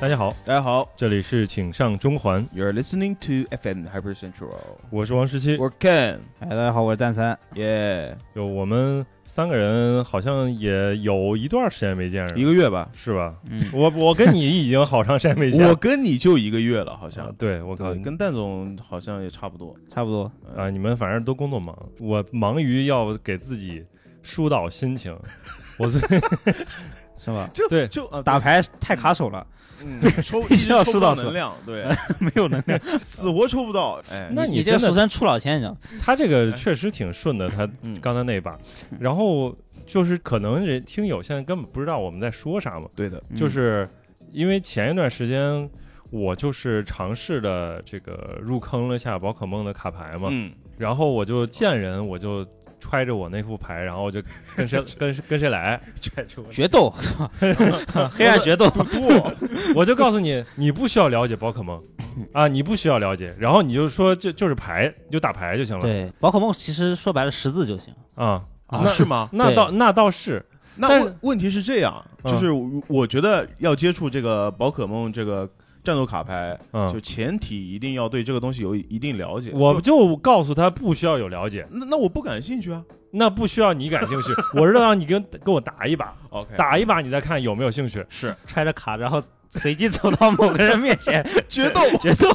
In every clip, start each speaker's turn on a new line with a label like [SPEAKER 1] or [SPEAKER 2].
[SPEAKER 1] 大家好，
[SPEAKER 2] 大家好
[SPEAKER 1] 这里是请上中环，
[SPEAKER 2] ，You're listening to FM Hyper Central，
[SPEAKER 1] 我是王十七。
[SPEAKER 2] 我是 Ken，
[SPEAKER 3] 哎，大家好，我是蛋三。
[SPEAKER 2] 耶，
[SPEAKER 1] 有我们三个人好像也有一段时间没见
[SPEAKER 2] 一
[SPEAKER 1] 了，
[SPEAKER 2] 个月吧，
[SPEAKER 1] 是吧？
[SPEAKER 3] 嗯，
[SPEAKER 1] 我我跟你已经好长时间没见
[SPEAKER 2] 我
[SPEAKER 1] 了。
[SPEAKER 2] 跟你就一个月了，好像
[SPEAKER 1] 啊，对我靠
[SPEAKER 2] 对，，跟蛋总好像也差不多，
[SPEAKER 3] 差不多。
[SPEAKER 1] 啊，你们反正都工作忙，我忙于要给自己疏导心 情。我最
[SPEAKER 3] 是吧？
[SPEAKER 2] 就
[SPEAKER 1] 对
[SPEAKER 2] 就啊
[SPEAKER 3] 打牌太卡手了，
[SPEAKER 2] 嗯，抽
[SPEAKER 3] 必须要
[SPEAKER 2] 抽
[SPEAKER 3] 收
[SPEAKER 2] 不到
[SPEAKER 3] 到
[SPEAKER 2] 能量，对，
[SPEAKER 3] 没有能量。
[SPEAKER 2] 死活抽不到，哎，
[SPEAKER 1] 那你
[SPEAKER 3] 嗯你这
[SPEAKER 1] 真的
[SPEAKER 3] 俗称出老千，你知道吗？
[SPEAKER 1] 他这个确实挺顺的，他
[SPEAKER 2] 嗯
[SPEAKER 1] 刚才那一把，然后就是可能人听友现在根本不知道我们在说啥嘛，
[SPEAKER 2] 对
[SPEAKER 3] 嗯
[SPEAKER 2] 的，
[SPEAKER 1] 就是因为前一段时间我就是尝试的这个入坑了一下宝可梦的卡牌嘛，
[SPEAKER 2] 嗯，
[SPEAKER 1] 然后我就见人我就揣着我那副牌，然后我就跟谁跟谁跟谁来，
[SPEAKER 2] 拽住
[SPEAKER 3] 决斗，是吧 黑暗决斗，
[SPEAKER 2] 不，
[SPEAKER 1] 我就告诉你，你不需要了解宝可梦啊，你不需要了解，然后你就说就就是牌，你就打牌就行了
[SPEAKER 3] 对，宝可梦其实说白了识字就行。
[SPEAKER 1] 啊。
[SPEAKER 2] 那
[SPEAKER 3] 啊
[SPEAKER 1] 那
[SPEAKER 2] 是吗？
[SPEAKER 1] 那
[SPEAKER 3] 对
[SPEAKER 1] 倒那倒是，
[SPEAKER 2] 那
[SPEAKER 1] 但
[SPEAKER 2] 问问题是这样，
[SPEAKER 1] 嗯
[SPEAKER 2] 就是我我觉得要接触这个宝可梦这个战斗卡牌，就
[SPEAKER 1] 嗯，
[SPEAKER 2] 前提一定要对这个东西有一定了解。
[SPEAKER 1] 我
[SPEAKER 2] 就
[SPEAKER 1] 就告诉他不需要有了解，
[SPEAKER 2] 那那我不感兴趣啊。
[SPEAKER 1] 那不需要你感兴趣，我是让你跟跟我打一把，
[SPEAKER 2] OK，
[SPEAKER 1] 打一把你再看有没有兴趣。
[SPEAKER 2] 是
[SPEAKER 3] 揣着卡，然后随机走到某个人面 前
[SPEAKER 2] 决斗，
[SPEAKER 3] 决斗。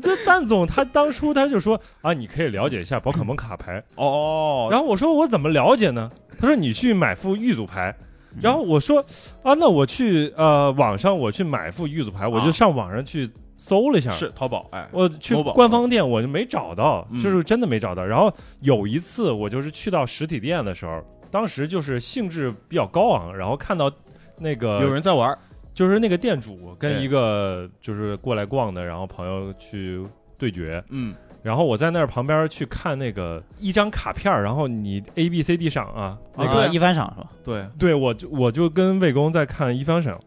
[SPEAKER 1] 就蛋总他当初他就说啊，你可以了解一下宝可梦卡牌。
[SPEAKER 2] 哦，
[SPEAKER 1] 然后我说我怎么了解呢？他说你去买副玉组牌。
[SPEAKER 2] 嗯
[SPEAKER 1] 然后我说啊，那我去呃网上我去买副玉组牌，我就上网上去搜了一下，
[SPEAKER 2] 啊是淘宝，哎，
[SPEAKER 1] 我去
[SPEAKER 2] 某宝
[SPEAKER 1] 官方店我就没找到，
[SPEAKER 2] 嗯
[SPEAKER 1] 就是真的没找到。然后有一次我就是去到实体店的时候，当时就是兴致比较高昂，然后看到那个
[SPEAKER 2] 有人在玩儿，
[SPEAKER 1] 就是那个店主跟
[SPEAKER 2] 对
[SPEAKER 1] 一个就是过来逛的，然后朋友去对决，
[SPEAKER 2] 嗯，
[SPEAKER 1] 然后我在那儿旁边去看那个一张卡片儿，然后你 A B C D 上啊，那个、
[SPEAKER 2] 啊
[SPEAKER 3] 一番赏是吧？
[SPEAKER 2] 对，
[SPEAKER 1] 对我就我就跟魏工在看一番赏，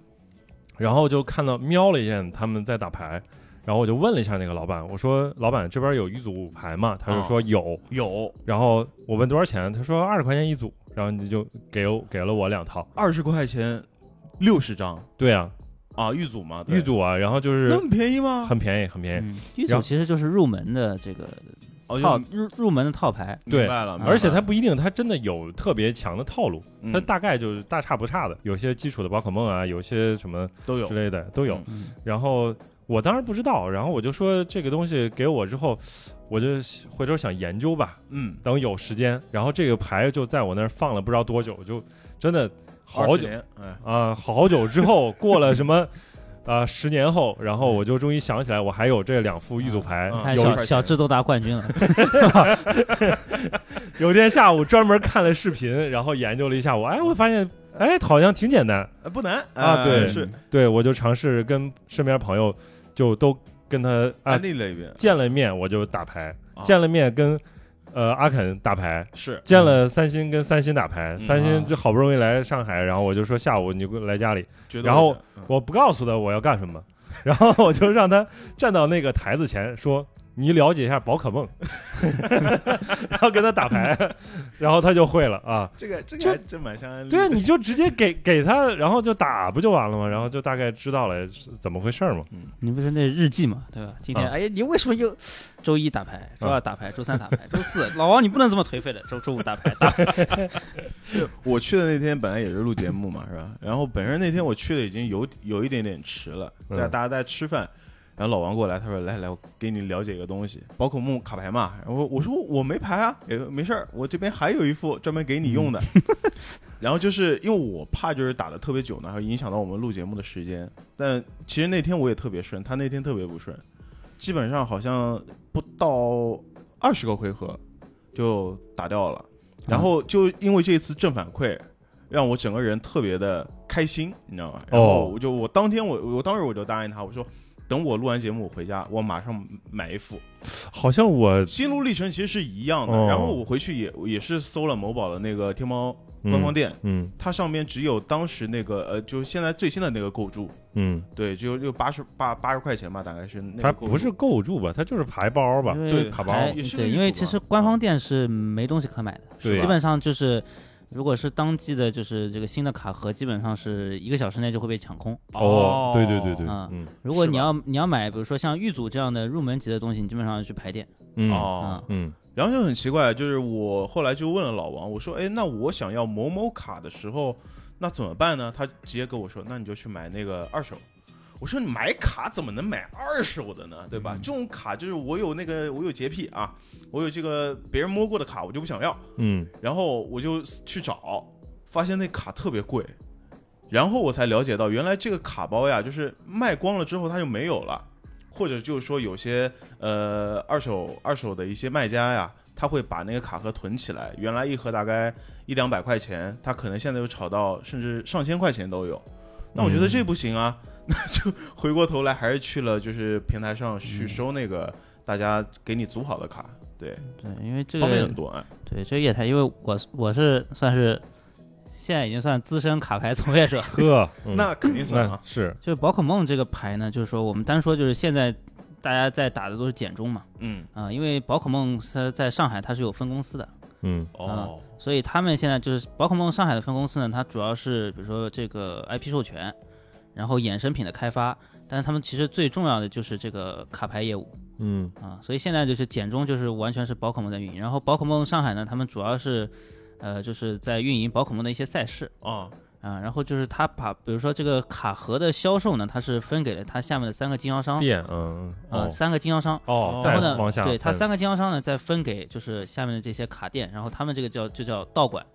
[SPEAKER 1] 然后就看到瞄了一眼他们在打牌，然后我就问了一下那个老板，我说老板这边有一组牌吗？他就
[SPEAKER 2] 哦
[SPEAKER 1] 说有，
[SPEAKER 2] 有
[SPEAKER 1] 然后我问多少钱，他说二十块钱一组，然后你就给我给了我两套，
[SPEAKER 2] 二十块钱六十张
[SPEAKER 1] 对啊，
[SPEAKER 2] 啊，玉组嘛，对
[SPEAKER 1] 一组啊，然后就是
[SPEAKER 2] 那么便宜吗？
[SPEAKER 1] 很便宜，很便宜。
[SPEAKER 3] 嗯，一
[SPEAKER 1] 然
[SPEAKER 3] 组
[SPEAKER 1] 后
[SPEAKER 3] 其实就是入门的这个
[SPEAKER 2] 哦，
[SPEAKER 3] 套
[SPEAKER 2] 就
[SPEAKER 3] 入入门的套牌。
[SPEAKER 1] 对
[SPEAKER 2] 明白了，明白了
[SPEAKER 1] 而且它不一定，它真的有特别强的套路，
[SPEAKER 2] 嗯
[SPEAKER 1] 它大概就是大差不差的，有些基础的宝可梦啊，有些什么
[SPEAKER 2] 都有
[SPEAKER 1] 之，类的都有
[SPEAKER 2] 嗯。
[SPEAKER 3] 嗯，
[SPEAKER 1] 然后我当时不知道，然后我就说这个东西给我之后，我就回头想研究吧，
[SPEAKER 2] 嗯，
[SPEAKER 1] 等有时间。然后这个牌就在我那儿放了不知道多久，就真的好
[SPEAKER 2] 20
[SPEAKER 1] 久
[SPEAKER 2] 年，哎，
[SPEAKER 1] 啊、好久之后过了什么。啊、十年后，然后我就终于想起来，我还有这两副玉组牌，
[SPEAKER 2] 啊
[SPEAKER 3] 看
[SPEAKER 1] 有
[SPEAKER 2] 一
[SPEAKER 3] 小
[SPEAKER 2] 块钱
[SPEAKER 3] 小智都拿冠军 了。
[SPEAKER 1] 有天下午专门看了视频，然后研究了一下午，哎，我发现，哎，好像挺简单。
[SPEAKER 2] 哎不难
[SPEAKER 1] 啊
[SPEAKER 2] 哎
[SPEAKER 1] 对
[SPEAKER 3] 嗯
[SPEAKER 2] 是
[SPEAKER 1] 对我就尝试跟身边朋友，就都跟他啊
[SPEAKER 2] 安利了一遍，
[SPEAKER 1] 见了面，我就打牌，
[SPEAKER 2] 啊
[SPEAKER 1] 见了面跟呃阿肯打牌。
[SPEAKER 2] 是
[SPEAKER 1] 见了三星，跟三星打牌。
[SPEAKER 2] 嗯
[SPEAKER 1] 三星就好不容易来上海，然后我就说下午你给我来家里，
[SPEAKER 2] 决斗
[SPEAKER 1] 然后
[SPEAKER 2] 一下嗯
[SPEAKER 1] 我不告诉他我要干什么， 然后我就让他站到那个台子前说：“你了解一下宝可梦。” 然后跟他打牌，然后他就会了啊。
[SPEAKER 2] 这个这
[SPEAKER 1] 就
[SPEAKER 2] 个还真蛮像安利的，
[SPEAKER 1] 对啊，你就直接给给他，然后就打不就完了吗？然后就大概知道了是怎么回事儿嘛。
[SPEAKER 3] 你不是那日记嘛，对吧？今天，
[SPEAKER 1] 啊
[SPEAKER 3] 哎呀，你为什么又周一打牌，周二打牌，周三打牌，周四？老王，你不能这么颓废的，周周五打 牌，打牌
[SPEAKER 2] 我去的那天本来也是录节目嘛，是吧？然后本身那天我去的已经有有一点点迟了，
[SPEAKER 1] 嗯
[SPEAKER 2] 在大家在吃饭，然后老王过来，他说：“来来，我给你了解一个东西，宝可梦卡牌嘛。”然后我说：“我没牌啊，也没事儿，我这边还有一副专门给你用的。 然后就是因为我怕就是打的特别久呢，然后影响到我们录节目的时间。但其实那天我也特别顺，他那天特别不顺，基本上好像不到二十个回合就打掉了。然后就因为这次正反馈，让我整个人特别的开心，你知道
[SPEAKER 1] 哦
[SPEAKER 2] 吗？然后我就我当天我我当时我就答应他，我说等我录完节目我回家，我马上买一副。
[SPEAKER 1] 好像我
[SPEAKER 2] 心路历程其实是一样的。
[SPEAKER 1] 哦
[SPEAKER 2] 然后我回去也也是搜了某宝的那个天猫官方
[SPEAKER 1] 店，
[SPEAKER 2] 店，
[SPEAKER 1] 嗯
[SPEAKER 2] 它上面只有当时那个呃，就是现在最新的那个构筑，
[SPEAKER 1] 嗯，
[SPEAKER 2] 对，就就八十八八十块钱吧，大概是那个
[SPEAKER 1] 它
[SPEAKER 2] 构筑
[SPEAKER 1] 不是构筑吧？它就是牌包吧？
[SPEAKER 3] 因为
[SPEAKER 2] 对
[SPEAKER 1] 卡
[SPEAKER 2] 包
[SPEAKER 3] 牌
[SPEAKER 2] 也是个
[SPEAKER 3] 对，
[SPEAKER 2] 一
[SPEAKER 3] 因为
[SPEAKER 2] 组
[SPEAKER 3] 其
[SPEAKER 2] 吧啊
[SPEAKER 3] 实官方店是没东西可买的，
[SPEAKER 1] 对
[SPEAKER 2] 吧
[SPEAKER 3] 基本上就是如果是当季的，就是这个新的卡盒，基本上是一个小时内就会被抢空。
[SPEAKER 1] 哦，对对对对，
[SPEAKER 3] 啊
[SPEAKER 1] 嗯
[SPEAKER 3] 如果
[SPEAKER 2] 是
[SPEAKER 3] 你
[SPEAKER 2] 吧
[SPEAKER 3] 要你要买，比如说像玉组这样的入门级的东西，你基本上要去排店
[SPEAKER 1] 嗯
[SPEAKER 2] 哦
[SPEAKER 3] 啊，
[SPEAKER 1] 嗯
[SPEAKER 2] 然后就很奇怪，就是我后来就问了老王，我说，哎，那我想要某某卡的时候，那怎么办呢？他直接跟我说，那你就去买那个二手。我说你买卡怎么能买二手的呢？对吧？
[SPEAKER 1] 嗯
[SPEAKER 2] 这种卡就是我有那个我有洁癖啊，我有这个别人摸过的卡我就不想要，
[SPEAKER 1] 嗯，
[SPEAKER 2] 然后我就去找，发现那卡特别贵，然后我才了解到原来这个卡包呀，就是卖光了之后它就没有了，或者就是说有些呃二手二手的一些卖家呀，他会把那个卡盒囤起来，原来一盒大概一两百块钱，他可能现在就炒到甚至上千块钱都有，那我觉得这不行啊，那就回过头来还是去了就是平台上去收那个大家给你组好的卡，对，
[SPEAKER 3] 对，因为这
[SPEAKER 2] 方便
[SPEAKER 3] 个
[SPEAKER 2] 很多啊。
[SPEAKER 3] 对这个业态，因为我我是算是现在已经算资深卡牌从业者，
[SPEAKER 1] 呵，嗯
[SPEAKER 2] 那肯定算
[SPEAKER 1] 那
[SPEAKER 2] 啊，
[SPEAKER 1] 是
[SPEAKER 3] 就是宝可梦这个牌呢，就是说我们单说就是现在大家在打的都是简中嘛，
[SPEAKER 2] 嗯，
[SPEAKER 3] 啊、因为宝可梦它在上海它是有分公司的，
[SPEAKER 1] 嗯
[SPEAKER 2] 哦，
[SPEAKER 3] 所以他们现在就是宝可梦上海的分公司呢，它主要是比如说这个 IP 授权，然后衍生品的开发，但是他们其实最重要的就是这个卡牌业务
[SPEAKER 1] 嗯
[SPEAKER 3] 啊，所以现在就是简中就是完全是宝可梦在运营，然后宝可梦上海呢，他们主要是呃就是在运营宝可梦的一些赛事
[SPEAKER 2] 啊，
[SPEAKER 3] 啊，然后就是他把比如说这个卡盒的销售呢，它是分给了它下面的三个经销商
[SPEAKER 1] 店嗯
[SPEAKER 3] 啊、
[SPEAKER 1] 哦
[SPEAKER 3] 三个经销商。
[SPEAKER 1] 哦，
[SPEAKER 3] 然
[SPEAKER 1] 再
[SPEAKER 3] 后呢，
[SPEAKER 1] 往下
[SPEAKER 3] 对它
[SPEAKER 1] 再
[SPEAKER 3] 三个经销商呢，再分给就是下面的这些卡店，然后他们这个叫就叫道馆，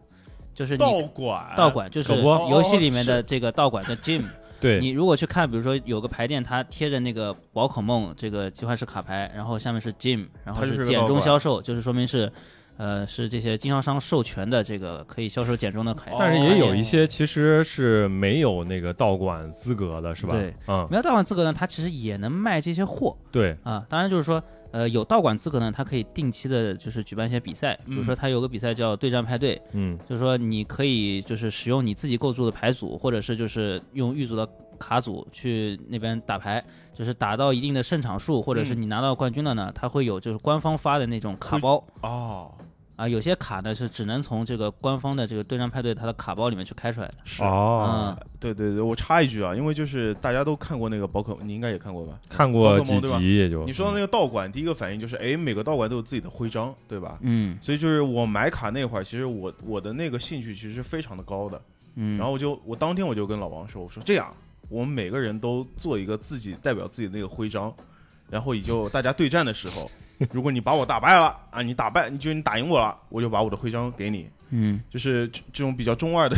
[SPEAKER 3] 就是你
[SPEAKER 2] 道馆，
[SPEAKER 3] 道馆就是
[SPEAKER 1] 搞不
[SPEAKER 2] 好
[SPEAKER 3] 游戏里面的这个道馆的 gym。
[SPEAKER 1] 对
[SPEAKER 3] 你如果去看，比如说有个牌店，它贴着那个宝可梦这个计划式卡牌，然后下面是 gym，然后
[SPEAKER 2] 它就是个
[SPEAKER 3] 简
[SPEAKER 2] 道
[SPEAKER 3] 中
[SPEAKER 2] 馆
[SPEAKER 3] 销售，就是说明是，呃，是这些经销商授权的这个可以销售简中的卡牌。
[SPEAKER 1] 但是
[SPEAKER 2] 哦
[SPEAKER 1] 也
[SPEAKER 3] 哎
[SPEAKER 1] 有一些其实是没有那个道馆资格的，是吧？
[SPEAKER 3] 对，
[SPEAKER 1] 嗯，
[SPEAKER 3] 没有道馆资格呢，它其实也能卖这些货
[SPEAKER 1] 对，
[SPEAKER 3] 啊。当然就是说，呃，有道馆资格呢，它可以定期的，就是举办一些比赛，比如
[SPEAKER 2] 嗯
[SPEAKER 3] 说它有个比赛叫对战派对，
[SPEAKER 1] 嗯
[SPEAKER 3] 就是说你可以就是使用你自己构筑的牌组，或者是就是用狱组的卡组去那边打牌，就是打到一定的胜场数，或者
[SPEAKER 2] 嗯
[SPEAKER 3] 是你拿到冠军了呢，它会有就是官方发的那种卡包
[SPEAKER 2] 哦，
[SPEAKER 3] 啊，有些卡呢是只能从这个官方的这个对战派对它的卡包里面去开出来的。
[SPEAKER 2] 是
[SPEAKER 1] 哦，
[SPEAKER 3] 啊，
[SPEAKER 2] 对对对，我插一句啊，因为就是大家都看过那个宝可，你应该也看过
[SPEAKER 3] 嗯
[SPEAKER 2] 吧？
[SPEAKER 1] 看过
[SPEAKER 2] 宝可
[SPEAKER 1] 几
[SPEAKER 2] 梦对吧
[SPEAKER 1] 集也就
[SPEAKER 2] 你说到那个道馆，第一个反应就是，哎，每个道馆都有自己的徽章，对吧？
[SPEAKER 3] 嗯
[SPEAKER 2] 所以就是我买卡那会儿，其实我我的那个兴趣其实是非常的高的。
[SPEAKER 3] 嗯，
[SPEAKER 2] 然后我就我当天我就跟老王说，我说这样，我们每个人都做一个自己代表自己的那个徽章，然后也就大家对战的时 候，如果你把我打败了啊，你打败，你觉得你打赢我了，我就把我的徽章给你，
[SPEAKER 3] 嗯，
[SPEAKER 2] 就是这这种比较中二的，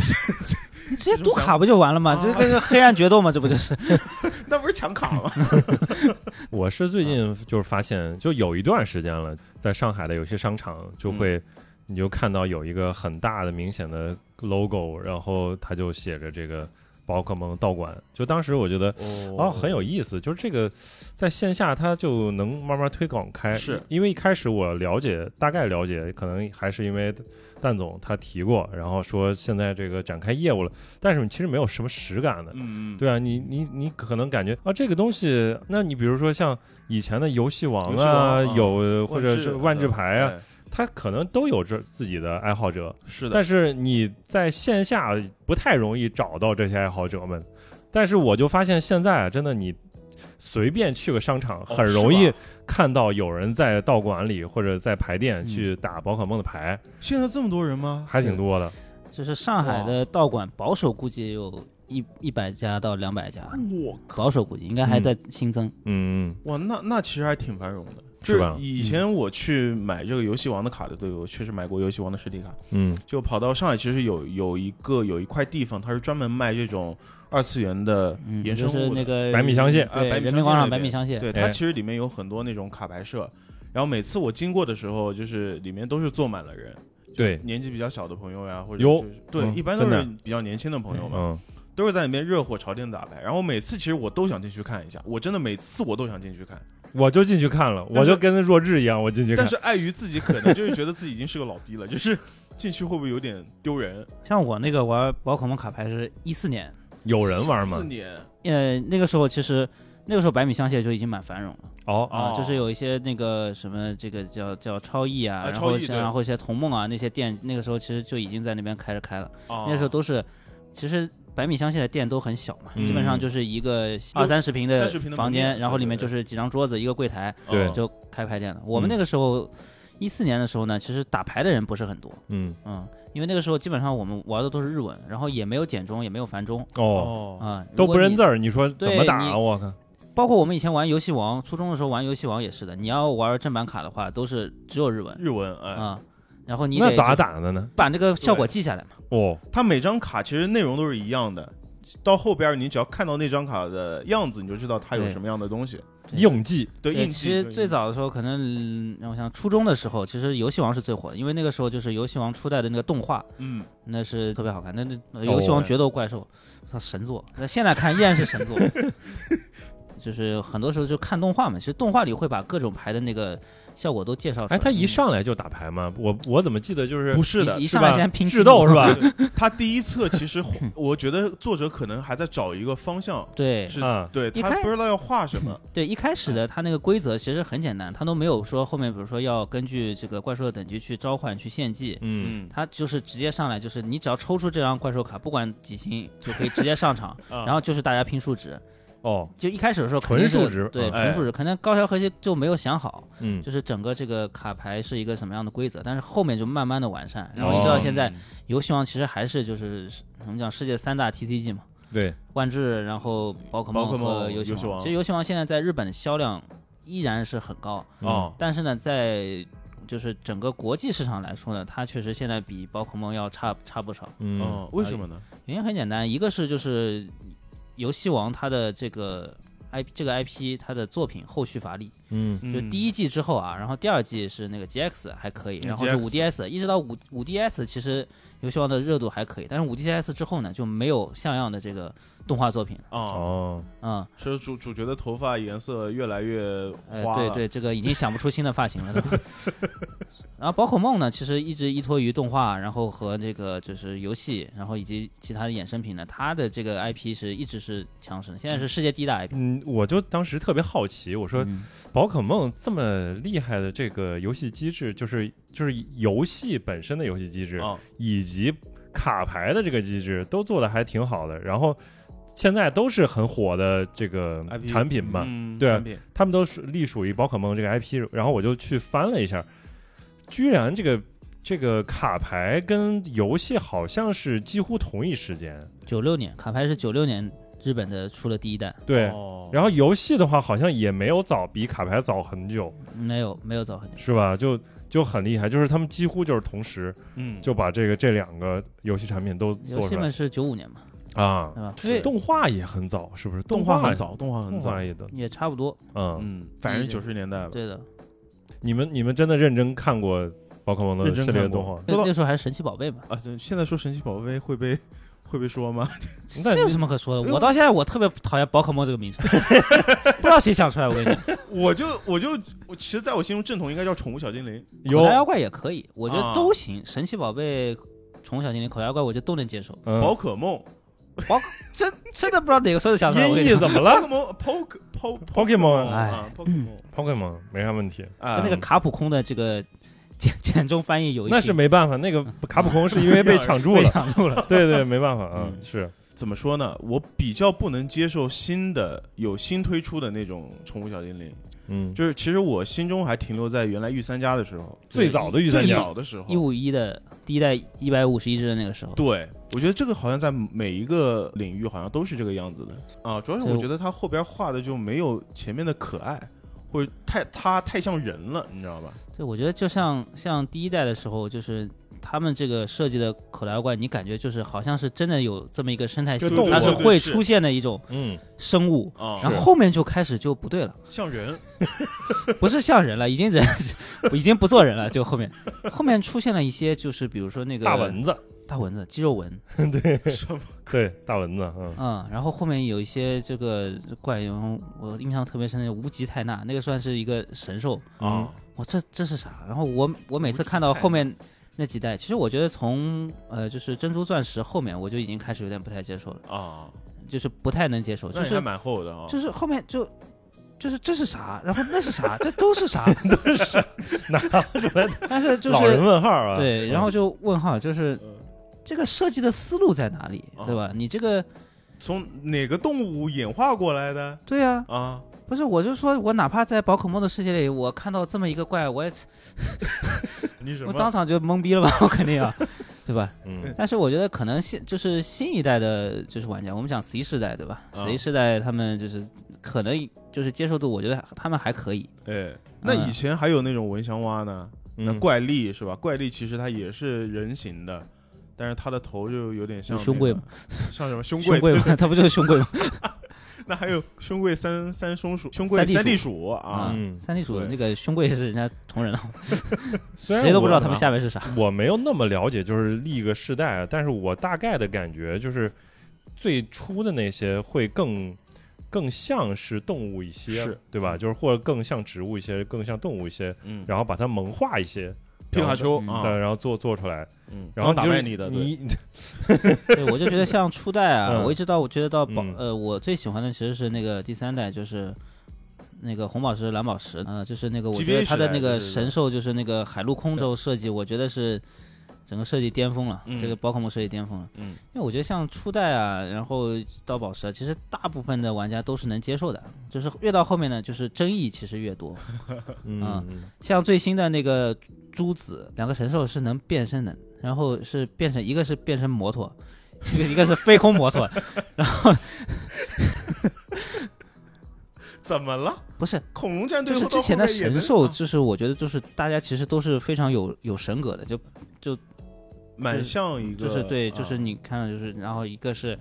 [SPEAKER 3] 你直接读卡不就完了吗？
[SPEAKER 2] 啊
[SPEAKER 3] 这个是黑暗决斗嘛，这不 就是？
[SPEAKER 2] 那不是抢卡吗？
[SPEAKER 1] 我是最近就是发现，就有一段时间了，在上海的有些商场就会，你就看到有一个很大的明显的 logo，然后它就写着这个宝可梦道馆。就当时我觉得。 哦，很有意思，就是这个，在线下它就能慢慢推广开。
[SPEAKER 2] 是
[SPEAKER 1] 因为一开始我了解，大概了解，可能还是因为蛋总他提过，然后说现在这个展开业务了，但是其实没有什么实感的。
[SPEAKER 2] 嗯嗯，
[SPEAKER 1] 对啊，你你你可能感觉啊，这个东西，那你比如说像以前的游戏王
[SPEAKER 2] 游戏
[SPEAKER 1] 啊，
[SPEAKER 2] 王啊
[SPEAKER 1] 有或者是万
[SPEAKER 2] 万
[SPEAKER 1] 智
[SPEAKER 2] 智
[SPEAKER 1] 牌啊，
[SPEAKER 2] 哎，
[SPEAKER 1] 它可能都有这自己的爱好者，
[SPEAKER 2] 是的，
[SPEAKER 1] 但是你在线下不太容易找到这些爱好者们。但是我就发现现在啊，真的你随便去个商场，
[SPEAKER 2] 哦
[SPEAKER 1] 很容易
[SPEAKER 2] 是吧
[SPEAKER 1] 看到有人在道馆里或者在牌店
[SPEAKER 3] 嗯
[SPEAKER 1] 去打宝可梦的牌，
[SPEAKER 2] 现在这么多人吗？
[SPEAKER 1] 还挺多的。
[SPEAKER 3] 就是上海的道馆保守估计有一一百家到两百家，
[SPEAKER 2] 我
[SPEAKER 3] 保守估计应该还在新增。
[SPEAKER 1] 嗯，
[SPEAKER 2] 哇，那那其实还挺繁荣的，
[SPEAKER 1] 是吧嗯
[SPEAKER 2] 就是以前我去买这个游戏王的卡的队伍，我确实买过游戏王的实体卡，
[SPEAKER 1] 嗯
[SPEAKER 2] 就跑到上海，其实有有一个有一块地方，它是专门卖这种二次元的
[SPEAKER 3] 嗯，
[SPEAKER 2] 衍
[SPEAKER 3] 就
[SPEAKER 2] 生物的，
[SPEAKER 3] 是那个
[SPEAKER 1] 百米香蟹
[SPEAKER 2] 啊
[SPEAKER 3] 对，
[SPEAKER 2] 百米
[SPEAKER 3] 人
[SPEAKER 2] 香
[SPEAKER 3] 民广
[SPEAKER 2] 蟹
[SPEAKER 3] 场
[SPEAKER 2] 那
[SPEAKER 3] 百米
[SPEAKER 2] 边
[SPEAKER 3] 香蟹，
[SPEAKER 2] 对，
[SPEAKER 1] 哎
[SPEAKER 2] 它其实里面有很多那种卡牌社，然后每次我经过的时候，就是里面都是坐满了人，
[SPEAKER 1] 对，
[SPEAKER 2] 年纪比较小的朋友呀，或者
[SPEAKER 1] 有
[SPEAKER 2] 就是对，
[SPEAKER 1] 嗯
[SPEAKER 2] 一般都
[SPEAKER 1] 真
[SPEAKER 2] 是
[SPEAKER 1] 的
[SPEAKER 2] 比较年轻的朋友嘛，
[SPEAKER 1] 嗯
[SPEAKER 2] 都是在里面热火朝天的打牌。然后每次其实我都想进去看一下，我真的每次我都想进去看，
[SPEAKER 1] 我就进去看了，
[SPEAKER 2] 但
[SPEAKER 1] 我
[SPEAKER 2] 是
[SPEAKER 1] 就跟那弱智一样，我进去看
[SPEAKER 2] 但。是碍于自己可能就是觉得自己已经是个老逼了，就是进去会不会有点 丢人？
[SPEAKER 3] 像我那个玩宝可梦卡牌是一四年，
[SPEAKER 1] 有人玩吗
[SPEAKER 2] 四？年
[SPEAKER 3] 呃，那个时候其实那个时候百米香榭就已经蛮繁荣了。
[SPEAKER 1] 哦
[SPEAKER 2] 哦
[SPEAKER 3] 啊，就是有一些那个什么，这个叫叫超意啊，
[SPEAKER 2] 啊
[SPEAKER 3] 然
[SPEAKER 2] 超
[SPEAKER 3] 后
[SPEAKER 2] 意对
[SPEAKER 3] 然后一些同梦啊那些店，那个时候其实就已经在那边开始开了。
[SPEAKER 2] 哦
[SPEAKER 3] 那时候都是，其实百米香榭的店都很小嘛，
[SPEAKER 1] 嗯
[SPEAKER 3] 基本上就是一个二三十平的
[SPEAKER 2] 30平的
[SPEAKER 3] 房
[SPEAKER 2] 门
[SPEAKER 3] 间，
[SPEAKER 2] 面
[SPEAKER 3] 然后里面
[SPEAKER 2] 对对
[SPEAKER 3] 就是几张桌子，一个柜台
[SPEAKER 1] 对
[SPEAKER 2] 哦
[SPEAKER 3] 就开牌店了。我
[SPEAKER 1] 嗯
[SPEAKER 3] 们那个时候一四年的时候呢，其实打牌的人不是很多，
[SPEAKER 1] 嗯
[SPEAKER 3] 嗯，因为那个时候基本上我们玩的都是日文，然后也没有简中，也没有繁中
[SPEAKER 1] 哦，
[SPEAKER 2] 哦
[SPEAKER 3] 啊，
[SPEAKER 1] 都不认字
[SPEAKER 3] 儿。
[SPEAKER 1] 儿，你说怎么
[SPEAKER 3] 对
[SPEAKER 1] 打
[SPEAKER 3] 你
[SPEAKER 1] 啊？我靠，
[SPEAKER 3] 包括我们以前玩游戏王，初中的时候玩游戏王也是的，你要玩正版卡的话，都是只有日文
[SPEAKER 2] 日文哎，
[SPEAKER 3] 啊，然后你
[SPEAKER 1] 那
[SPEAKER 3] 得
[SPEAKER 1] 咋打的呢？
[SPEAKER 3] 把这个效果记下来嘛。
[SPEAKER 1] 哦，
[SPEAKER 2] 它每张卡其实内容都是一样的，到后边儿你只要看到那张卡的样子，你就知道它有
[SPEAKER 3] 对
[SPEAKER 2] 什么样的东西。
[SPEAKER 3] 对
[SPEAKER 1] 应记
[SPEAKER 2] 对，
[SPEAKER 3] 对，
[SPEAKER 2] 印
[SPEAKER 3] 其
[SPEAKER 2] 记
[SPEAKER 3] 实
[SPEAKER 2] 对
[SPEAKER 3] 最
[SPEAKER 2] 印记
[SPEAKER 3] 早的时候，可能嗯让我想，初中的时候，其实游戏王是最火的，因为那个时候就是游戏王初代的那个动画，
[SPEAKER 2] 嗯，
[SPEAKER 3] 那是特别好看。那
[SPEAKER 1] 哦
[SPEAKER 3] 那游戏王决斗怪兽，操、神作！那现在看依然是神作。 就是很多时候就看动画嘛，其实动画里会把各种牌的那个效果都介绍出来。
[SPEAKER 1] 哎，他一上来就打牌吗？我我怎么记得就是
[SPEAKER 2] 不是的
[SPEAKER 3] 一，一上来
[SPEAKER 1] 吧
[SPEAKER 3] 先拼
[SPEAKER 1] 智斗是吧？
[SPEAKER 2] 对他第一册其 实我觉得作者可能还在找一个方向，
[SPEAKER 3] 对
[SPEAKER 2] 是
[SPEAKER 1] 啊，
[SPEAKER 2] 对
[SPEAKER 3] 一
[SPEAKER 2] 他
[SPEAKER 3] 开
[SPEAKER 2] 不知道要画什么。，
[SPEAKER 3] 对，一开始的他那个规则其实很简单，他都没有说后面比如说要根据这个怪兽的等级去召唤去献祭，
[SPEAKER 1] 嗯，
[SPEAKER 3] 他就是直接上来，就是你只要抽出这张怪兽卡，不管几星就可以直接 上场
[SPEAKER 2] 啊
[SPEAKER 3] 然后就是大家拼数值。
[SPEAKER 1] 哦，
[SPEAKER 3] 就一开始的时候
[SPEAKER 1] 纯
[SPEAKER 3] 肯定是
[SPEAKER 1] 数值
[SPEAKER 3] 对
[SPEAKER 1] 嗯
[SPEAKER 3] 纯数值，可能高桥和希就没有想好，
[SPEAKER 1] 嗯，
[SPEAKER 3] 就是整个这个卡牌是一个什么样的规则，但是后面就慢慢的完善，然
[SPEAKER 2] 哦
[SPEAKER 3] 后一直到现
[SPEAKER 2] 嗯
[SPEAKER 3] 在，游戏王其实还是就是我们讲世界三大 TCG 嘛，
[SPEAKER 1] 对，
[SPEAKER 3] 万智，然后宝可
[SPEAKER 2] 宝可
[SPEAKER 3] 梦
[SPEAKER 2] 梦
[SPEAKER 3] 和游戏
[SPEAKER 2] 游戏王
[SPEAKER 3] 其实游戏王现在在日本的销量依然是很高，
[SPEAKER 1] 嗯
[SPEAKER 2] 哦，
[SPEAKER 3] 但是呢，在就是整个国际市场来说呢，它确实现在比宝可梦要差差不少。
[SPEAKER 1] 嗯，
[SPEAKER 2] 嗯，为什么呢？
[SPEAKER 3] 原因很简单，一个是就是游戏王它的这个 IP 这个 IP 它的作品后续乏力，
[SPEAKER 1] 嗯，
[SPEAKER 3] 就第
[SPEAKER 2] 一
[SPEAKER 3] 一季之后啊，然后第二季是那个 GX 还可以，
[SPEAKER 2] 嗯
[SPEAKER 3] 然后是
[SPEAKER 2] GX
[SPEAKER 3] 五 DS，一直到五五 DS 其实游戏王的热度还可以，但是五 DS 之后呢就没有像样的这个动画作品了，
[SPEAKER 2] 啊，
[SPEAKER 1] 哦，
[SPEAKER 3] 嗯。
[SPEAKER 2] 是主主角的头发颜色越来越
[SPEAKER 3] 呃，
[SPEAKER 2] 花
[SPEAKER 3] 对
[SPEAKER 2] 了，
[SPEAKER 3] 对，这个已经想不出新的发 型了。是吧然后宝可梦呢，其实一直依托于动画，然后和这个就是游戏，然后以及其他的衍生品呢，它的这个 IP 是一直是强势的，现在是世界第一大 IP。
[SPEAKER 1] 嗯，我就当时特别好奇，我说
[SPEAKER 3] 嗯
[SPEAKER 1] 宝可梦这么厉害的这个游戏机制，就是就是游戏本身的游戏机制，
[SPEAKER 2] 啊，
[SPEAKER 1] 以及卡牌的这个机制都做的还挺好的，然后现在都是很火的这个
[SPEAKER 2] IP
[SPEAKER 1] 产品嘛，
[SPEAKER 2] 嗯，
[SPEAKER 1] 对
[SPEAKER 2] 产品
[SPEAKER 1] 他们都是隶属于宝可梦这个 IP，然后我就去翻了一下，居然这个这个卡牌跟游戏好像是几乎同一时间，
[SPEAKER 3] 九六年卡牌是九六年日本的出了第一代，
[SPEAKER 1] 对。
[SPEAKER 2] 哦
[SPEAKER 1] 然后游戏的话，好像也没有早比卡牌早很久，
[SPEAKER 3] 没有没有早很久。
[SPEAKER 1] 是吧？就就很厉害，就是他们几乎就是同时
[SPEAKER 2] 嗯，
[SPEAKER 1] 就把这个这两个游戏产品都
[SPEAKER 3] 游
[SPEAKER 1] 做
[SPEAKER 3] 戏
[SPEAKER 1] 出
[SPEAKER 3] 嘛
[SPEAKER 1] 来
[SPEAKER 3] 是九五年嘛，
[SPEAKER 1] 啊
[SPEAKER 3] 对。吧？
[SPEAKER 2] 对
[SPEAKER 1] 动画也很早，是不是？
[SPEAKER 2] 动
[SPEAKER 1] 画
[SPEAKER 2] 画很，早，动画很
[SPEAKER 1] 动
[SPEAKER 2] 早
[SPEAKER 1] 画，也的，
[SPEAKER 3] 也差不多，
[SPEAKER 1] 嗯。
[SPEAKER 2] 嗯，反正九十年代吧。
[SPEAKER 3] 对的。
[SPEAKER 1] 你们你们真的认真看过宝可梦的
[SPEAKER 2] 嗯认真
[SPEAKER 1] 系
[SPEAKER 2] 看
[SPEAKER 1] 列
[SPEAKER 2] 过
[SPEAKER 1] 动画？
[SPEAKER 3] 那
[SPEAKER 2] 说到
[SPEAKER 3] 那时候还是神奇宝贝 嘛，
[SPEAKER 2] 啊，对现在说神奇宝贝会被会被说吗？
[SPEAKER 1] 那
[SPEAKER 3] 这有什么可说
[SPEAKER 2] 哎
[SPEAKER 3] 的？
[SPEAKER 2] 呦
[SPEAKER 3] 我到现在我特别讨厌宝可梦这个 名称，不知道谁想出来。我跟你 讲。
[SPEAKER 2] 我就我就我其实在我心中正统应该叫宠物小精灵，
[SPEAKER 1] 有
[SPEAKER 3] 口袋妖怪也可以，我觉
[SPEAKER 2] 啊
[SPEAKER 3] 得都行。神奇宝贝、宠物小精灵、口袋妖怪，我觉得都能接受。
[SPEAKER 2] 宝
[SPEAKER 1] 嗯，
[SPEAKER 2] 可梦，
[SPEAKER 3] 真真的不知道哪个说的想出来。我跟
[SPEAKER 1] 音
[SPEAKER 3] 你
[SPEAKER 1] 译
[SPEAKER 3] 讲
[SPEAKER 1] 怎么
[SPEAKER 2] 宝
[SPEAKER 1] 了
[SPEAKER 2] 可梦，Poke Po
[SPEAKER 1] Pokemon 哎
[SPEAKER 2] 啊，Pokemon
[SPEAKER 3] 嗯
[SPEAKER 1] ？Pokemon 没啥问题，
[SPEAKER 2] 啊
[SPEAKER 3] 跟那个卡普空的这个简简中翻译有一
[SPEAKER 1] 那是
[SPEAKER 3] 拼
[SPEAKER 1] 没办法，那个卡普空是因为被抢注
[SPEAKER 3] 被
[SPEAKER 1] 了，
[SPEAKER 3] 抢住了。
[SPEAKER 1] 对对，没办法啊，
[SPEAKER 2] 嗯
[SPEAKER 1] 是
[SPEAKER 2] 怎么说呢？我比较不能接受新的有新推出的那种宠物小精灵，
[SPEAKER 1] 嗯，
[SPEAKER 2] 就是其实我心中还停留在原来御三家的时候，
[SPEAKER 1] 最早的御三
[SPEAKER 2] 最
[SPEAKER 1] 家，
[SPEAKER 2] 早的时
[SPEAKER 3] 一
[SPEAKER 2] 候。
[SPEAKER 3] 五一的第一代一百五十一只的那个时候，
[SPEAKER 2] 对，我觉得这个好像在每一个领域好像都是这个样子的啊。主要是我
[SPEAKER 3] 就
[SPEAKER 2] 觉得它后边画的就没有前面的可爱，或者太它太像人了，你知道吧？
[SPEAKER 3] 对，我觉得就像像第一代的时候，就是他们这个设计的口袋妖怪，你感觉就是好像是真的有这么一个生态系
[SPEAKER 1] 就
[SPEAKER 3] 统
[SPEAKER 1] 动，物
[SPEAKER 3] 它是
[SPEAKER 2] 对
[SPEAKER 3] 会
[SPEAKER 2] 是
[SPEAKER 3] 出现的一种
[SPEAKER 1] 嗯，
[SPEAKER 3] 生物。
[SPEAKER 2] 啊，
[SPEAKER 3] 然后后面就开始就不对了，
[SPEAKER 2] 像 人，
[SPEAKER 3] 不是像人了，已经人 已经不做人了。就后面后面出现了一些，就是比如说那个
[SPEAKER 1] 大蚊子，
[SPEAKER 3] 大蚊子、肌肉蚊，
[SPEAKER 1] 对，大蚊子，嗯，
[SPEAKER 3] 嗯，然后后面有一些这个怪人，我印象特别深的无极泰纳，那个算是一个神兽。
[SPEAKER 2] 啊，
[SPEAKER 3] 我这这是啥？然后我我每
[SPEAKER 2] 无
[SPEAKER 3] 次
[SPEAKER 2] 极
[SPEAKER 3] 看到
[SPEAKER 2] 泰
[SPEAKER 3] 后
[SPEAKER 2] 纳
[SPEAKER 3] 面那几代，其实我觉得从呃就是珍珠钻石后面我就已经开始有点不太接受了。
[SPEAKER 2] 啊，
[SPEAKER 3] 就是不太能接受，就
[SPEAKER 2] 那你还
[SPEAKER 3] 是
[SPEAKER 2] 蛮厚的啊、
[SPEAKER 3] 就是后面就就是这是啥，然后那是啥，这都是啥，
[SPEAKER 1] 拿出来
[SPEAKER 3] 但是 就
[SPEAKER 1] 老人
[SPEAKER 3] 是
[SPEAKER 1] 问号啊，
[SPEAKER 3] 对，然后就问号，就是
[SPEAKER 2] 嗯
[SPEAKER 3] 这个设计的思路在哪里，对吧？你这个
[SPEAKER 2] 从哪个动物演化过来的
[SPEAKER 3] 对呀、
[SPEAKER 2] 啊？
[SPEAKER 3] 不是，我就说我哪怕在宝可梦的世界里，我看到这么一个怪，我也
[SPEAKER 2] 你什
[SPEAKER 3] 我
[SPEAKER 2] 么？
[SPEAKER 3] 当场就懵逼了 吧，我肯定要，对吧？
[SPEAKER 1] 嗯
[SPEAKER 3] 但是我觉得可能新就是新一代的，就是玩家，我们讲 C 世代对吧、
[SPEAKER 2] 啊
[SPEAKER 3] c 世代他们就是可能就是接受度，我觉得他们还可以。
[SPEAKER 2] 哎，那以前还有那种蚊香蛙呢，那
[SPEAKER 1] 嗯，
[SPEAKER 2] 怪力是吧？怪力其实它也是人形的，但是它的头就有点像
[SPEAKER 3] 有胸贵
[SPEAKER 2] 那个，像什 么胸
[SPEAKER 3] 胸
[SPEAKER 2] 贵？
[SPEAKER 3] 贵嘛，他不就是胸贵吗？
[SPEAKER 2] 那还有胸贵 三三松鼠，胸贵
[SPEAKER 3] 三地鼠
[SPEAKER 2] 三地鼠啊
[SPEAKER 3] 啊，
[SPEAKER 1] 嗯
[SPEAKER 3] 三 D 鼠
[SPEAKER 2] 对
[SPEAKER 3] 这个胸贵是人家同人了，
[SPEAKER 1] 虽然
[SPEAKER 3] 谁都不知道
[SPEAKER 1] 我
[SPEAKER 3] 他们
[SPEAKER 2] 啊
[SPEAKER 3] 下面是啥。
[SPEAKER 1] 我没有那么了解，就是历个世代，但是我大概的感觉就是，最初的那些会更更像是动物一些，
[SPEAKER 2] 是
[SPEAKER 1] 对吧？就是或者更像植物一些，更像动物一些，
[SPEAKER 2] 嗯，
[SPEAKER 1] 然后把它萌化一些，
[SPEAKER 2] 皮卡丘
[SPEAKER 3] 嗯
[SPEAKER 1] 对，
[SPEAKER 2] 啊，
[SPEAKER 1] 然后做做出来，
[SPEAKER 2] 嗯，
[SPEAKER 1] 然后
[SPEAKER 2] 打
[SPEAKER 1] 就
[SPEAKER 2] 败
[SPEAKER 1] 是
[SPEAKER 2] 你的，对
[SPEAKER 1] 你
[SPEAKER 3] 对，我就觉得像初代啊，
[SPEAKER 1] 嗯
[SPEAKER 3] 我一直到我觉得到宝、
[SPEAKER 1] 嗯
[SPEAKER 3] 呃，我最喜欢的其实是那个第三代，就是。那个红宝石、蓝宝石，呃，就是那个，我
[SPEAKER 2] GBA
[SPEAKER 3] 觉得它的
[SPEAKER 2] 时代
[SPEAKER 3] 那
[SPEAKER 2] 对
[SPEAKER 3] 个
[SPEAKER 2] 对对
[SPEAKER 3] 神兽，就是那个海陆空轴设计，我觉得是整个设计巅峰了，
[SPEAKER 2] 嗯
[SPEAKER 3] 这个宝可梦设计巅峰了。
[SPEAKER 2] 嗯，
[SPEAKER 3] 因为我觉得像初代啊，然后到宝石啊，其实大部分的玩家都是能接受的，就是越到后面呢，就是争议其实越多。
[SPEAKER 1] 嗯
[SPEAKER 3] 嗯像最新的那个朱子，两个神兽是能变身的，然后是变成一个是变 成摩托，一个一个是飞空摩托，
[SPEAKER 2] 怎么了？
[SPEAKER 3] 不是，
[SPEAKER 2] 恐龙战队
[SPEAKER 3] 就是
[SPEAKER 2] 到
[SPEAKER 3] 之前
[SPEAKER 2] 后
[SPEAKER 3] 的
[SPEAKER 2] 面也
[SPEAKER 3] 神
[SPEAKER 2] 能
[SPEAKER 3] 兽，
[SPEAKER 2] 啊
[SPEAKER 3] 就是我觉得就是大家其实都是非常有有神格的，就
[SPEAKER 2] 蛮像一个，
[SPEAKER 3] 就是对，
[SPEAKER 2] 啊
[SPEAKER 3] 就是你看到就是，然后一个是。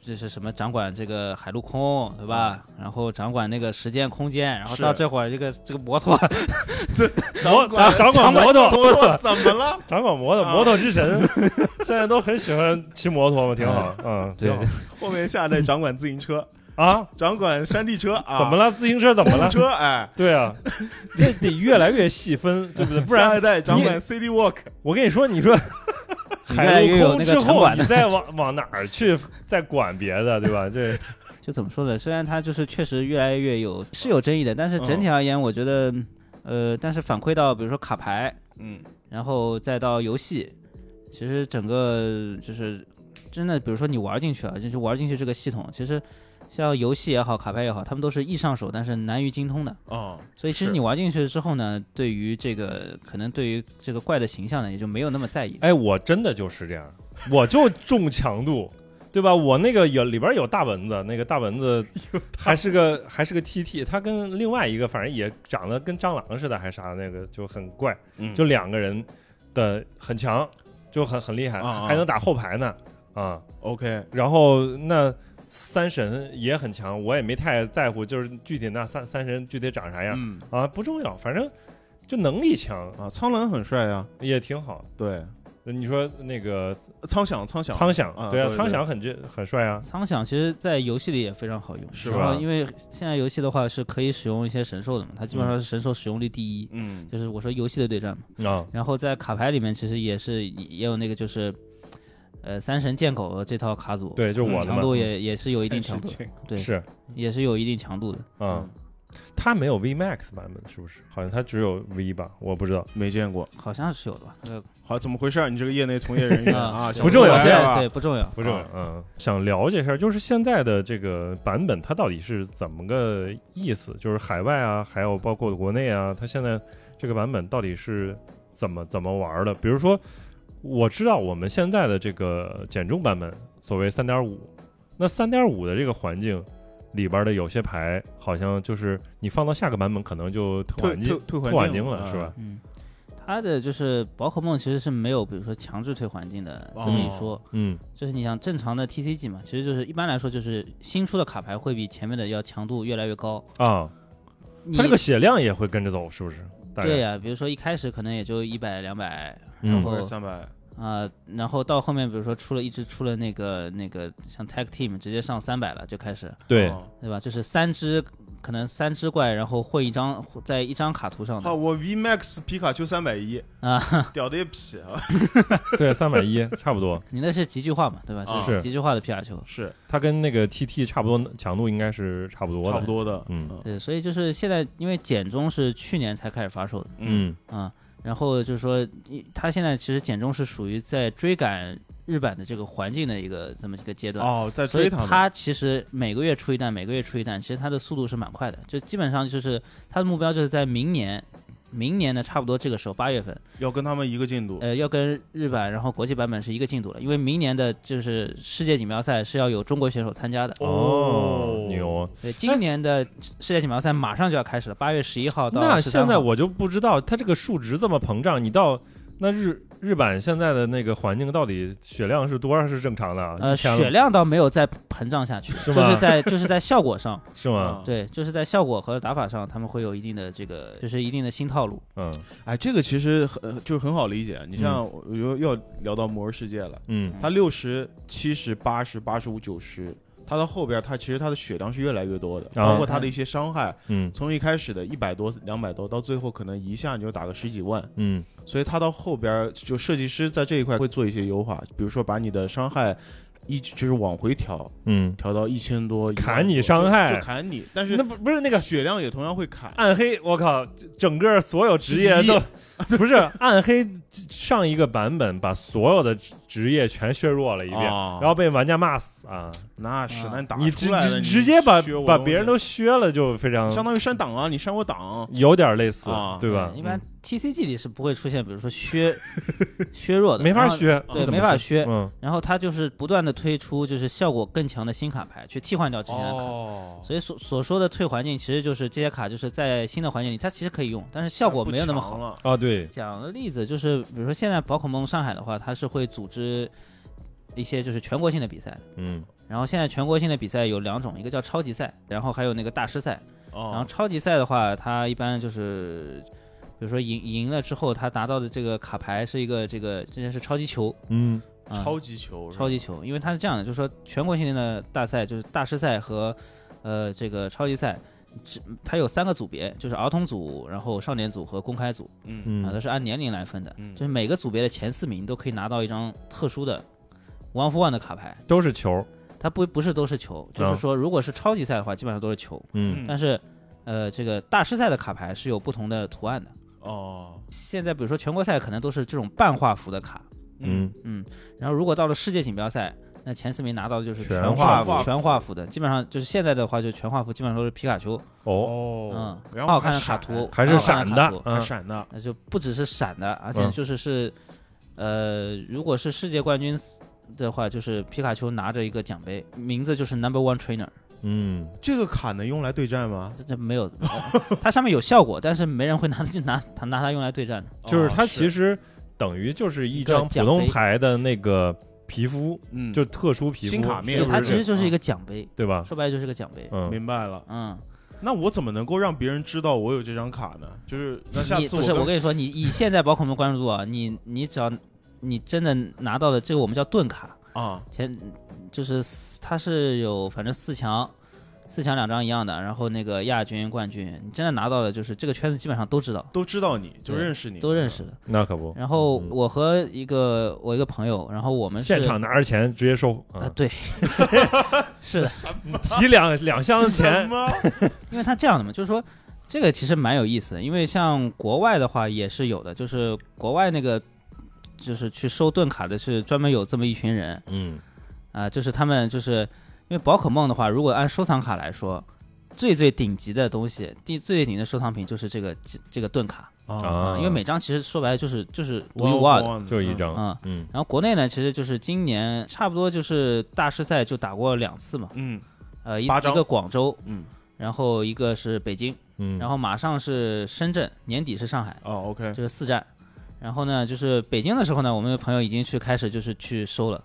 [SPEAKER 3] 这是什么？掌管这个海陆空，对吧？然后掌管那个时间、空间，然后
[SPEAKER 2] 是
[SPEAKER 3] 到这会儿，这个这个摩托，
[SPEAKER 1] 掌管掌管摩托
[SPEAKER 2] 摩托 怎么了？
[SPEAKER 1] 掌管摩托，
[SPEAKER 2] 啊
[SPEAKER 1] 摩托之 神，现在都很喜欢骑摩托嘛，挺
[SPEAKER 2] 哎
[SPEAKER 1] 好，嗯，
[SPEAKER 3] 对
[SPEAKER 1] 挺好
[SPEAKER 2] 后面下来掌管自行车，
[SPEAKER 1] 啊，
[SPEAKER 2] 掌管山地车啊，
[SPEAKER 1] 怎么了？自行车怎么 了
[SPEAKER 2] 公？车哎，
[SPEAKER 1] 对啊，这得越来越细分，对不对？不然
[SPEAKER 2] 下一代掌管 City Walk，
[SPEAKER 1] 我跟你说， 你说
[SPEAKER 3] 你
[SPEAKER 1] 海
[SPEAKER 3] 越来越
[SPEAKER 1] 陆
[SPEAKER 3] 有
[SPEAKER 1] 空
[SPEAKER 3] 那
[SPEAKER 1] 之
[SPEAKER 3] 个城
[SPEAKER 1] 后，
[SPEAKER 3] 管
[SPEAKER 1] 你再往往哪儿去再管别的，对吧？这
[SPEAKER 3] 就怎么说呢？虽然它就是确实越来越有是有争议的，但是整体而言，我觉得，呃，但是反馈到比如说卡牌，
[SPEAKER 2] 嗯，
[SPEAKER 3] 然后再到游戏，其实整个就是真的，比如说你玩进去了，就是玩进去这个系统，其实像游戏也好，卡牌也好，他们都是易上手，但是难于精通的。
[SPEAKER 2] 哦，
[SPEAKER 3] 所以其实
[SPEAKER 2] 是
[SPEAKER 3] 你玩进去之后呢，对于这个可能对于这个怪的形象呢，也就没有那么在意。
[SPEAKER 1] 哎，我真的就是这样，我就重强度，对吧？我那个有里边有大蚊子，那个大蚊 子还是个还是个 TT，它跟另外一个反正也长得跟蟑螂似的，还啥那个就很怪，
[SPEAKER 2] 嗯
[SPEAKER 1] 就两个人的很强，就很很厉害，
[SPEAKER 2] 啊啊
[SPEAKER 1] 还能打后排呢啊。
[SPEAKER 2] OK，
[SPEAKER 1] 然后那三神也很强，我也没太在乎，就是具体那三三神具体长啥样、
[SPEAKER 2] 嗯
[SPEAKER 1] 啊不重要，反正就能力强
[SPEAKER 2] 啊，苍蓝很帅啊，
[SPEAKER 1] 也挺好。
[SPEAKER 2] 对，
[SPEAKER 1] 你说那个
[SPEAKER 2] 苍响，苍响，
[SPEAKER 1] 苍响，
[SPEAKER 2] 啊
[SPEAKER 1] 对啊，
[SPEAKER 2] 对
[SPEAKER 1] 苍响很这很帅啊，
[SPEAKER 3] 苍响其实，在游戏里也非常好用，
[SPEAKER 2] 是
[SPEAKER 3] 然
[SPEAKER 1] 吧
[SPEAKER 3] 后因为现在游戏的话是可以使用一些神兽的嘛，它基本
[SPEAKER 1] 嗯
[SPEAKER 3] 上是神兽使用率第一，
[SPEAKER 2] 嗯，
[SPEAKER 3] 就是我说游戏的对战嘛。
[SPEAKER 1] 啊，
[SPEAKER 3] 然后在卡牌里面，其实也是也有那个就是，呃，三神剑狗这套卡组，
[SPEAKER 1] 对，就是我的
[SPEAKER 3] 强
[SPEAKER 1] 嘛，
[SPEAKER 3] 度也也是有一定强度
[SPEAKER 2] 三，十件
[SPEAKER 3] 对，
[SPEAKER 1] 是
[SPEAKER 3] 也是有一定强度的。
[SPEAKER 2] 嗯
[SPEAKER 1] 啊，它没有 V Max 版本是不是？好像它只有 V 吧，我不知道。
[SPEAKER 2] 没见过，
[SPEAKER 3] 好像是有的吧？呃
[SPEAKER 2] 好，怎么回事儿？你这个业内从业人员 啊，
[SPEAKER 3] 是
[SPEAKER 2] 想
[SPEAKER 1] 哎不重要
[SPEAKER 2] 来
[SPEAKER 3] 对
[SPEAKER 2] 啊
[SPEAKER 3] 对，不重要。
[SPEAKER 1] 不重要
[SPEAKER 2] 啊，
[SPEAKER 1] 嗯，想了解一下，就是现在的这个版本，它到底是怎么个意思？就是海外啊，还有包括国内啊，它现在这个版本到底是怎么怎么玩的？比如说，我知道我们现在的这个减重版本，所谓三点五，那三点五的这个环境里边的有些牌，好像就是你放到下个版本，可能就退
[SPEAKER 2] 退
[SPEAKER 1] 环境
[SPEAKER 2] 退。
[SPEAKER 1] 退
[SPEAKER 2] 退环
[SPEAKER 1] 环境了
[SPEAKER 2] 啊
[SPEAKER 1] 是吧？
[SPEAKER 3] 嗯，它的就是宝可梦其实是没有，比如说强制退环境的这么一说。
[SPEAKER 1] 嗯
[SPEAKER 3] 就是你想正常的 TCG 嘛，其实就是一般来说就是新出的卡牌会比前面的要强度越来越高。
[SPEAKER 1] 啊，
[SPEAKER 3] 你
[SPEAKER 1] 它这个血量也会跟着走，是不是？大概
[SPEAKER 3] 对呀、比如说一开始可能也就一百两百，
[SPEAKER 1] 嗯
[SPEAKER 3] 然
[SPEAKER 2] 或
[SPEAKER 3] 后
[SPEAKER 2] 者三百，
[SPEAKER 3] 啊、然后到后面，比如说出了一只出了那个那个像 Tag Team 直接上三百了，就开始
[SPEAKER 1] 对
[SPEAKER 2] 哦
[SPEAKER 3] 对吧？就是三只可能三只怪，然后混一张在一张卡图上
[SPEAKER 2] 好，
[SPEAKER 3] 的
[SPEAKER 2] 我 V Max 皮卡丘三百一，
[SPEAKER 3] 啊。
[SPEAKER 2] 屌的也皮啊！
[SPEAKER 1] 对，三百一差不多，
[SPEAKER 3] 你那是极巨化嘛，对吧？
[SPEAKER 2] 啊
[SPEAKER 3] 这是极巨化的皮卡丘。
[SPEAKER 2] 是
[SPEAKER 1] 它跟那个 TT 差不多，强度应该是差不多的。
[SPEAKER 2] 差不多的，
[SPEAKER 1] 嗯
[SPEAKER 3] 对，所以就是现在，因为简中是去年才开始发售的
[SPEAKER 1] 嗯，
[SPEAKER 3] 啊，然后就是说，一它现在其实简中是属于在追赶日版的这个环境的一个这么一个阶段。
[SPEAKER 2] 哦，在
[SPEAKER 3] 所以
[SPEAKER 2] 追们
[SPEAKER 3] 它其实每个月出一弹，每个月出一弹，其实它的速度是蛮快的，就基本上就是它的目标就是在明年，明年的差不多这个时候八月份，
[SPEAKER 2] 要跟他们一个进度，
[SPEAKER 3] 呃，要跟日版然后国际版本是一个进度了，因为明年的就是世界锦标赛是要有中国选手参加的。
[SPEAKER 1] 哦，牛啊！
[SPEAKER 3] 对，今年的世界锦标赛马上就要开始了，八月十一号到
[SPEAKER 1] 那
[SPEAKER 3] 13
[SPEAKER 1] 现在
[SPEAKER 3] 号
[SPEAKER 1] 我就不知道它这个数值这么膨胀，你到那日日版现在的那个环境到底血量是多少是正常的啊？
[SPEAKER 3] 呃
[SPEAKER 1] 一千
[SPEAKER 3] 血量倒没有再膨胀下去，
[SPEAKER 1] 是
[SPEAKER 3] 就
[SPEAKER 1] 吗哦
[SPEAKER 3] 是在就是在效果 上，
[SPEAKER 1] 是
[SPEAKER 2] 啊
[SPEAKER 1] 吗？
[SPEAKER 3] 对，就是在效果和打法上，他们会有一定的这个就是一定的新套路。
[SPEAKER 1] 嗯
[SPEAKER 2] 哎，这个其实很呃就是很好理解。你像我又要聊到魔兽世界了，
[SPEAKER 1] 嗯
[SPEAKER 2] 它六十七十八十八十五九十，它到后边它其实它的血量是越来越多的，
[SPEAKER 1] 啊
[SPEAKER 2] 包括它的一些伤害，
[SPEAKER 1] 嗯
[SPEAKER 2] 从一开始的一百多两百多，到最后可能一下你就打个十几万，
[SPEAKER 1] 嗯
[SPEAKER 2] 所以它到后边就设计师在这一块会做一些优化，比如说把你的伤害一就是往回调，
[SPEAKER 1] 嗯，
[SPEAKER 2] 调到一千多，
[SPEAKER 1] 砍
[SPEAKER 2] 1000多
[SPEAKER 1] 你伤害
[SPEAKER 2] 就就砍你，但是
[SPEAKER 1] 那不不是那个
[SPEAKER 2] 血量也同样会砍。啊
[SPEAKER 1] 暗黑，我靠，整个所有职业都 不是暗黑上一个版本把所有的职业全削弱了一遍，
[SPEAKER 2] 啊
[SPEAKER 1] 然后被玩家骂死啊！
[SPEAKER 2] 那是，
[SPEAKER 3] 啊
[SPEAKER 2] 那打
[SPEAKER 1] 你直
[SPEAKER 2] 出来了
[SPEAKER 1] 直
[SPEAKER 2] 你
[SPEAKER 1] 直接把
[SPEAKER 2] 削我
[SPEAKER 1] 把
[SPEAKER 2] 东西
[SPEAKER 1] 别人都削了，就非常
[SPEAKER 2] 相当于删档啊，你删我档，
[SPEAKER 1] 有点类似
[SPEAKER 2] 啊，
[SPEAKER 1] 对吧？
[SPEAKER 3] 呃嗯
[SPEAKER 1] 嗯
[SPEAKER 3] 一般 TCG 里是不会出现，比如 说削削弱的，
[SPEAKER 1] 嗯没法
[SPEAKER 3] 然后。
[SPEAKER 1] 削，
[SPEAKER 3] 对，
[SPEAKER 1] 怎么
[SPEAKER 3] 没法
[SPEAKER 1] 削。
[SPEAKER 3] 削。
[SPEAKER 1] 嗯
[SPEAKER 3] 然后它就是不断的推出就是效果更强的新卡牌，去替换掉之前的卡。
[SPEAKER 2] 哦，
[SPEAKER 3] 所以所所说的退环境，其实就是这些卡就是在新的环境里，它其实可以用，但是效果没有那么好。
[SPEAKER 2] 了。
[SPEAKER 1] 啊，对，
[SPEAKER 3] 讲个例子，就是比如说现在宝可梦上海的话，它是会组织一些就是全国性的比赛的。
[SPEAKER 1] 嗯
[SPEAKER 3] 然后现在全国性的比赛有两种，一个叫超级赛，然后还有那个大师赛。然后嗯
[SPEAKER 2] 哦，
[SPEAKER 3] 超级赛的话，它一般就是，比如说赢赢了之后，他拿到的这个卡牌是一个这个之前是超级球，
[SPEAKER 1] 嗯
[SPEAKER 3] 啊
[SPEAKER 2] 超级球，
[SPEAKER 3] 超级球，因为它是这样的，就是说全国性的大赛就是大师赛和呃这个超级赛，只它有三个组别，就是儿童组，然后少年组和公开组
[SPEAKER 2] 嗯，
[SPEAKER 3] 啊，
[SPEAKER 1] 嗯
[SPEAKER 3] 都是按年龄来分的，
[SPEAKER 2] 嗯
[SPEAKER 3] 就是每个组别的前四名都可以拿到一张特殊的 one for one 的卡牌，
[SPEAKER 1] 都是球，
[SPEAKER 3] 它不不是都是球，就
[SPEAKER 1] 啊
[SPEAKER 3] 是说如果是超级赛的话，基本上都是球，
[SPEAKER 1] 嗯
[SPEAKER 3] 但是呃这个大师赛的卡牌是有不同的图案的。
[SPEAKER 2] 哦，
[SPEAKER 3] 现在比如说全国赛可能都是这种半画幅的卡，
[SPEAKER 1] 嗯，
[SPEAKER 3] 嗯，然后如果到了世界锦标赛，那前四名拿到的就是
[SPEAKER 1] 全
[SPEAKER 3] 全画
[SPEAKER 2] 画
[SPEAKER 3] 幅、
[SPEAKER 2] 幅
[SPEAKER 3] 全画幅的，基本上就是现在的话，就全画幅基本上都是皮卡丘，
[SPEAKER 1] 哦，
[SPEAKER 2] 哦
[SPEAKER 3] 嗯，，
[SPEAKER 2] 然
[SPEAKER 3] 很
[SPEAKER 2] 后
[SPEAKER 3] 好看的卡
[SPEAKER 2] 闪
[SPEAKER 3] 图，
[SPEAKER 1] 还
[SPEAKER 3] 很
[SPEAKER 1] 是
[SPEAKER 3] 好看
[SPEAKER 1] 闪
[SPEAKER 3] 的卡
[SPEAKER 1] 的
[SPEAKER 3] 图，
[SPEAKER 2] 还
[SPEAKER 1] 嗯
[SPEAKER 2] 闪的，
[SPEAKER 3] 那就不只是闪的，而且
[SPEAKER 1] 嗯
[SPEAKER 3] 就是是，呃，如果是世界冠军的话，就是皮卡丘拿着一个奖杯，名字就是 Number One Trainer，
[SPEAKER 1] 嗯，
[SPEAKER 2] 这个卡能用来对战吗？
[SPEAKER 3] 这这没有，呃 它上面有效果，但是没人会拿去拿它拿它用来对战的，
[SPEAKER 1] 就是
[SPEAKER 2] 哦
[SPEAKER 1] 它其，实等于就是一
[SPEAKER 3] 一个
[SPEAKER 1] 张普
[SPEAKER 3] 奖
[SPEAKER 1] 通
[SPEAKER 3] 杯
[SPEAKER 1] 牌的那个皮肤，
[SPEAKER 2] 嗯，
[SPEAKER 1] 就特殊皮肤，
[SPEAKER 2] 新卡面
[SPEAKER 1] 是
[SPEAKER 3] 就
[SPEAKER 1] 不
[SPEAKER 3] 它
[SPEAKER 1] 是
[SPEAKER 3] 其实就是
[SPEAKER 2] 嗯
[SPEAKER 3] 一个奖杯，
[SPEAKER 1] 对吧？
[SPEAKER 3] 说白了就是个奖杯，
[SPEAKER 1] 嗯，
[SPEAKER 2] 明白了。
[SPEAKER 3] 嗯。
[SPEAKER 2] 那我怎么能够让别人知道我有这张卡呢？就是那下
[SPEAKER 3] 你
[SPEAKER 2] 次
[SPEAKER 3] 不是我
[SPEAKER 2] 跟
[SPEAKER 3] 跟你说，你以现在宝可梦关注度啊，你你只要你真的拿到的这个我们叫盾卡，
[SPEAKER 2] 啊，
[SPEAKER 3] 前就是四它是有反正四强，四强两张一样的，然后那个亚军、冠军，你真的拿到了，就是这个圈子基本上都知道，
[SPEAKER 2] 都知道你，就
[SPEAKER 3] 对
[SPEAKER 2] 认识你，
[SPEAKER 3] 都认识的。
[SPEAKER 1] 那可不。
[SPEAKER 3] 然后
[SPEAKER 1] 嗯
[SPEAKER 3] 我和一个我一个朋友，然后我们是
[SPEAKER 1] 现场拿着钱直接收
[SPEAKER 3] 啊
[SPEAKER 1] 啊，
[SPEAKER 3] 对， 是的，
[SPEAKER 1] 提两两箱
[SPEAKER 2] 什
[SPEAKER 1] 钱，
[SPEAKER 2] 么？
[SPEAKER 3] 因为它这样的嘛，就是说。这个其实蛮有意思的，因为像国外的话也是有的，就是国外那个，就是去收盾卡的是专门有这么一群人，
[SPEAKER 1] 嗯
[SPEAKER 3] 啊、就是他们就是因为宝可梦的话，如果按收藏卡来说，最最顶级的东西，第最顶级的收藏品就是这个这这个盾卡
[SPEAKER 2] 啊，
[SPEAKER 3] 啊、
[SPEAKER 1] 啊，
[SPEAKER 3] 因为每张其实说白了就是就是独一无二的。
[SPEAKER 1] 就一张，
[SPEAKER 2] 张。
[SPEAKER 3] 嗯，
[SPEAKER 1] 嗯
[SPEAKER 3] 然后国内呢，其实就是今年差不多就是大师赛就打过两次嘛，
[SPEAKER 2] 嗯
[SPEAKER 3] 呃，一
[SPEAKER 2] 八
[SPEAKER 3] 一
[SPEAKER 2] 张
[SPEAKER 3] 个广州，
[SPEAKER 2] 嗯，
[SPEAKER 3] 然后一个是北京，
[SPEAKER 1] 嗯，
[SPEAKER 3] 然后马上是深圳，年底是上海，
[SPEAKER 2] 哦，OK，
[SPEAKER 3] 就是四站。然后呢，就是北京的时候呢，我们的朋友已经去开始就是去收了，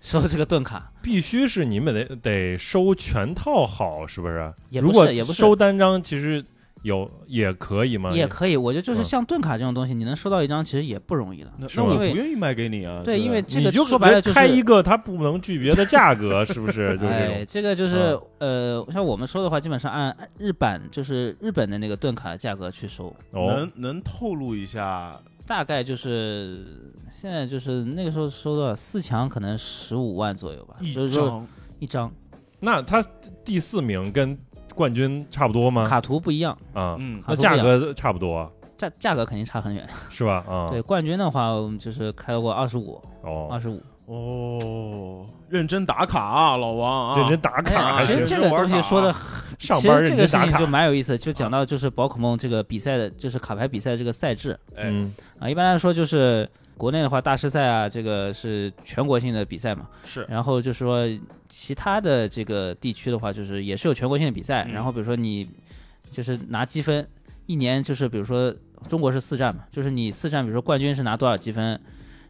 [SPEAKER 3] 收这个盾卡，
[SPEAKER 1] 必须是你们得得收全套好，是不是？
[SPEAKER 3] 也不
[SPEAKER 1] 如果
[SPEAKER 3] 是也不是
[SPEAKER 1] 收单张，其实有也可以吗？
[SPEAKER 3] 也可以，我觉得就是
[SPEAKER 1] 嗯
[SPEAKER 3] 像盾卡这种东西，你能收到一张其实也不容易了
[SPEAKER 2] 那，
[SPEAKER 1] 是
[SPEAKER 2] 那
[SPEAKER 1] 吧
[SPEAKER 2] 我
[SPEAKER 3] 因
[SPEAKER 2] 不
[SPEAKER 3] 为
[SPEAKER 2] 愿意卖给你啊。
[SPEAKER 3] 对
[SPEAKER 2] 吧
[SPEAKER 3] 因为这
[SPEAKER 1] 你
[SPEAKER 3] 个
[SPEAKER 1] 就
[SPEAKER 3] 说白了
[SPEAKER 1] 就
[SPEAKER 3] 就是
[SPEAKER 1] 开一个它不能拒绝的价格， 是不是？ 就是这
[SPEAKER 3] 哎，
[SPEAKER 1] 种
[SPEAKER 3] 这个就是
[SPEAKER 1] 嗯
[SPEAKER 3] 呃，像我们收的话，基本上按日版就是日本的那个盾卡的价格去收，
[SPEAKER 1] 哦，
[SPEAKER 2] 能能透露一下
[SPEAKER 3] 大概就是现在就是那个时候收多少四强可能十五万左右吧，
[SPEAKER 2] 一
[SPEAKER 3] 就是说
[SPEAKER 2] 张
[SPEAKER 3] 一张
[SPEAKER 1] 那它第四名跟冠军差不多吗？
[SPEAKER 3] 卡图不一样，
[SPEAKER 1] 啊，
[SPEAKER 2] 嗯
[SPEAKER 1] 那
[SPEAKER 3] 卡图
[SPEAKER 1] 价
[SPEAKER 3] 不一样
[SPEAKER 1] 格差不多
[SPEAKER 3] 价价格肯定差很远。
[SPEAKER 1] 是吧？啊，
[SPEAKER 3] 对，冠军的话我们就是开过二十五，二
[SPEAKER 1] 哦，
[SPEAKER 3] 十五。
[SPEAKER 2] 哦，认真打卡啊，老王啊，
[SPEAKER 1] 认真打卡
[SPEAKER 2] 啊
[SPEAKER 1] 还
[SPEAKER 3] 哎其实
[SPEAKER 1] 是
[SPEAKER 3] 这个东西说的，
[SPEAKER 1] 啊上
[SPEAKER 3] 其
[SPEAKER 1] 班
[SPEAKER 3] 实这
[SPEAKER 1] 认真
[SPEAKER 3] 个事
[SPEAKER 1] 打
[SPEAKER 3] 情
[SPEAKER 1] 卡啊
[SPEAKER 3] 就？蛮有意思，就讲到就是宝可梦这个比赛的，就是卡牌比赛这个赛制
[SPEAKER 2] 哎，
[SPEAKER 1] 嗯
[SPEAKER 3] 啊。一般来说就是国内的话，大师赛啊，这个是全国性的比赛嘛。
[SPEAKER 2] 是
[SPEAKER 3] 然后就是说其他的这个地区的话，就是也是有全国性的比赛。
[SPEAKER 2] 嗯
[SPEAKER 3] 然后比如说你就是拿积分，一年就是比如说中国是四战嘛，就是你四战，比如说冠军是拿多少积分。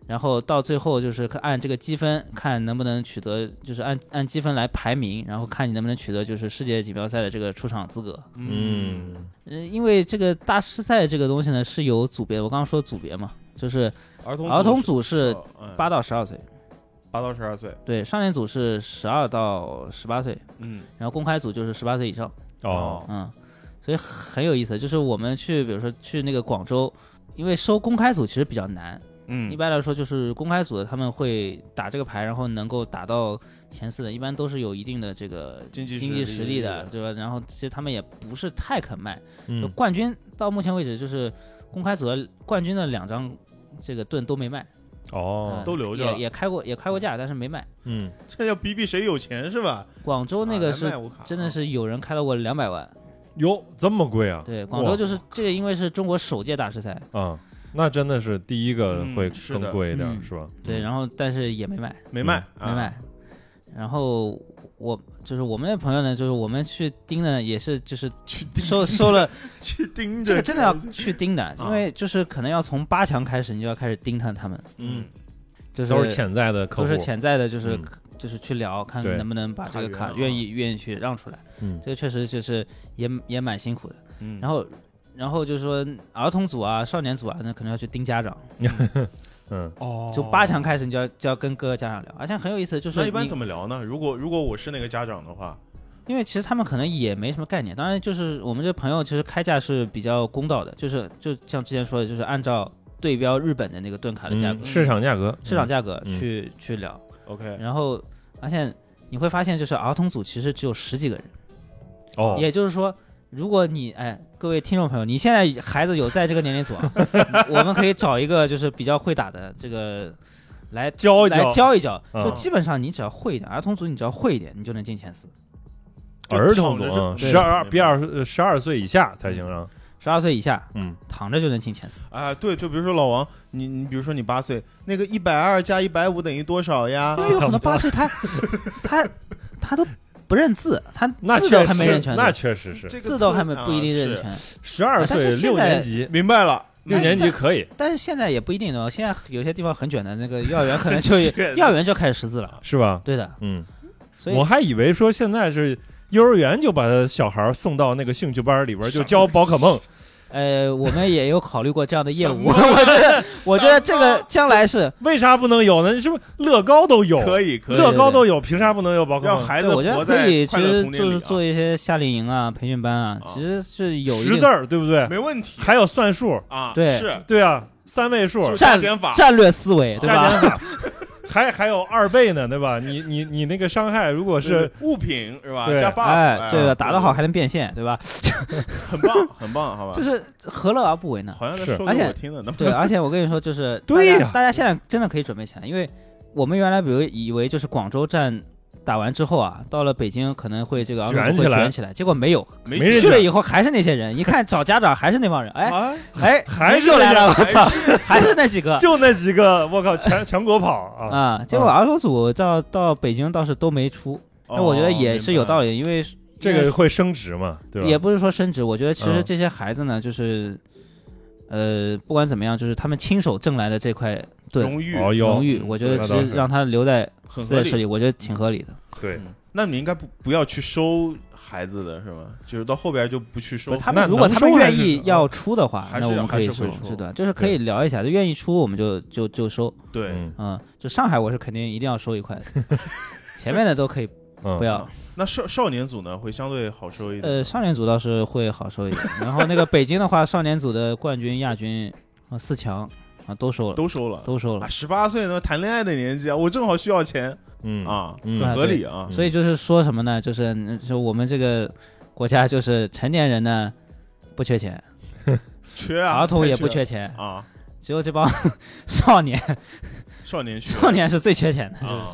[SPEAKER 3] 然后到最后就是看按这个积分看能不能取得，就是按按积分来排名，然后看你能不能取得就是世界锦标赛的这个出场资格。
[SPEAKER 2] 嗯，
[SPEAKER 3] 嗯，因为这个大师赛这个东西呢是有组别，我刚刚说组别嘛，就是
[SPEAKER 2] 儿童
[SPEAKER 3] 儿童
[SPEAKER 2] 组
[SPEAKER 3] 组是
[SPEAKER 2] 八
[SPEAKER 3] 八到十二岁，
[SPEAKER 2] 八到十二岁，
[SPEAKER 3] 对，少年组是十二到十八岁，
[SPEAKER 2] 嗯，
[SPEAKER 3] 然后公开组就是十八岁以上，
[SPEAKER 1] 哦，
[SPEAKER 3] 嗯，所以很有意思。就是我们去，比如说去那个广州，因为收公开组其实比较难，一
[SPEAKER 2] 嗯，
[SPEAKER 3] 般来说就是公开组的他们会打这个牌，然后能够打到前四的，一般都是有一定的这个
[SPEAKER 2] 经济
[SPEAKER 3] 经济实力的，
[SPEAKER 2] 的，
[SPEAKER 3] 对吧？然后其实他们也不是太肯卖，就
[SPEAKER 1] 嗯，
[SPEAKER 3] 冠军到目前为止就是公开组的冠军的两张。这个盾都没卖，
[SPEAKER 1] 哦
[SPEAKER 3] 嗯，
[SPEAKER 2] 都留着了
[SPEAKER 3] 也也开过也开过价，但是没卖。
[SPEAKER 1] 嗯，
[SPEAKER 2] 这要比比谁有钱是吧？
[SPEAKER 3] 广州那个
[SPEAKER 2] 啊
[SPEAKER 3] 是
[SPEAKER 2] 来卖我卡
[SPEAKER 3] 真的是有人开到过两百万，
[SPEAKER 1] 哟，这么贵啊？
[SPEAKER 3] 对，广州就是这个，因为是中国首届大师赛，
[SPEAKER 1] 啊，那真的是第一个
[SPEAKER 2] 嗯
[SPEAKER 1] 会
[SPEAKER 2] 是的
[SPEAKER 1] 更贵一点，
[SPEAKER 3] 嗯
[SPEAKER 1] 是吧？
[SPEAKER 3] 对，然后但是也没卖，
[SPEAKER 2] 没卖，
[SPEAKER 3] 没
[SPEAKER 2] 啊
[SPEAKER 3] 卖。，然后我就是我们那朋友呢，就是我们去盯的呢，也是就是
[SPEAKER 2] 去盯
[SPEAKER 3] 收收 了
[SPEAKER 2] 去盯
[SPEAKER 3] 这
[SPEAKER 2] 着，
[SPEAKER 3] 个真的要去盯的，
[SPEAKER 2] 啊
[SPEAKER 3] 因为就是可能要从八强开始，你就要开始盯上他们，
[SPEAKER 2] 嗯，
[SPEAKER 3] 就是
[SPEAKER 1] 都是潜在的客户，
[SPEAKER 3] 都是潜在的，就是
[SPEAKER 1] 嗯
[SPEAKER 3] 就是去聊，看
[SPEAKER 1] 对
[SPEAKER 3] 能不能把这个
[SPEAKER 2] 卡
[SPEAKER 3] 卡
[SPEAKER 2] 源啊
[SPEAKER 3] 愿意愿意去让出来，
[SPEAKER 1] 嗯
[SPEAKER 3] 这个确实就是也也蛮辛苦的。
[SPEAKER 2] 嗯
[SPEAKER 3] 然后然后就是说儿童组啊、少年组啊，那可能要去盯家长。
[SPEAKER 1] 嗯，
[SPEAKER 2] 哦，
[SPEAKER 3] 就八强开始，你就要就要跟各个家长聊，而且很有意思，就是
[SPEAKER 2] 那一般
[SPEAKER 3] 你
[SPEAKER 2] 怎么聊呢？如果如果我是那个家长的话，
[SPEAKER 3] 因为其实他们可能也没什么概念，当然就是我们这朋友其实开价是比较公道的，就是就像之前说的，就是按照对标日本的那个盾卡的价格、
[SPEAKER 1] 嗯市场价格，
[SPEAKER 3] 市场价格
[SPEAKER 1] 嗯
[SPEAKER 3] 去、去聊，
[SPEAKER 2] OK，
[SPEAKER 3] 然后而且你会发现，就是儿童组其实只有十几个人，
[SPEAKER 1] 嗯哦，
[SPEAKER 3] 也就是说。如果你哎，各位听众朋友，你现在孩子有在这个年龄组 啊，我们可以找一个就是比较会打的这个来
[SPEAKER 1] 教一
[SPEAKER 3] 来教一教，
[SPEAKER 1] 嗯
[SPEAKER 3] 就基本上你只要会一点，儿童组你只要会一点，你就能进前四。
[SPEAKER 1] 儿童
[SPEAKER 2] 就躺着
[SPEAKER 1] 组，嗯
[SPEAKER 2] 就
[SPEAKER 1] 十二
[SPEAKER 2] 对嗯
[SPEAKER 1] 比二十二岁以下才行啊，
[SPEAKER 3] 十二岁以下
[SPEAKER 1] 嗯，
[SPEAKER 3] 躺着就能进前 四，
[SPEAKER 2] 啊，对，就比如说老王，你你比如说你八岁，那个一百二加一百五等于多少呀
[SPEAKER 3] 因？为有很多八 岁他他他都不认字，他
[SPEAKER 1] 那
[SPEAKER 3] 字
[SPEAKER 1] 确
[SPEAKER 3] 都
[SPEAKER 1] 实
[SPEAKER 3] 还没认全呢
[SPEAKER 1] 那，确实是
[SPEAKER 2] 这个
[SPEAKER 3] 字都还没
[SPEAKER 2] 啊
[SPEAKER 3] 不一定认
[SPEAKER 2] 是
[SPEAKER 3] 全。
[SPEAKER 1] 十二
[SPEAKER 3] 但
[SPEAKER 1] 岁
[SPEAKER 3] 是
[SPEAKER 1] 六
[SPEAKER 3] 现在
[SPEAKER 1] 年级，
[SPEAKER 2] 明白了，
[SPEAKER 1] 六年级可以
[SPEAKER 3] 但是现在也不一定哦，现在有些地方很卷的，那个幼儿园 可能就
[SPEAKER 2] 卷
[SPEAKER 3] 幼儿园就开始识字了，
[SPEAKER 1] 是吧？
[SPEAKER 3] 对的，
[SPEAKER 1] 嗯，
[SPEAKER 3] 所以
[SPEAKER 1] 我还以为说现在是幼儿园就把小孩儿送到那个兴趣班里边儿就教宝可梦，
[SPEAKER 3] 呃，我们也有考虑过这样的业务，
[SPEAKER 2] 什么
[SPEAKER 3] 我觉得我觉得这个将来是
[SPEAKER 1] 为啥不能有呢？是不是乐高都有？
[SPEAKER 2] 可以可以，
[SPEAKER 1] 乐高都有，凭啥不能有宝可
[SPEAKER 2] 让
[SPEAKER 1] 梦？
[SPEAKER 2] 孩子
[SPEAKER 3] 对，我觉
[SPEAKER 2] 活
[SPEAKER 3] 得可以，
[SPEAKER 2] 在快
[SPEAKER 3] 其
[SPEAKER 2] 乐
[SPEAKER 3] 实
[SPEAKER 2] 童年
[SPEAKER 3] 就
[SPEAKER 2] 里
[SPEAKER 3] 是
[SPEAKER 2] 啊，
[SPEAKER 3] 做一些夏令营啊、培训班啊，
[SPEAKER 2] 啊
[SPEAKER 3] 其实是有一
[SPEAKER 1] 识
[SPEAKER 3] 定
[SPEAKER 1] 字儿，对不对？
[SPEAKER 2] 没问题
[SPEAKER 1] 还有算数，
[SPEAKER 2] 啊，
[SPEAKER 3] 对
[SPEAKER 2] 是
[SPEAKER 1] 对啊，三位数，
[SPEAKER 2] 就是
[SPEAKER 3] 战
[SPEAKER 2] 加减法
[SPEAKER 3] 战略思维，对
[SPEAKER 1] 加
[SPEAKER 3] 吧？
[SPEAKER 1] 减法，还还有二倍呢，对吧？你你你那个伤害如果是
[SPEAKER 2] 物品是吧？
[SPEAKER 1] 对
[SPEAKER 2] 加 buff，
[SPEAKER 3] 哎，对
[SPEAKER 2] 啊
[SPEAKER 1] 嗯
[SPEAKER 3] 的，打得好还能变现，对吧？
[SPEAKER 2] 很棒，很棒，好吧？
[SPEAKER 3] 就是何乐而不为呢？
[SPEAKER 2] 好像在
[SPEAKER 1] 是
[SPEAKER 2] 说
[SPEAKER 3] 而
[SPEAKER 2] 给
[SPEAKER 3] 且
[SPEAKER 2] 我听的，那
[SPEAKER 3] 对，啊而且我跟你说，就是大
[SPEAKER 1] 对
[SPEAKER 3] 家
[SPEAKER 1] 呀
[SPEAKER 3] 大家现在真的可以准备起来，因为我们原来比如以为就是广州站打完之后啊，到了北京可能会这个儿童
[SPEAKER 1] 卷
[SPEAKER 3] 会
[SPEAKER 1] 起来
[SPEAKER 3] 卷起来，结果没有，
[SPEAKER 2] 没
[SPEAKER 1] 没人
[SPEAKER 3] 去了
[SPEAKER 1] 卷啊
[SPEAKER 3] 以后还是那些人，一看找家长还是那帮人，哎
[SPEAKER 2] 哎，
[SPEAKER 3] 哎，
[SPEAKER 1] 还是
[SPEAKER 3] 又来了，我
[SPEAKER 2] 还
[SPEAKER 3] 操，
[SPEAKER 2] 是
[SPEAKER 3] 还是那几个。
[SPEAKER 1] 就那几个，我靠，全全国跑啊！
[SPEAKER 3] 啊，结果儿童组到到北京倒是都没出，那我觉
[SPEAKER 1] 哦
[SPEAKER 2] 哦
[SPEAKER 3] 得也是有道
[SPEAKER 2] 理。
[SPEAKER 3] 理，因为
[SPEAKER 1] 这个会升值嘛，对吧？
[SPEAKER 3] 也不是说升值，我觉得其实
[SPEAKER 1] 嗯
[SPEAKER 3] 这些孩子呢，就是，呃，不管怎么样，就是他们亲手挣来的这块盾
[SPEAKER 2] 荣誉
[SPEAKER 1] 哦哟
[SPEAKER 3] 荣誉，我觉得
[SPEAKER 1] 那
[SPEAKER 3] 其
[SPEAKER 1] 倒
[SPEAKER 3] 实
[SPEAKER 1] 是
[SPEAKER 3] 让他留在
[SPEAKER 2] 很
[SPEAKER 3] 自
[SPEAKER 2] 合
[SPEAKER 3] 己手
[SPEAKER 2] 理，
[SPEAKER 3] 里，我觉得挺合理的。
[SPEAKER 1] 对，
[SPEAKER 2] 嗯那你应该不不要去收孩子的是吗？就是到后边就不去收
[SPEAKER 3] 不是他
[SPEAKER 1] 那
[SPEAKER 3] 们如果
[SPEAKER 1] 能
[SPEAKER 3] 他们
[SPEAKER 1] 收还
[SPEAKER 3] 愿
[SPEAKER 1] 是
[SPEAKER 3] 意
[SPEAKER 1] 什么
[SPEAKER 3] 要出的话，
[SPEAKER 2] 还是
[SPEAKER 3] 那我们可以
[SPEAKER 2] 还是会收
[SPEAKER 3] 是的，就是可以聊一下，就愿意出我们就就就收，
[SPEAKER 2] 对，
[SPEAKER 1] 嗯
[SPEAKER 3] 嗯，就上海我是肯定一定要收一块的，前面的都可以
[SPEAKER 1] 嗯
[SPEAKER 3] 不要，
[SPEAKER 2] 那少少年组呢会相对好收一点。
[SPEAKER 3] 呃，少年组倒是会好收一点，然后那个北京的话，少年组的冠军、亚军、啊四强啊都收了，
[SPEAKER 2] 都收了，
[SPEAKER 3] 都收了
[SPEAKER 2] 啊，，十八岁呢，谈恋爱的年纪啊，我正好需要钱
[SPEAKER 1] 嗯
[SPEAKER 2] 啊，
[SPEAKER 1] 嗯
[SPEAKER 2] 很合理啊
[SPEAKER 1] 嗯。
[SPEAKER 3] 所以就是说什么呢？就是嗯就我们这个国家就是成年人呢不缺钱，
[SPEAKER 2] 缺啊，
[SPEAKER 3] 儿童也不
[SPEAKER 2] 太缺
[SPEAKER 3] 缺钱，
[SPEAKER 2] 啊，
[SPEAKER 3] 只有这帮 少年，
[SPEAKER 2] 少年缺
[SPEAKER 3] 少年是最缺钱的。
[SPEAKER 2] 啊，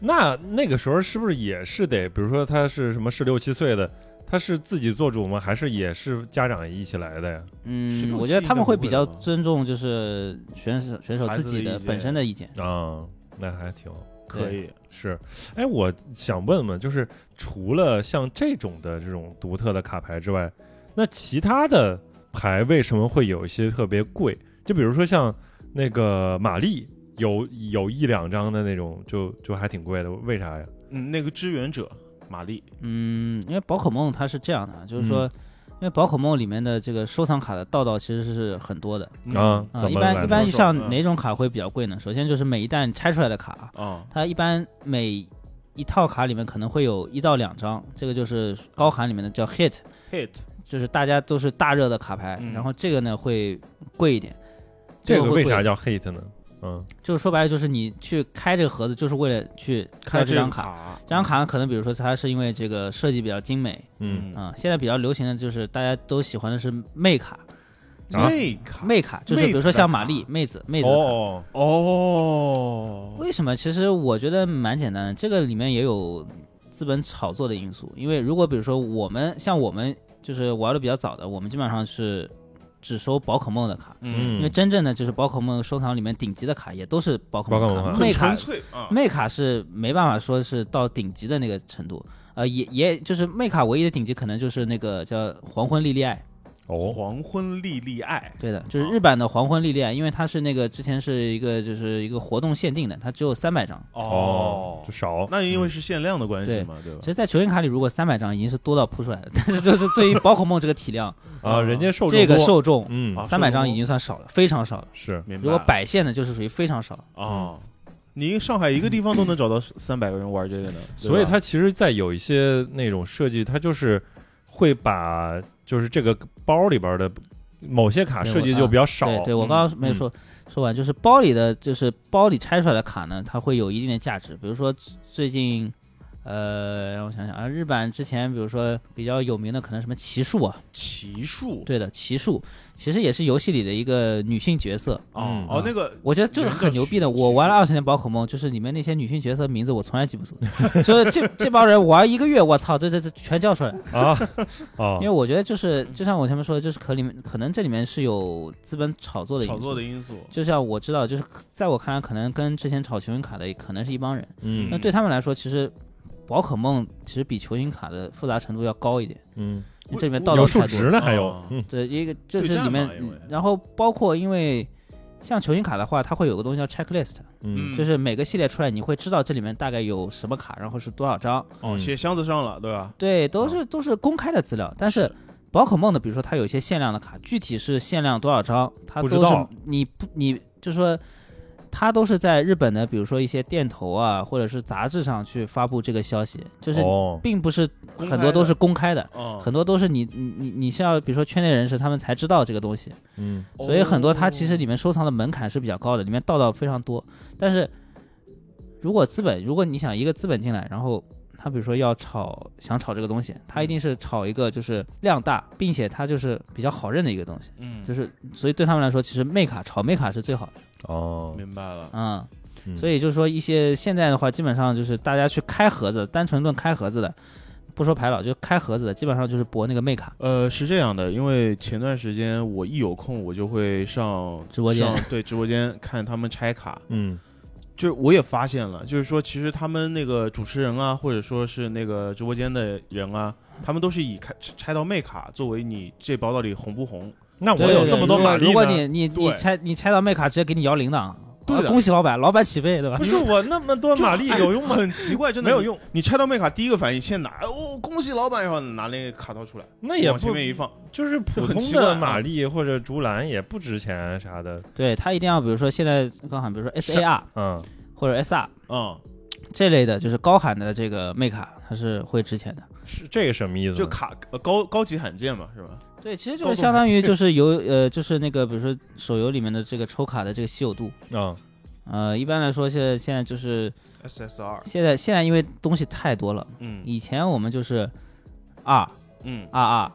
[SPEAKER 1] 那那个时候是不是也是得，比如说他是什么十六七岁的，他是自己做主吗？还是也是家长一起来的呀？
[SPEAKER 3] 嗯，
[SPEAKER 2] 16
[SPEAKER 3] 我觉得他们会比较
[SPEAKER 2] 期应该不会吧
[SPEAKER 3] 尊重就是选手选手
[SPEAKER 2] 孩
[SPEAKER 3] 自
[SPEAKER 2] 子
[SPEAKER 3] 己
[SPEAKER 2] 的
[SPEAKER 3] 的
[SPEAKER 2] 意见
[SPEAKER 3] 本身的意见。
[SPEAKER 1] 啊，那还挺好
[SPEAKER 2] 可以，
[SPEAKER 1] 是。哎，我想问问，就是除了像这种的这种独特的卡牌之外，那其他的牌为什么会有一些特别贵？就比如说像那个玛丽。有有一两张的那种，就就还挺贵的，为啥呀？
[SPEAKER 2] 嗯，那个支援者玛丽，
[SPEAKER 3] 嗯，因为宝可梦它是这样的，就
[SPEAKER 2] 嗯
[SPEAKER 3] 是说，因为宝可梦里面的这个收藏卡的道道其实是很多的
[SPEAKER 2] 嗯
[SPEAKER 1] 啊
[SPEAKER 3] 啊、
[SPEAKER 1] 怎
[SPEAKER 3] 一
[SPEAKER 1] 么来
[SPEAKER 3] 般
[SPEAKER 1] 着
[SPEAKER 3] 一般
[SPEAKER 2] 说说
[SPEAKER 3] 像
[SPEAKER 2] 嗯
[SPEAKER 3] 哪种卡会比较贵呢？首先就是每一弹拆出来的卡，
[SPEAKER 2] 啊，
[SPEAKER 3] 它一般每一套卡里面可能会有一到两张，这个就是高含里面的叫 hit，
[SPEAKER 2] hit
[SPEAKER 3] 就是大家都是大热的卡牌，
[SPEAKER 2] 嗯
[SPEAKER 3] 然后这个呢会贵一点。
[SPEAKER 1] 这个
[SPEAKER 3] 会
[SPEAKER 1] 为
[SPEAKER 3] 贵
[SPEAKER 1] 啥叫 hate 呢？嗯
[SPEAKER 3] 就是说白了，就是你去开这个盒子，就是为了去
[SPEAKER 2] 开
[SPEAKER 3] 要这
[SPEAKER 2] 这
[SPEAKER 3] 张
[SPEAKER 2] 张
[SPEAKER 3] 卡。
[SPEAKER 2] 卡，
[SPEAKER 3] 这张卡呢可能比如说它是因为这个设计比较精美
[SPEAKER 1] 嗯，
[SPEAKER 3] 啊、现在比较流行的就是大家都喜欢的是妹卡，
[SPEAKER 1] 啊
[SPEAKER 2] 妹卡
[SPEAKER 3] 妹卡就是比如说像玛丽妹子妹子的卡
[SPEAKER 1] 哦，
[SPEAKER 2] 哦，
[SPEAKER 3] 为什么？其实我觉得蛮简单的，这个里面也有资本炒作的因素。因为如果比如说我们像我们就是玩的比较早的，我们基本上是只收宝可梦的卡，
[SPEAKER 2] 嗯，
[SPEAKER 3] 因为真正的就是宝可梦收藏里面顶级的卡也都是宝可梦
[SPEAKER 1] 宝可梦
[SPEAKER 3] 卡，
[SPEAKER 1] 卡
[SPEAKER 2] 很
[SPEAKER 3] 妹卡
[SPEAKER 2] 纯粹啊，
[SPEAKER 3] 妹嗯卡是没办法说是到顶级的那个程度。呃，也也就是妹卡唯一的顶级可能就是那个叫黄昏莉莉爱，
[SPEAKER 1] 哦，
[SPEAKER 2] 黄昏莉莉爱，
[SPEAKER 3] 对的，就是日版的黄昏莉莉爱，因为它是那个之前是一个就是一个活动限定的，它只有三百张，
[SPEAKER 2] 哦
[SPEAKER 1] 就，少。
[SPEAKER 2] 那因为是限量的关系
[SPEAKER 3] 对
[SPEAKER 2] 嘛，对吧
[SPEAKER 3] 其？实，在球员卡里，如果三百张已经是多到扑出来 了，但是就是对于宝可梦这个体量，
[SPEAKER 1] 啊，人 家受众
[SPEAKER 3] 这个
[SPEAKER 1] 多哎
[SPEAKER 3] 受众，
[SPEAKER 1] 嗯
[SPEAKER 2] 啊
[SPEAKER 3] 三百张已经算少了，非常少了。
[SPEAKER 1] 是
[SPEAKER 2] 明白。
[SPEAKER 3] 如果摆线的，就是属于非常少。嗯
[SPEAKER 2] 啊，你上海一个地方都能找到三百个人玩这个 呢，对吧
[SPEAKER 1] 所以它其实，在有一些那种设计，它就是会把就是这个包里边的某些卡
[SPEAKER 3] 对
[SPEAKER 1] 设计
[SPEAKER 3] 我
[SPEAKER 1] 就
[SPEAKER 3] 啊
[SPEAKER 1] 比较少，嗯
[SPEAKER 3] 对对，我刚刚没 说说完，就是包里的，就是包里拆出来的卡呢，它会有一定的价值。比如说最近，呃，让我想想啊，日版之前，比如说比较有名的，可能什么奇数啊，
[SPEAKER 2] 奇数
[SPEAKER 3] 对的，奇数其实也是游戏里的一个女性角色。
[SPEAKER 2] 哦
[SPEAKER 1] 嗯
[SPEAKER 2] 哦
[SPEAKER 3] 啊，
[SPEAKER 2] 那个
[SPEAKER 3] 我觉得就是很牛逼的。我玩了二十年宝可梦，就是里面那些女性角色名字我从来记不住， 就是这这帮人玩一个月，我操，这这这全叫出来。
[SPEAKER 2] 哦
[SPEAKER 1] 啊啊
[SPEAKER 3] 因为，我觉得就是就像我前面说的，就是可里面可能这里面是有资本炒作的因素
[SPEAKER 2] 炒作的。因素，
[SPEAKER 3] 就像我知道，就是在我看来，可能跟之前炒球星卡的可能是一帮人。那
[SPEAKER 1] 嗯
[SPEAKER 3] 对他们来说，其实宝可梦其实比球星卡的复杂程度要高一点，
[SPEAKER 1] 嗯，
[SPEAKER 3] 因为这里面
[SPEAKER 2] 到
[SPEAKER 1] 有
[SPEAKER 3] 道道
[SPEAKER 1] 数
[SPEAKER 3] 太多
[SPEAKER 1] 值
[SPEAKER 3] 了。
[SPEAKER 1] 呢，还有
[SPEAKER 2] 哦
[SPEAKER 1] 嗯
[SPEAKER 3] 对，一个就是
[SPEAKER 2] 对战
[SPEAKER 3] 里面
[SPEAKER 2] 嘛因为，
[SPEAKER 3] 然后包括因为像球星卡的话，它会有个东西叫 checklist。
[SPEAKER 1] 嗯
[SPEAKER 3] 就是每个系列出来，你会知道这里面大概有什么卡，然后是多少张。
[SPEAKER 2] 哦，
[SPEAKER 1] 嗯
[SPEAKER 2] 写箱子上了，对吧？
[SPEAKER 3] 对，都是都是公开的资料。但是宝可梦的，比如说它有一些限量的卡，具体是限量多少张，它
[SPEAKER 1] 不
[SPEAKER 3] 都
[SPEAKER 1] 知
[SPEAKER 3] 是
[SPEAKER 1] 道
[SPEAKER 3] 你不你就说。它都是在日本的，比如说一些店头啊，或者是杂志上去发布这个消息，就是
[SPEAKER 1] 哦，
[SPEAKER 3] 并不是
[SPEAKER 2] 公
[SPEAKER 3] 很
[SPEAKER 2] 开
[SPEAKER 3] 多
[SPEAKER 2] 的
[SPEAKER 3] 都是公开的，
[SPEAKER 2] 哦，
[SPEAKER 3] 很多都是你你你你是要比如说圈内人士他们才知道这个东西，
[SPEAKER 1] 嗯
[SPEAKER 3] 所以很多它其实
[SPEAKER 2] 你
[SPEAKER 3] 里面收藏的门槛是比较高的，里面道道非常多。但是如果资本，如果你想一个资本进来，然后他比如说要炒，想炒这个东西，他一定是炒一个就是量大，并且它就是比较好认的一个东西，
[SPEAKER 2] 嗯
[SPEAKER 3] 就是所以对他们来说，其实妹卡炒妹卡是最好的，
[SPEAKER 1] 哦，
[SPEAKER 2] 明白了，
[SPEAKER 3] 嗯。
[SPEAKER 1] 嗯
[SPEAKER 3] 所以就是说，一些现在的话，基本上就是大家去开盒子，单纯论开盒子的，不说牌老，就开盒子的，基本上就是博那个妹卡。
[SPEAKER 2] 呃，是这样的，因为前段时间我一有空，我就会上
[SPEAKER 3] 直播间
[SPEAKER 2] 上对直播间看他们拆卡。
[SPEAKER 1] 嗯
[SPEAKER 2] 就是我也发现了，就是说，其实他们那个主持人啊，或者说是那个直播间的人啊，他们都是以开拆拆到妹卡作为你这包到底红不红。
[SPEAKER 1] 那我
[SPEAKER 3] 对
[SPEAKER 1] 有
[SPEAKER 3] 对
[SPEAKER 1] 这么多
[SPEAKER 3] 如果
[SPEAKER 1] 马力呢
[SPEAKER 3] 如果你你你
[SPEAKER 2] 对
[SPEAKER 3] 拆你拆到妹卡，直接给你摇铃铛。啊
[SPEAKER 2] 对的
[SPEAKER 3] 恭喜老板，老板起飞，对吧
[SPEAKER 1] 不？是我那么多马力有用吗？
[SPEAKER 2] 很奇怪，真的
[SPEAKER 1] 没有。用，
[SPEAKER 2] 你拆到麦卡第一个反应先拿，哦，恭喜老板，然后拿那个卡套出来，
[SPEAKER 1] 那也
[SPEAKER 2] 往前
[SPEAKER 1] 不
[SPEAKER 2] 面一放，
[SPEAKER 1] 就是普
[SPEAKER 2] 很
[SPEAKER 1] 通
[SPEAKER 2] 奇怪啊
[SPEAKER 1] 的马力或者竹篮也不值钱啊啥的，
[SPEAKER 3] 对他一定要，比如说现在高喊，比如说 SAR
[SPEAKER 1] 嗯，
[SPEAKER 3] 或者 SR
[SPEAKER 2] 嗯，
[SPEAKER 3] 这类的，就是高喊的这个妹卡，它是会值钱的。
[SPEAKER 1] 是这个什么意思呢？
[SPEAKER 2] 就卡呃高高级罕见嘛，是吧？
[SPEAKER 3] 对，其实
[SPEAKER 2] 就
[SPEAKER 3] 就是是
[SPEAKER 2] 相
[SPEAKER 3] 相
[SPEAKER 2] 当
[SPEAKER 3] 当
[SPEAKER 2] 于
[SPEAKER 3] 于
[SPEAKER 2] 就
[SPEAKER 3] 就是游呃，就是那个比如说手游里面的这个抽卡的这个稀有度，
[SPEAKER 1] 啊，
[SPEAKER 3] 呃，一般来说现在现在就是
[SPEAKER 2] SSR，
[SPEAKER 3] 现在现在因为东西太多了，
[SPEAKER 2] 嗯
[SPEAKER 3] 以前我们就是二
[SPEAKER 2] 嗯
[SPEAKER 3] 二二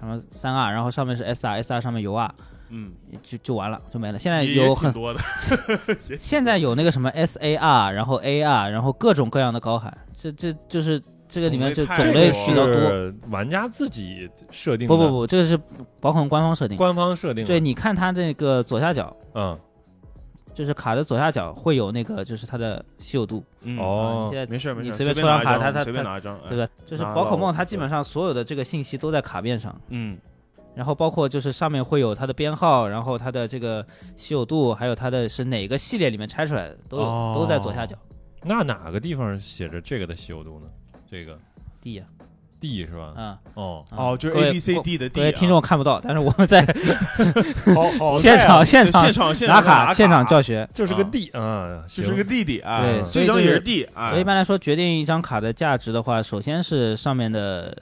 [SPEAKER 3] 什么三二，然后上面是 S R S R 上面有二，
[SPEAKER 2] 嗯，
[SPEAKER 3] 就就完了就没了。现在
[SPEAKER 2] 也也
[SPEAKER 3] 哎有
[SPEAKER 2] 挺
[SPEAKER 3] 很
[SPEAKER 2] 多的，
[SPEAKER 3] 现在有那个什么 S A R，然后 A R，然后各种各样的高喊，这这就是这个里面就
[SPEAKER 2] 种
[SPEAKER 3] 种
[SPEAKER 2] 类太
[SPEAKER 1] 这
[SPEAKER 3] 类
[SPEAKER 1] 个
[SPEAKER 3] 比较多。
[SPEAKER 1] 是玩家自己设定的，
[SPEAKER 3] 不不不，这个是宝可梦官方设定。
[SPEAKER 1] 官方设定的，
[SPEAKER 3] 对，你看它那个左下角，
[SPEAKER 1] 嗯，
[SPEAKER 3] 就是卡的左下角会有那个，就是它的稀有度。
[SPEAKER 2] 嗯
[SPEAKER 1] 哦
[SPEAKER 3] 啊你现在
[SPEAKER 2] 没事没事，
[SPEAKER 3] 你
[SPEAKER 2] 随
[SPEAKER 3] 随便抽张卡，
[SPEAKER 2] 拿一
[SPEAKER 3] 它
[SPEAKER 2] 张
[SPEAKER 3] 它
[SPEAKER 2] 随便
[SPEAKER 3] 它
[SPEAKER 2] 拿一张，哎
[SPEAKER 3] 对吧？就是
[SPEAKER 2] 拿
[SPEAKER 3] 宝可
[SPEAKER 2] 到
[SPEAKER 3] 梦，
[SPEAKER 2] 我
[SPEAKER 3] 它基本上所有的这个信息都在卡面上，
[SPEAKER 2] 嗯
[SPEAKER 3] 然后包括就是上面会有它的编号，然后它的这个稀有度，还有它的是哪个系列里面拆出来的，都有、
[SPEAKER 2] 哦
[SPEAKER 3] 都在左下角。
[SPEAKER 1] 那哪个地方写着这个的稀有度呢？这个
[SPEAKER 3] D 呀
[SPEAKER 1] D 是吧？
[SPEAKER 3] 啊，
[SPEAKER 1] 哦，
[SPEAKER 3] 嗯
[SPEAKER 2] 哦，就是
[SPEAKER 3] 各位
[SPEAKER 2] A B C D 的 D，
[SPEAKER 3] 各位
[SPEAKER 2] 啊
[SPEAKER 3] 听众看不到，但是我 们在
[SPEAKER 1] 好好
[SPEAKER 3] 现场现
[SPEAKER 2] 现
[SPEAKER 3] 场
[SPEAKER 2] 场现
[SPEAKER 3] 拿
[SPEAKER 2] 场
[SPEAKER 3] 卡，现场
[SPEAKER 2] 场
[SPEAKER 3] 教学。
[SPEAKER 1] 就是个 D 啊，
[SPEAKER 2] 就
[SPEAKER 1] 行
[SPEAKER 2] 是个弟弟啊，
[SPEAKER 3] 对所
[SPEAKER 2] 这
[SPEAKER 3] 以
[SPEAKER 2] 张
[SPEAKER 3] 就
[SPEAKER 2] 也
[SPEAKER 3] 是
[SPEAKER 2] 是 D 啊，
[SPEAKER 3] 我一般来说决定一张卡的价值的话，首先是上面的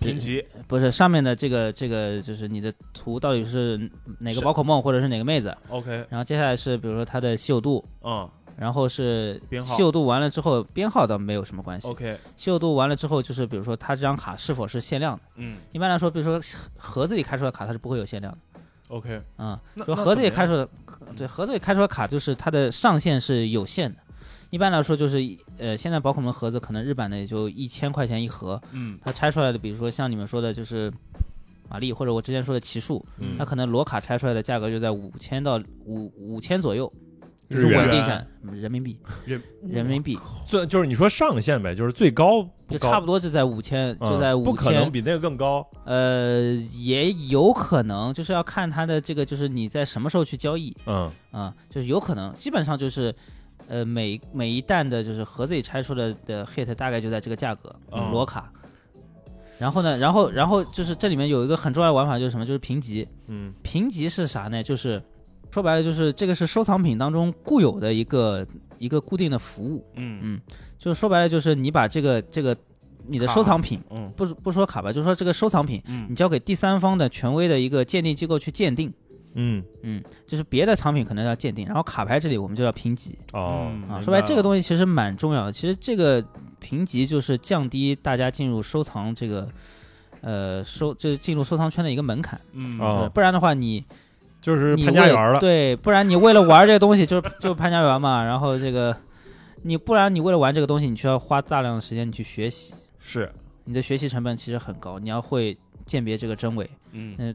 [SPEAKER 2] 评级
[SPEAKER 3] 不是上面的这个这个就是你的图到底是哪
[SPEAKER 2] 是
[SPEAKER 3] 个宝可梦或者是哪个妹子，
[SPEAKER 2] OK，
[SPEAKER 3] 然后接下来是比如说它的稀有度，
[SPEAKER 2] 嗯
[SPEAKER 3] 然后是
[SPEAKER 2] 编号哦
[SPEAKER 3] 稀有度完了之后编号倒没有什么关系，
[SPEAKER 2] OK，
[SPEAKER 3] 稀有度完了之后就是比如说它这张卡是否是限量的，
[SPEAKER 2] 嗯
[SPEAKER 3] 一般来说比如说盒子里开出的卡它是不会有限量的，
[SPEAKER 2] OK，
[SPEAKER 3] 嗯，
[SPEAKER 2] 那
[SPEAKER 3] 就
[SPEAKER 2] 那
[SPEAKER 3] 盒子里
[SPEAKER 2] 怎么
[SPEAKER 3] 开
[SPEAKER 2] 样
[SPEAKER 3] 出的，对盒子里开出的卡就是它的上限是有限的。一般来说就是一，呃，现在宝可梦盒子可能日版的也就一千块钱一盒，
[SPEAKER 2] 嗯
[SPEAKER 3] 它拆出来的，比如说像你们说的，就是玛丽或者我之前说的奇数，
[SPEAKER 1] 嗯
[SPEAKER 3] 它可能罗卡拆出来的价格就在五千到五五千左右，就
[SPEAKER 1] 日
[SPEAKER 3] 是稳
[SPEAKER 1] 元
[SPEAKER 3] 定下来嗯 人民币，
[SPEAKER 2] 人
[SPEAKER 3] 人民币
[SPEAKER 1] 最就是你说上限呗，就是最高啊
[SPEAKER 3] 就差不
[SPEAKER 1] 多
[SPEAKER 3] 多就在五千，就在
[SPEAKER 1] 不
[SPEAKER 3] 五
[SPEAKER 1] 可能
[SPEAKER 3] 千，
[SPEAKER 1] 比那个更高
[SPEAKER 3] 呃，也有可能就是要看它的这个，就是你在什么时候去交易
[SPEAKER 1] 嗯
[SPEAKER 3] 啊、就是有可能，基本上就是。呃，每每一弹的就是盒子里拆出来的 hit 大概就在这个价格，
[SPEAKER 2] 嗯
[SPEAKER 3] 罗卡。然后呢，然后然后就是这里面有一个很重要的玩法就是什么，就是评级。
[SPEAKER 1] 嗯
[SPEAKER 3] 评级是啥呢？就是说白了，就是这个是收藏品当中固有的一个一个固定的服务。
[SPEAKER 2] 嗯
[SPEAKER 3] 嗯，就是说白了，就是你把这个这个你的
[SPEAKER 2] 卡
[SPEAKER 3] 收藏品，
[SPEAKER 2] 嗯
[SPEAKER 3] 不是不说卡吧，就说这个收藏品，
[SPEAKER 2] 嗯
[SPEAKER 3] 你交给第三方的权威的一个鉴定机构去鉴定。
[SPEAKER 1] 嗯
[SPEAKER 3] 嗯，就是别的藏品可能要鉴定，然后卡牌这里我们就要评级
[SPEAKER 1] 哦
[SPEAKER 2] 嗯
[SPEAKER 3] 啊。
[SPEAKER 2] 明
[SPEAKER 3] 说
[SPEAKER 2] 白
[SPEAKER 3] 白了，这个
[SPEAKER 2] 了
[SPEAKER 3] 东西其实蛮重要的。其实这个评级就是降低大家进入收藏这个呃收就是进入收藏圈的一个门槛，呃
[SPEAKER 2] 嗯
[SPEAKER 1] 哦
[SPEAKER 3] 对不然的话你。
[SPEAKER 1] 就是
[SPEAKER 3] 你
[SPEAKER 1] 潘家
[SPEAKER 3] 为
[SPEAKER 1] 园了
[SPEAKER 3] 对，不然你为了玩这个东西，就是就是潘家园嘛。然后这个，你不然你为了玩这个东西，你需要花大量的时间你去学习，
[SPEAKER 2] 是
[SPEAKER 3] 你的学习成本其实很高。你要会鉴别这个真伪，
[SPEAKER 2] 嗯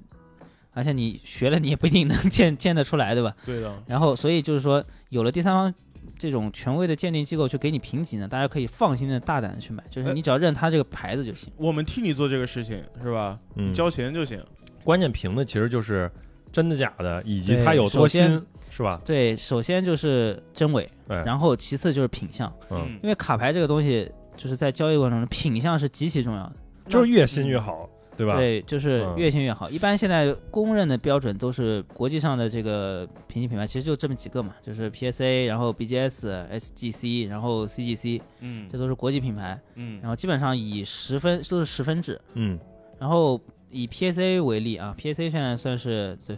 [SPEAKER 3] 而且你学了你也不一定能 鉴鉴得出来，对吧？
[SPEAKER 2] 对的
[SPEAKER 3] 然后所以就是说，有了第三方这种权威的鉴定机构去给你评级呢，大家可以放心的大胆的去买，
[SPEAKER 1] 呃
[SPEAKER 3] 就是你只要认它这个牌子就行。
[SPEAKER 2] 我们替你做这个事情是吧？
[SPEAKER 1] 嗯
[SPEAKER 2] 你交钱就行。
[SPEAKER 1] 关键评的其实就是真的假的，以及
[SPEAKER 3] 对
[SPEAKER 1] 它有多
[SPEAKER 3] 首先
[SPEAKER 1] 新，是吧？
[SPEAKER 3] 对，首先就是真伪，
[SPEAKER 1] 哎，
[SPEAKER 3] 然后其次就是品相，
[SPEAKER 1] 嗯，
[SPEAKER 3] 因为卡牌这个东西就是在交易过程中品相是极其重要的。
[SPEAKER 1] 就是越新越好，对吧？
[SPEAKER 3] 嗯对，就是
[SPEAKER 1] 嗯
[SPEAKER 3] 越新越好。一般现在公认的标准都是国际上的这个评级品牌，其实就这么几个嘛，就是 PSA，然后 BGS、SGC，然后 CGC，
[SPEAKER 2] 嗯
[SPEAKER 3] 这都是国际品牌。
[SPEAKER 2] 嗯
[SPEAKER 3] 然后基本上以十分都是十分制。
[SPEAKER 1] 嗯，
[SPEAKER 3] 然后以 PSA 为例啊，PSA 现在算是对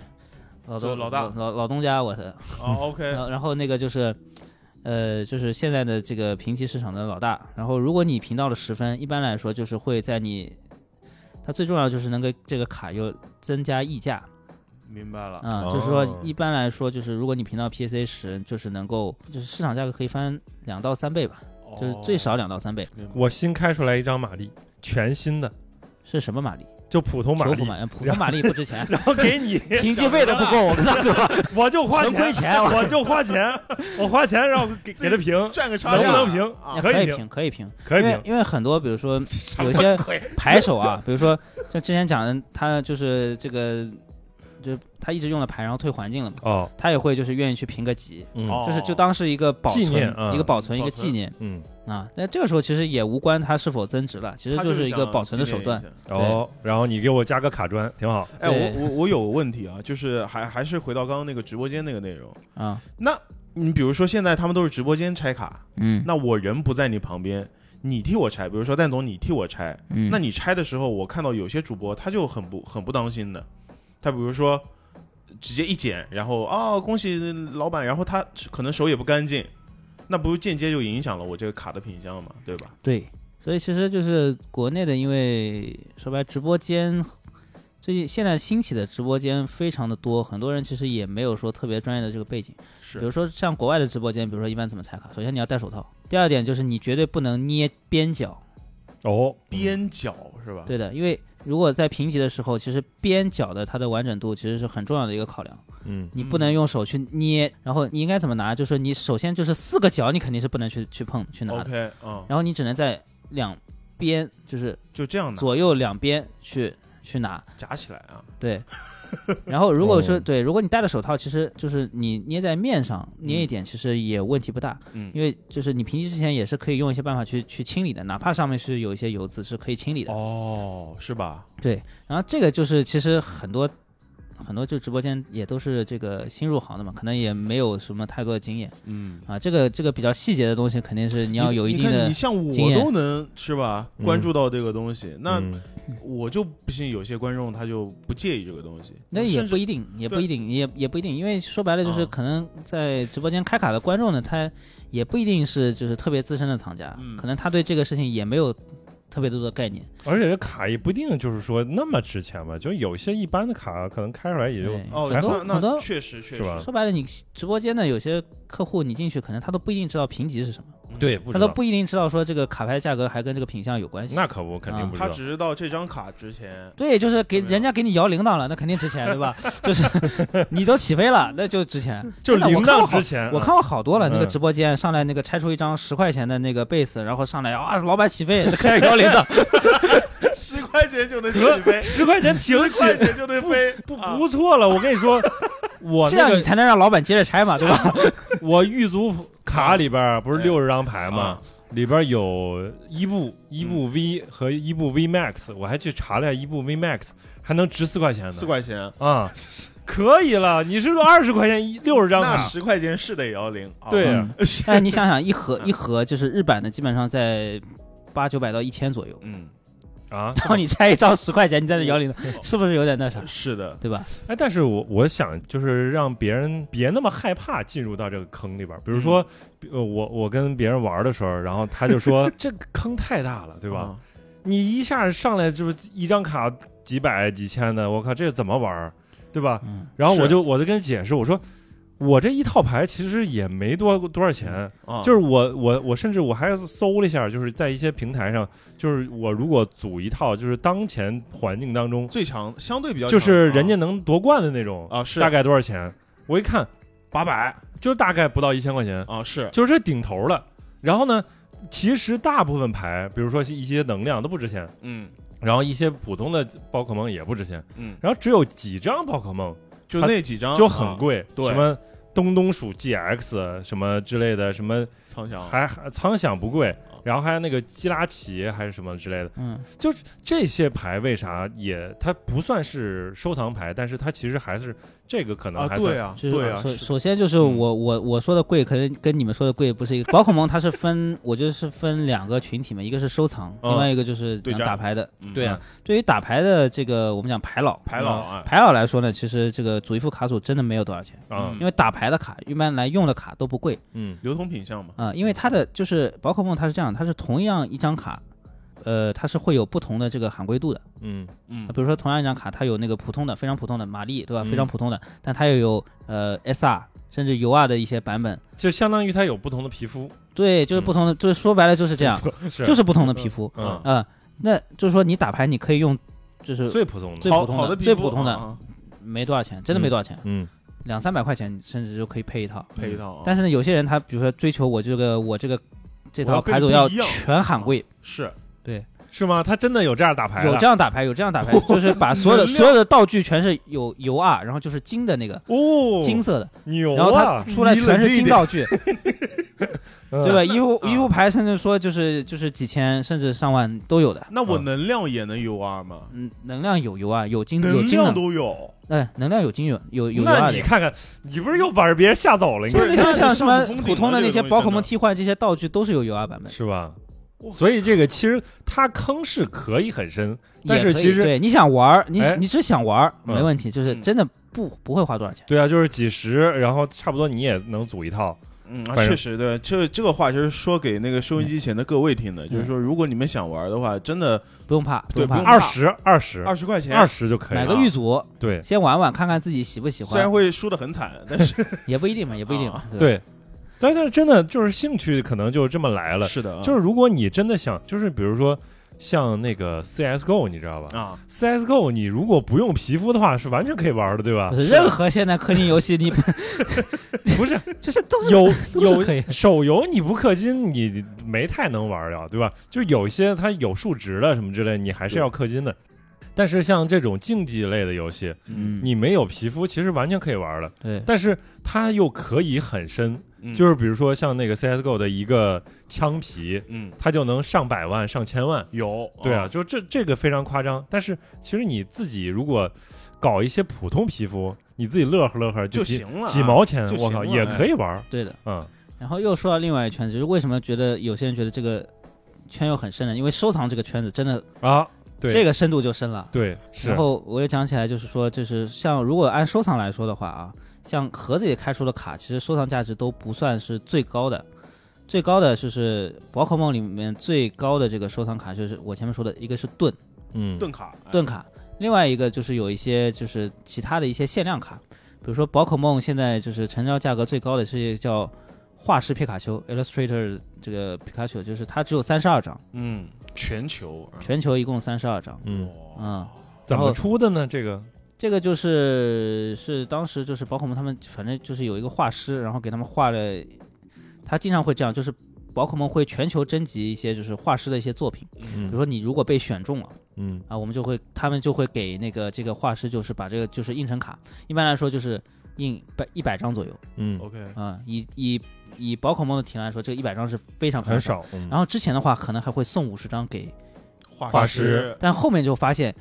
[SPEAKER 3] 老
[SPEAKER 2] 就
[SPEAKER 3] 东
[SPEAKER 2] 老大
[SPEAKER 3] 老老东家，我的。
[SPEAKER 2] 啊 OK
[SPEAKER 3] 然后然后那个就是。呃，就是现在的这个评级市场的老大。然后，如果你评到了十分，一般来说就是会在你，它最重要就是能给这个卡又增加溢价
[SPEAKER 2] 明白了。
[SPEAKER 3] 啊、
[SPEAKER 1] 哦
[SPEAKER 3] 就是说一般来说就是如果你评到 PSA 十，就是能够就是市场价格可以翻两到三倍吧，
[SPEAKER 1] 哦
[SPEAKER 3] 嗯就是最少两到三倍。
[SPEAKER 2] 哦明白
[SPEAKER 1] 我新开出来一张马力，全新的，
[SPEAKER 3] 是什么马力？
[SPEAKER 1] 就普通马
[SPEAKER 3] 球
[SPEAKER 1] 力
[SPEAKER 3] 服，马力，普通马力不
[SPEAKER 1] ，
[SPEAKER 3] 值钱
[SPEAKER 1] 然后给你
[SPEAKER 3] 评级费都不够，我跟大哥
[SPEAKER 1] 我就花
[SPEAKER 3] 纯亏钱我
[SPEAKER 1] 我就花钱，我花钱让我给给他评，
[SPEAKER 2] 赚个差价
[SPEAKER 1] 能不能平
[SPEAKER 2] 啊？
[SPEAKER 1] 可以
[SPEAKER 3] 可以
[SPEAKER 1] 评
[SPEAKER 3] 评，可以评，
[SPEAKER 1] 可以
[SPEAKER 3] 因为
[SPEAKER 1] 评，
[SPEAKER 3] 因为很多，比 如说 有些牌手啊，比如说像之前讲的，他就是这个就是他一直用了牌，然后退环境了嘛，
[SPEAKER 1] 哦，
[SPEAKER 3] 他也会就是愿意去评个级，
[SPEAKER 1] 嗯
[SPEAKER 2] 哦
[SPEAKER 3] 就是就当是一个保
[SPEAKER 1] 纪念
[SPEAKER 3] 存
[SPEAKER 1] 啊，
[SPEAKER 3] 一个保存，一
[SPEAKER 2] 保
[SPEAKER 3] 个
[SPEAKER 2] 存
[SPEAKER 3] 纪念
[SPEAKER 1] 嗯，
[SPEAKER 3] 啊。但这个时候其实也无关它是否增值了，其实
[SPEAKER 2] 他
[SPEAKER 3] 是一个
[SPEAKER 2] 想
[SPEAKER 3] 保存的
[SPEAKER 2] 纪念一
[SPEAKER 3] 手段
[SPEAKER 2] 下。
[SPEAKER 1] 哦，然后你给我加个卡砖，挺好。
[SPEAKER 2] 哎，我
[SPEAKER 3] 对
[SPEAKER 2] 我我有个问题啊，就是还还是回到刚刚那个直播间那个内容。
[SPEAKER 3] 啊。
[SPEAKER 2] 那你比如说现在他们都是直播间拆卡，
[SPEAKER 3] 嗯，
[SPEAKER 2] 那我人不在你旁边，你替我拆，比如说蛋总你替我拆，
[SPEAKER 3] 嗯
[SPEAKER 2] 那你拆的时候，我看到有些主播他就很不很不当心的，他比如说直接一剪，然后哦恭喜老板，然后他可能手也不干净，那不是间接就影响了我这个卡的品相嘛，对吧？
[SPEAKER 3] 对，所以其实就是国内的，因为说白了，直播间最近现在兴起的直播间非常的多，很多人其实也没有说特别专业的这个背景。比
[SPEAKER 2] 是
[SPEAKER 3] 如说像国外的直播间，比如说一般怎么拆卡，首先你要戴手套，第二点就是你绝对不能捏边角，
[SPEAKER 1] 哦，
[SPEAKER 2] 边角是吧？
[SPEAKER 3] 对的，因为。如果在评级的时候，其实边角的它的完整度其实是很重要的一个考量，
[SPEAKER 1] 嗯，
[SPEAKER 3] 你不能用手去捏，然后你应该怎么拿？就是你首先就是四个角，你肯定是不能去去碰去拿的，
[SPEAKER 2] ，OK，嗯，
[SPEAKER 3] 然后你只能在两边，就是
[SPEAKER 2] 就这样拿
[SPEAKER 3] 左右两边去去拿，
[SPEAKER 2] 夹起来啊，
[SPEAKER 3] 对。然后如果说
[SPEAKER 1] 哦
[SPEAKER 3] 对，如果你戴了手套，其实就是你捏在面上捏一点，其实也问题不大，
[SPEAKER 2] 嗯，
[SPEAKER 3] 因为就是你平级之前也是可以用一些办法去去清理的，哪怕上面是有一些油渍是可以清理的。
[SPEAKER 2] 哦，是吧？
[SPEAKER 3] 对，然后这个就是其实很多。很多就直播间也都是这个新入行的嘛，可能也没有什么太多的经验
[SPEAKER 2] 嗯，
[SPEAKER 3] 啊。这个这个比较细节的东西，肯定是你
[SPEAKER 2] 你
[SPEAKER 3] 要有一定
[SPEAKER 2] 你看
[SPEAKER 3] 的
[SPEAKER 2] 你像我
[SPEAKER 3] 经验
[SPEAKER 2] 都能是吧？
[SPEAKER 1] 嗯
[SPEAKER 2] 关注到这个东西，那
[SPEAKER 1] 嗯
[SPEAKER 2] 我就不信有些观众他就不介意这个东西。
[SPEAKER 3] 那
[SPEAKER 2] 嗯
[SPEAKER 3] 也
[SPEAKER 2] 甚至
[SPEAKER 3] 不一定，也不
[SPEAKER 2] 对
[SPEAKER 3] 一定，也也不一定，因为说白了就是
[SPEAKER 2] 啊
[SPEAKER 3] 可能在直播间开卡的观众呢，他也不一定是就是特别资深的藏家，
[SPEAKER 2] 嗯
[SPEAKER 3] 可能他对这个事情也没有特别多的概念，
[SPEAKER 1] 而且这卡也不一定就是说那么值钱吧，就有些一般的卡可能开出来也就
[SPEAKER 3] 对，
[SPEAKER 2] 哦，
[SPEAKER 3] 很多
[SPEAKER 2] 那
[SPEAKER 3] 很
[SPEAKER 2] 那
[SPEAKER 3] 多。
[SPEAKER 2] 确实确
[SPEAKER 1] 是
[SPEAKER 2] 实
[SPEAKER 1] 吧
[SPEAKER 3] 说白了，你直播间的有些客户，你进去可能他都不一定知道评级是什么，
[SPEAKER 2] 嗯
[SPEAKER 1] 对，不
[SPEAKER 3] 他
[SPEAKER 1] 知
[SPEAKER 3] 都
[SPEAKER 1] 道，
[SPEAKER 3] 不一定知道说这个卡牌价格还跟这个品相有关系。
[SPEAKER 1] 那可不，肯定不知
[SPEAKER 2] 他
[SPEAKER 1] 道。
[SPEAKER 2] 只知道这张卡值钱。
[SPEAKER 3] 对，就是给
[SPEAKER 2] 怎么样
[SPEAKER 3] 人家给你摇铃铛了，那肯定值钱，对吧？ 就是你都起飞了，那就值钱。
[SPEAKER 1] 就
[SPEAKER 3] 真的
[SPEAKER 1] 铃
[SPEAKER 3] 我看过
[SPEAKER 1] 铛
[SPEAKER 3] 好
[SPEAKER 1] 值钱，
[SPEAKER 3] 我看过好多了，
[SPEAKER 1] 嗯，
[SPEAKER 3] 那个直播间上来那个拆出一张十块钱的那个贝斯，然后上来啊，老板起飞，开始摇铃铛，
[SPEAKER 2] 十块钱就能起飞
[SPEAKER 1] 十块钱
[SPEAKER 2] 十
[SPEAKER 1] 请起，
[SPEAKER 2] 块钱就能飞，
[SPEAKER 1] 不
[SPEAKER 2] 啊
[SPEAKER 1] 不错了。我跟你说，我
[SPEAKER 3] 这
[SPEAKER 1] 那
[SPEAKER 3] 样你
[SPEAKER 1] 个
[SPEAKER 3] 才能让老板接着拆嘛，对吧？
[SPEAKER 1] 我狱卒卡里边儿不是
[SPEAKER 2] 哎
[SPEAKER 1] 六十张牌吗
[SPEAKER 2] 啊？
[SPEAKER 1] 里边有伊布、伊布 V 和伊布 V Max，我还去查了一下伊布 V Max，还能值四块钱呢。
[SPEAKER 2] 四块钱，
[SPEAKER 1] 啊，可以了。你是说二十块钱六十张
[SPEAKER 3] 啊
[SPEAKER 2] 那
[SPEAKER 1] 卡？
[SPEAKER 2] 十块钱是得摇铃。啊
[SPEAKER 1] 对呀
[SPEAKER 3] 嗯但你想想，一盒一盒就是日版的，基本上在八九百到一千左右，
[SPEAKER 2] 嗯，
[SPEAKER 1] 啊？
[SPEAKER 3] 然后你拆一张十块钱，你在这摇铃铛，是不是有点那啥？
[SPEAKER 2] 是的，
[SPEAKER 3] 对吧？
[SPEAKER 1] 哎，但是我我想就是让别人别那么害怕进入到这个坑里边儿。比如说，呃，我我跟别人玩儿的时候，然后他就说啊这个坑太大了，对
[SPEAKER 2] 对
[SPEAKER 1] 吧？？你一下上来就是一张卡几百几千的，我靠，这怎么玩儿，对吧？
[SPEAKER 3] 嗯，
[SPEAKER 1] 然后我
[SPEAKER 2] 是
[SPEAKER 1] 就我就跟他解释，我说我这一套牌其实也没多多少钱，
[SPEAKER 2] 啊，
[SPEAKER 1] 就是我我我甚至我还搜了一下，就是在一些平台上，就是我如果组一套，就是当前环境当中，
[SPEAKER 2] 最强，相对比较强
[SPEAKER 1] 就是人家
[SPEAKER 2] 啊
[SPEAKER 1] 能夺冠的那种，
[SPEAKER 2] 啊是
[SPEAKER 1] 大概多少钱？我一看，
[SPEAKER 2] 八百
[SPEAKER 1] 就是大概不到一千块钱，
[SPEAKER 2] 啊是
[SPEAKER 1] 就是这顶头了。然后呢，其实大部分牌，比如说一些能量都不值钱，
[SPEAKER 2] 嗯
[SPEAKER 1] 然后一些普通的宝可梦也不值钱，
[SPEAKER 2] 嗯，
[SPEAKER 1] 然后只有几张宝可梦
[SPEAKER 2] 就
[SPEAKER 1] 它
[SPEAKER 2] 那几张啊
[SPEAKER 1] 就很，贵，
[SPEAKER 2] 对
[SPEAKER 1] 什么东东鼠 GX 什么之类的，什么
[SPEAKER 2] 啊苍翔
[SPEAKER 1] 还还苍响不贵，然后还有那个基拉奇还是什么之类的，
[SPEAKER 3] 嗯，
[SPEAKER 1] 就是这些牌为啥也它不算是收藏牌，但是它其实还是这个可能
[SPEAKER 2] 啊
[SPEAKER 1] 还
[SPEAKER 2] 对
[SPEAKER 1] 啊，
[SPEAKER 2] 啊
[SPEAKER 3] 就是
[SPEAKER 2] 对啊
[SPEAKER 3] 首
[SPEAKER 2] 是
[SPEAKER 3] 首先就是我我我说的贵，可能跟你们说的贵不是一个。宝可梦它是分，我觉得是分两个群体嘛，一个是收藏，
[SPEAKER 1] 嗯
[SPEAKER 3] 另外一个就是
[SPEAKER 2] 对
[SPEAKER 3] 讲
[SPEAKER 2] 战
[SPEAKER 3] 打牌的。
[SPEAKER 2] 嗯
[SPEAKER 1] 对啊，
[SPEAKER 3] 对于打牌的这个，我们讲牌老，嗯
[SPEAKER 2] 牌老啊
[SPEAKER 3] 牌老来说呢，其实这个组一副卡组真的没有多少钱，
[SPEAKER 1] 啊
[SPEAKER 2] 嗯
[SPEAKER 3] 因为打牌的卡一般来用的卡都不贵
[SPEAKER 1] 嗯
[SPEAKER 2] 流通品相嘛，
[SPEAKER 3] 啊、因为它的就是宝可梦，它是这样，它是同样一张卡。呃，它是会有不同的这个喊归度的，
[SPEAKER 1] 嗯
[SPEAKER 2] 嗯
[SPEAKER 3] 比如说同样一张卡，它有那个普通的、非常普通的玛丽，对吧？
[SPEAKER 1] 嗯
[SPEAKER 3] 非常普通的，但它也有呃 SR 甚至 UR 的一些版本，
[SPEAKER 1] 就相当于它有不同的皮肤，
[SPEAKER 3] 对，就是不同的，就是说白了就是这样，
[SPEAKER 1] 是
[SPEAKER 3] 啊就是不同的皮肤，
[SPEAKER 1] 嗯
[SPEAKER 2] 嗯。
[SPEAKER 3] 嗯、那就是说你打牌你可以用，就是
[SPEAKER 1] 最普通的
[SPEAKER 3] 最
[SPEAKER 2] 好
[SPEAKER 3] 普通
[SPEAKER 2] 好
[SPEAKER 3] 的
[SPEAKER 2] 皮
[SPEAKER 3] 最
[SPEAKER 2] 肤
[SPEAKER 3] 普通的
[SPEAKER 2] 啊啊
[SPEAKER 3] 没多少钱，真的没多少钱，
[SPEAKER 1] 嗯
[SPEAKER 3] 两三百块钱甚至就可以配一套，
[SPEAKER 2] 配一套啊，
[SPEAKER 3] 但是呢，有些人他比如说追求我这个我这个这
[SPEAKER 2] 我
[SPEAKER 3] 套
[SPEAKER 2] 要跟
[SPEAKER 3] 牌
[SPEAKER 2] 你
[SPEAKER 3] 组
[SPEAKER 2] 不
[SPEAKER 3] 要
[SPEAKER 2] 一样
[SPEAKER 3] 全喊贵，
[SPEAKER 2] 是
[SPEAKER 3] 对，
[SPEAKER 1] 是吗？他真的有这样打牌的？
[SPEAKER 3] 有这样打牌，有这样打牌，就是把所有的
[SPEAKER 2] 能量
[SPEAKER 3] 所有的道具全是有油啊，然后就是金的那个
[SPEAKER 1] 哦，
[SPEAKER 3] 金色的，
[SPEAKER 1] 牛
[SPEAKER 3] 然后它
[SPEAKER 1] 啊，
[SPEAKER 3] 出来
[SPEAKER 2] 你冷
[SPEAKER 3] 全是
[SPEAKER 2] 静一
[SPEAKER 3] 金
[SPEAKER 2] 点
[SPEAKER 3] 道具，对
[SPEAKER 1] 对？
[SPEAKER 3] 吧？医护
[SPEAKER 2] 啊
[SPEAKER 3] 医护牌甚至说就是就是几千甚至上万都有的。
[SPEAKER 2] 那我能量也能 U R 吗？
[SPEAKER 3] 嗯，能量有油啊，有金有
[SPEAKER 2] 能
[SPEAKER 3] 金
[SPEAKER 2] 量
[SPEAKER 3] 的，
[SPEAKER 2] 都有，
[SPEAKER 3] 哎，能量有金有有有油
[SPEAKER 1] 那
[SPEAKER 3] 啊
[SPEAKER 1] 你
[SPEAKER 3] 的。
[SPEAKER 1] 看看，你不是又把别人吓走了？你
[SPEAKER 3] 就是那
[SPEAKER 2] 对
[SPEAKER 3] 些
[SPEAKER 2] 那
[SPEAKER 3] 像
[SPEAKER 2] 你
[SPEAKER 3] 什
[SPEAKER 2] 上
[SPEAKER 3] 么
[SPEAKER 2] 不封顶
[SPEAKER 3] 普通
[SPEAKER 2] 了这
[SPEAKER 3] 的那
[SPEAKER 2] 个
[SPEAKER 3] 些
[SPEAKER 2] 东西
[SPEAKER 3] 宝
[SPEAKER 2] 真
[SPEAKER 3] 可
[SPEAKER 2] 的
[SPEAKER 3] 梦替换这些道具都是有 U R 版本，
[SPEAKER 1] 是吧？
[SPEAKER 2] 哇
[SPEAKER 1] 所以这个其实它坑是可以很深，但
[SPEAKER 3] 也
[SPEAKER 1] 是
[SPEAKER 3] 可以
[SPEAKER 1] 其实
[SPEAKER 3] 对你想玩儿，你
[SPEAKER 1] 哎
[SPEAKER 3] 你只想玩儿
[SPEAKER 1] 嗯
[SPEAKER 3] 没问题，就是
[SPEAKER 2] 嗯
[SPEAKER 3] 真的不不会花多少钱。
[SPEAKER 1] 对啊，就是几十，然后差不多你也能组一套。
[SPEAKER 2] 嗯，啊
[SPEAKER 1] 反正
[SPEAKER 2] 确实对，这这个话就是说给那个收音机前的各位听的，就是说如果你们想玩的话，真的
[SPEAKER 3] 不用怕，不
[SPEAKER 2] 对
[SPEAKER 3] 用
[SPEAKER 2] 不
[SPEAKER 3] 怕
[SPEAKER 2] 用，
[SPEAKER 1] 二十，二十，
[SPEAKER 2] 二十块钱，
[SPEAKER 1] 二十就可以啊
[SPEAKER 3] 买
[SPEAKER 1] 了。
[SPEAKER 3] 个玉组
[SPEAKER 1] 对
[SPEAKER 3] 先玩玩，看看自己喜不喜
[SPEAKER 2] 虽然
[SPEAKER 3] 欢，
[SPEAKER 2] 会输的很惨，但是。
[SPEAKER 3] 也不一定嘛，也不一定嘛。吧，
[SPEAKER 1] 啊对，但是真的就是兴趣可能就这么来了
[SPEAKER 2] 是 的啊，
[SPEAKER 1] 就是如果你真的想，就是比如说像那个 CSGO，你知道吧
[SPEAKER 2] 啊，
[SPEAKER 1] ？CSGO 你如果不用皮肤的话，是完全可以玩的，对吧
[SPEAKER 3] 不？是任何现在氪金游戏，你
[SPEAKER 1] 不是
[SPEAKER 3] 就是都 是
[SPEAKER 1] 有
[SPEAKER 3] 都是可以
[SPEAKER 1] 有手游你不氪金，你没太能玩了，对吧？就有一些它有数值的什么之类，你还是
[SPEAKER 2] 对
[SPEAKER 1] 要氪金的。但是像这种竞技类的游戏，
[SPEAKER 3] 嗯，
[SPEAKER 1] 你没有皮肤，其实完全可以玩的。
[SPEAKER 3] 对
[SPEAKER 1] 但是它又可以很深，
[SPEAKER 2] 嗯
[SPEAKER 1] 就是比如说像那个 CSGO 的一个枪皮，
[SPEAKER 2] 嗯
[SPEAKER 1] 它就能上百万、上千万。
[SPEAKER 2] 有
[SPEAKER 1] 对啊，，就这这个非常夸张。但是其实你自己如果搞一些普通皮肤，你自己乐呵乐呵
[SPEAKER 2] 就
[SPEAKER 1] 几
[SPEAKER 2] 行了啊
[SPEAKER 1] 几毛钱
[SPEAKER 2] 就，行
[SPEAKER 1] 我靠
[SPEAKER 2] 了
[SPEAKER 1] 也
[SPEAKER 2] 哎
[SPEAKER 1] 可以玩。
[SPEAKER 3] 对的。
[SPEAKER 1] 嗯，
[SPEAKER 3] 然后又说到另外一圈子，就是为什么觉得有些人觉得这个圈又很深呢？因为收藏这个圈子真的
[SPEAKER 1] 啊，对，
[SPEAKER 3] 这个深度就深了。
[SPEAKER 1] 对是
[SPEAKER 3] 然，后我又讲起来，就是说，就是像如果按收藏来说的话啊，像盒子里开出的卡，其实收藏价值都不算是最高的。最高的就是宝可梦里面最高的这个收藏卡，就是我前面说的一个是盾
[SPEAKER 1] 嗯，
[SPEAKER 2] 盾卡
[SPEAKER 3] 盾卡，另外一个就是有一些就是其他的一些限量卡，比如说宝可梦现在就是成交价格最高的是一个叫画师皮卡丘 Illustrator 这个皮卡丘，就是它只有三十二张，
[SPEAKER 2] 嗯，全球啊哦
[SPEAKER 3] 全球一共三十二张，
[SPEAKER 1] 嗯，
[SPEAKER 2] 哇
[SPEAKER 3] 嗯。
[SPEAKER 1] 怎
[SPEAKER 3] 然
[SPEAKER 1] 么
[SPEAKER 3] 后
[SPEAKER 1] 出的呢？这个
[SPEAKER 3] 这个就是是当时就是宝可梦他们反正就是有一个画师，然后给他们画了，他经常会这样，就是宝可梦会全球征集一些就是画师的一些作品，比如
[SPEAKER 1] 嗯
[SPEAKER 3] 说你如果被选中了
[SPEAKER 1] 嗯
[SPEAKER 3] 啊，我们就会他们就会给那个这个画师就是把这个就是印成卡，一般来说就是印百一百张左右
[SPEAKER 1] 嗯，
[SPEAKER 2] ，OK，
[SPEAKER 3] 啊，以以以宝可梦的体量来说，这一百张是非常非常
[SPEAKER 1] 很
[SPEAKER 3] 少。
[SPEAKER 1] 少，嗯
[SPEAKER 3] 然后之前的话可能还会送五十张给，
[SPEAKER 2] 化
[SPEAKER 1] 化
[SPEAKER 2] 石
[SPEAKER 1] 石，
[SPEAKER 3] 但后面就发现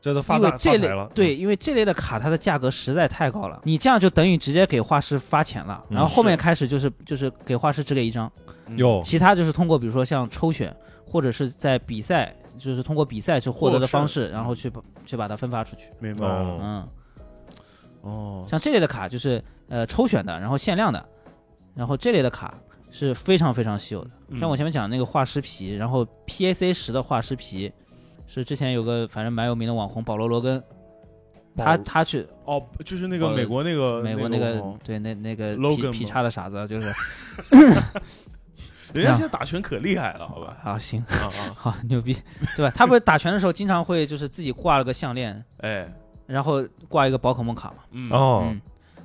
[SPEAKER 1] 这都发
[SPEAKER 3] 因为
[SPEAKER 1] 大
[SPEAKER 3] 这
[SPEAKER 1] 发财
[SPEAKER 3] 类
[SPEAKER 1] 了，嗯
[SPEAKER 3] 对，因为这类的卡它的价格实在太高了，你这样就等于直接给画师发钱了，
[SPEAKER 1] 嗯
[SPEAKER 3] 然后后面
[SPEAKER 2] 是
[SPEAKER 3] 开始就是就是给画师只给一张，
[SPEAKER 1] 嗯，有
[SPEAKER 3] 其他就是通过比如说像抽选或者是在比赛，就是通过比赛去获得的方式，然后去把去把它分发出去。
[SPEAKER 2] 明白了
[SPEAKER 1] 嗯哦
[SPEAKER 3] 嗯，
[SPEAKER 2] 哦，
[SPEAKER 3] 像这类的卡就是呃抽选的，然后限量的，然后这类的卡是非常非常稀有的。
[SPEAKER 2] 嗯
[SPEAKER 1] 嗯
[SPEAKER 3] 像我前面讲的那个画师皮，然后 PAC 十的画师皮是之前有个反正蛮有名的网红保罗罗根，他
[SPEAKER 2] 保
[SPEAKER 3] 他去
[SPEAKER 2] 哦，就是那个美国那个哦
[SPEAKER 3] 美国
[SPEAKER 2] 呃那
[SPEAKER 3] 那个
[SPEAKER 2] 网红
[SPEAKER 3] 对那那个
[SPEAKER 2] Logan
[SPEAKER 3] 皮皮
[SPEAKER 2] 吗
[SPEAKER 3] 叉的傻子，就是
[SPEAKER 2] 人家现在打拳可厉害了，好吧？
[SPEAKER 3] 啊行
[SPEAKER 2] 啊啊，
[SPEAKER 3] 好牛逼，对吧？他不是打拳的时候经常会就是自己挂了个项链，
[SPEAKER 2] 哎，
[SPEAKER 3] 然后挂一个宝可梦卡嘛。
[SPEAKER 2] 嗯，
[SPEAKER 1] 哦
[SPEAKER 3] 嗯，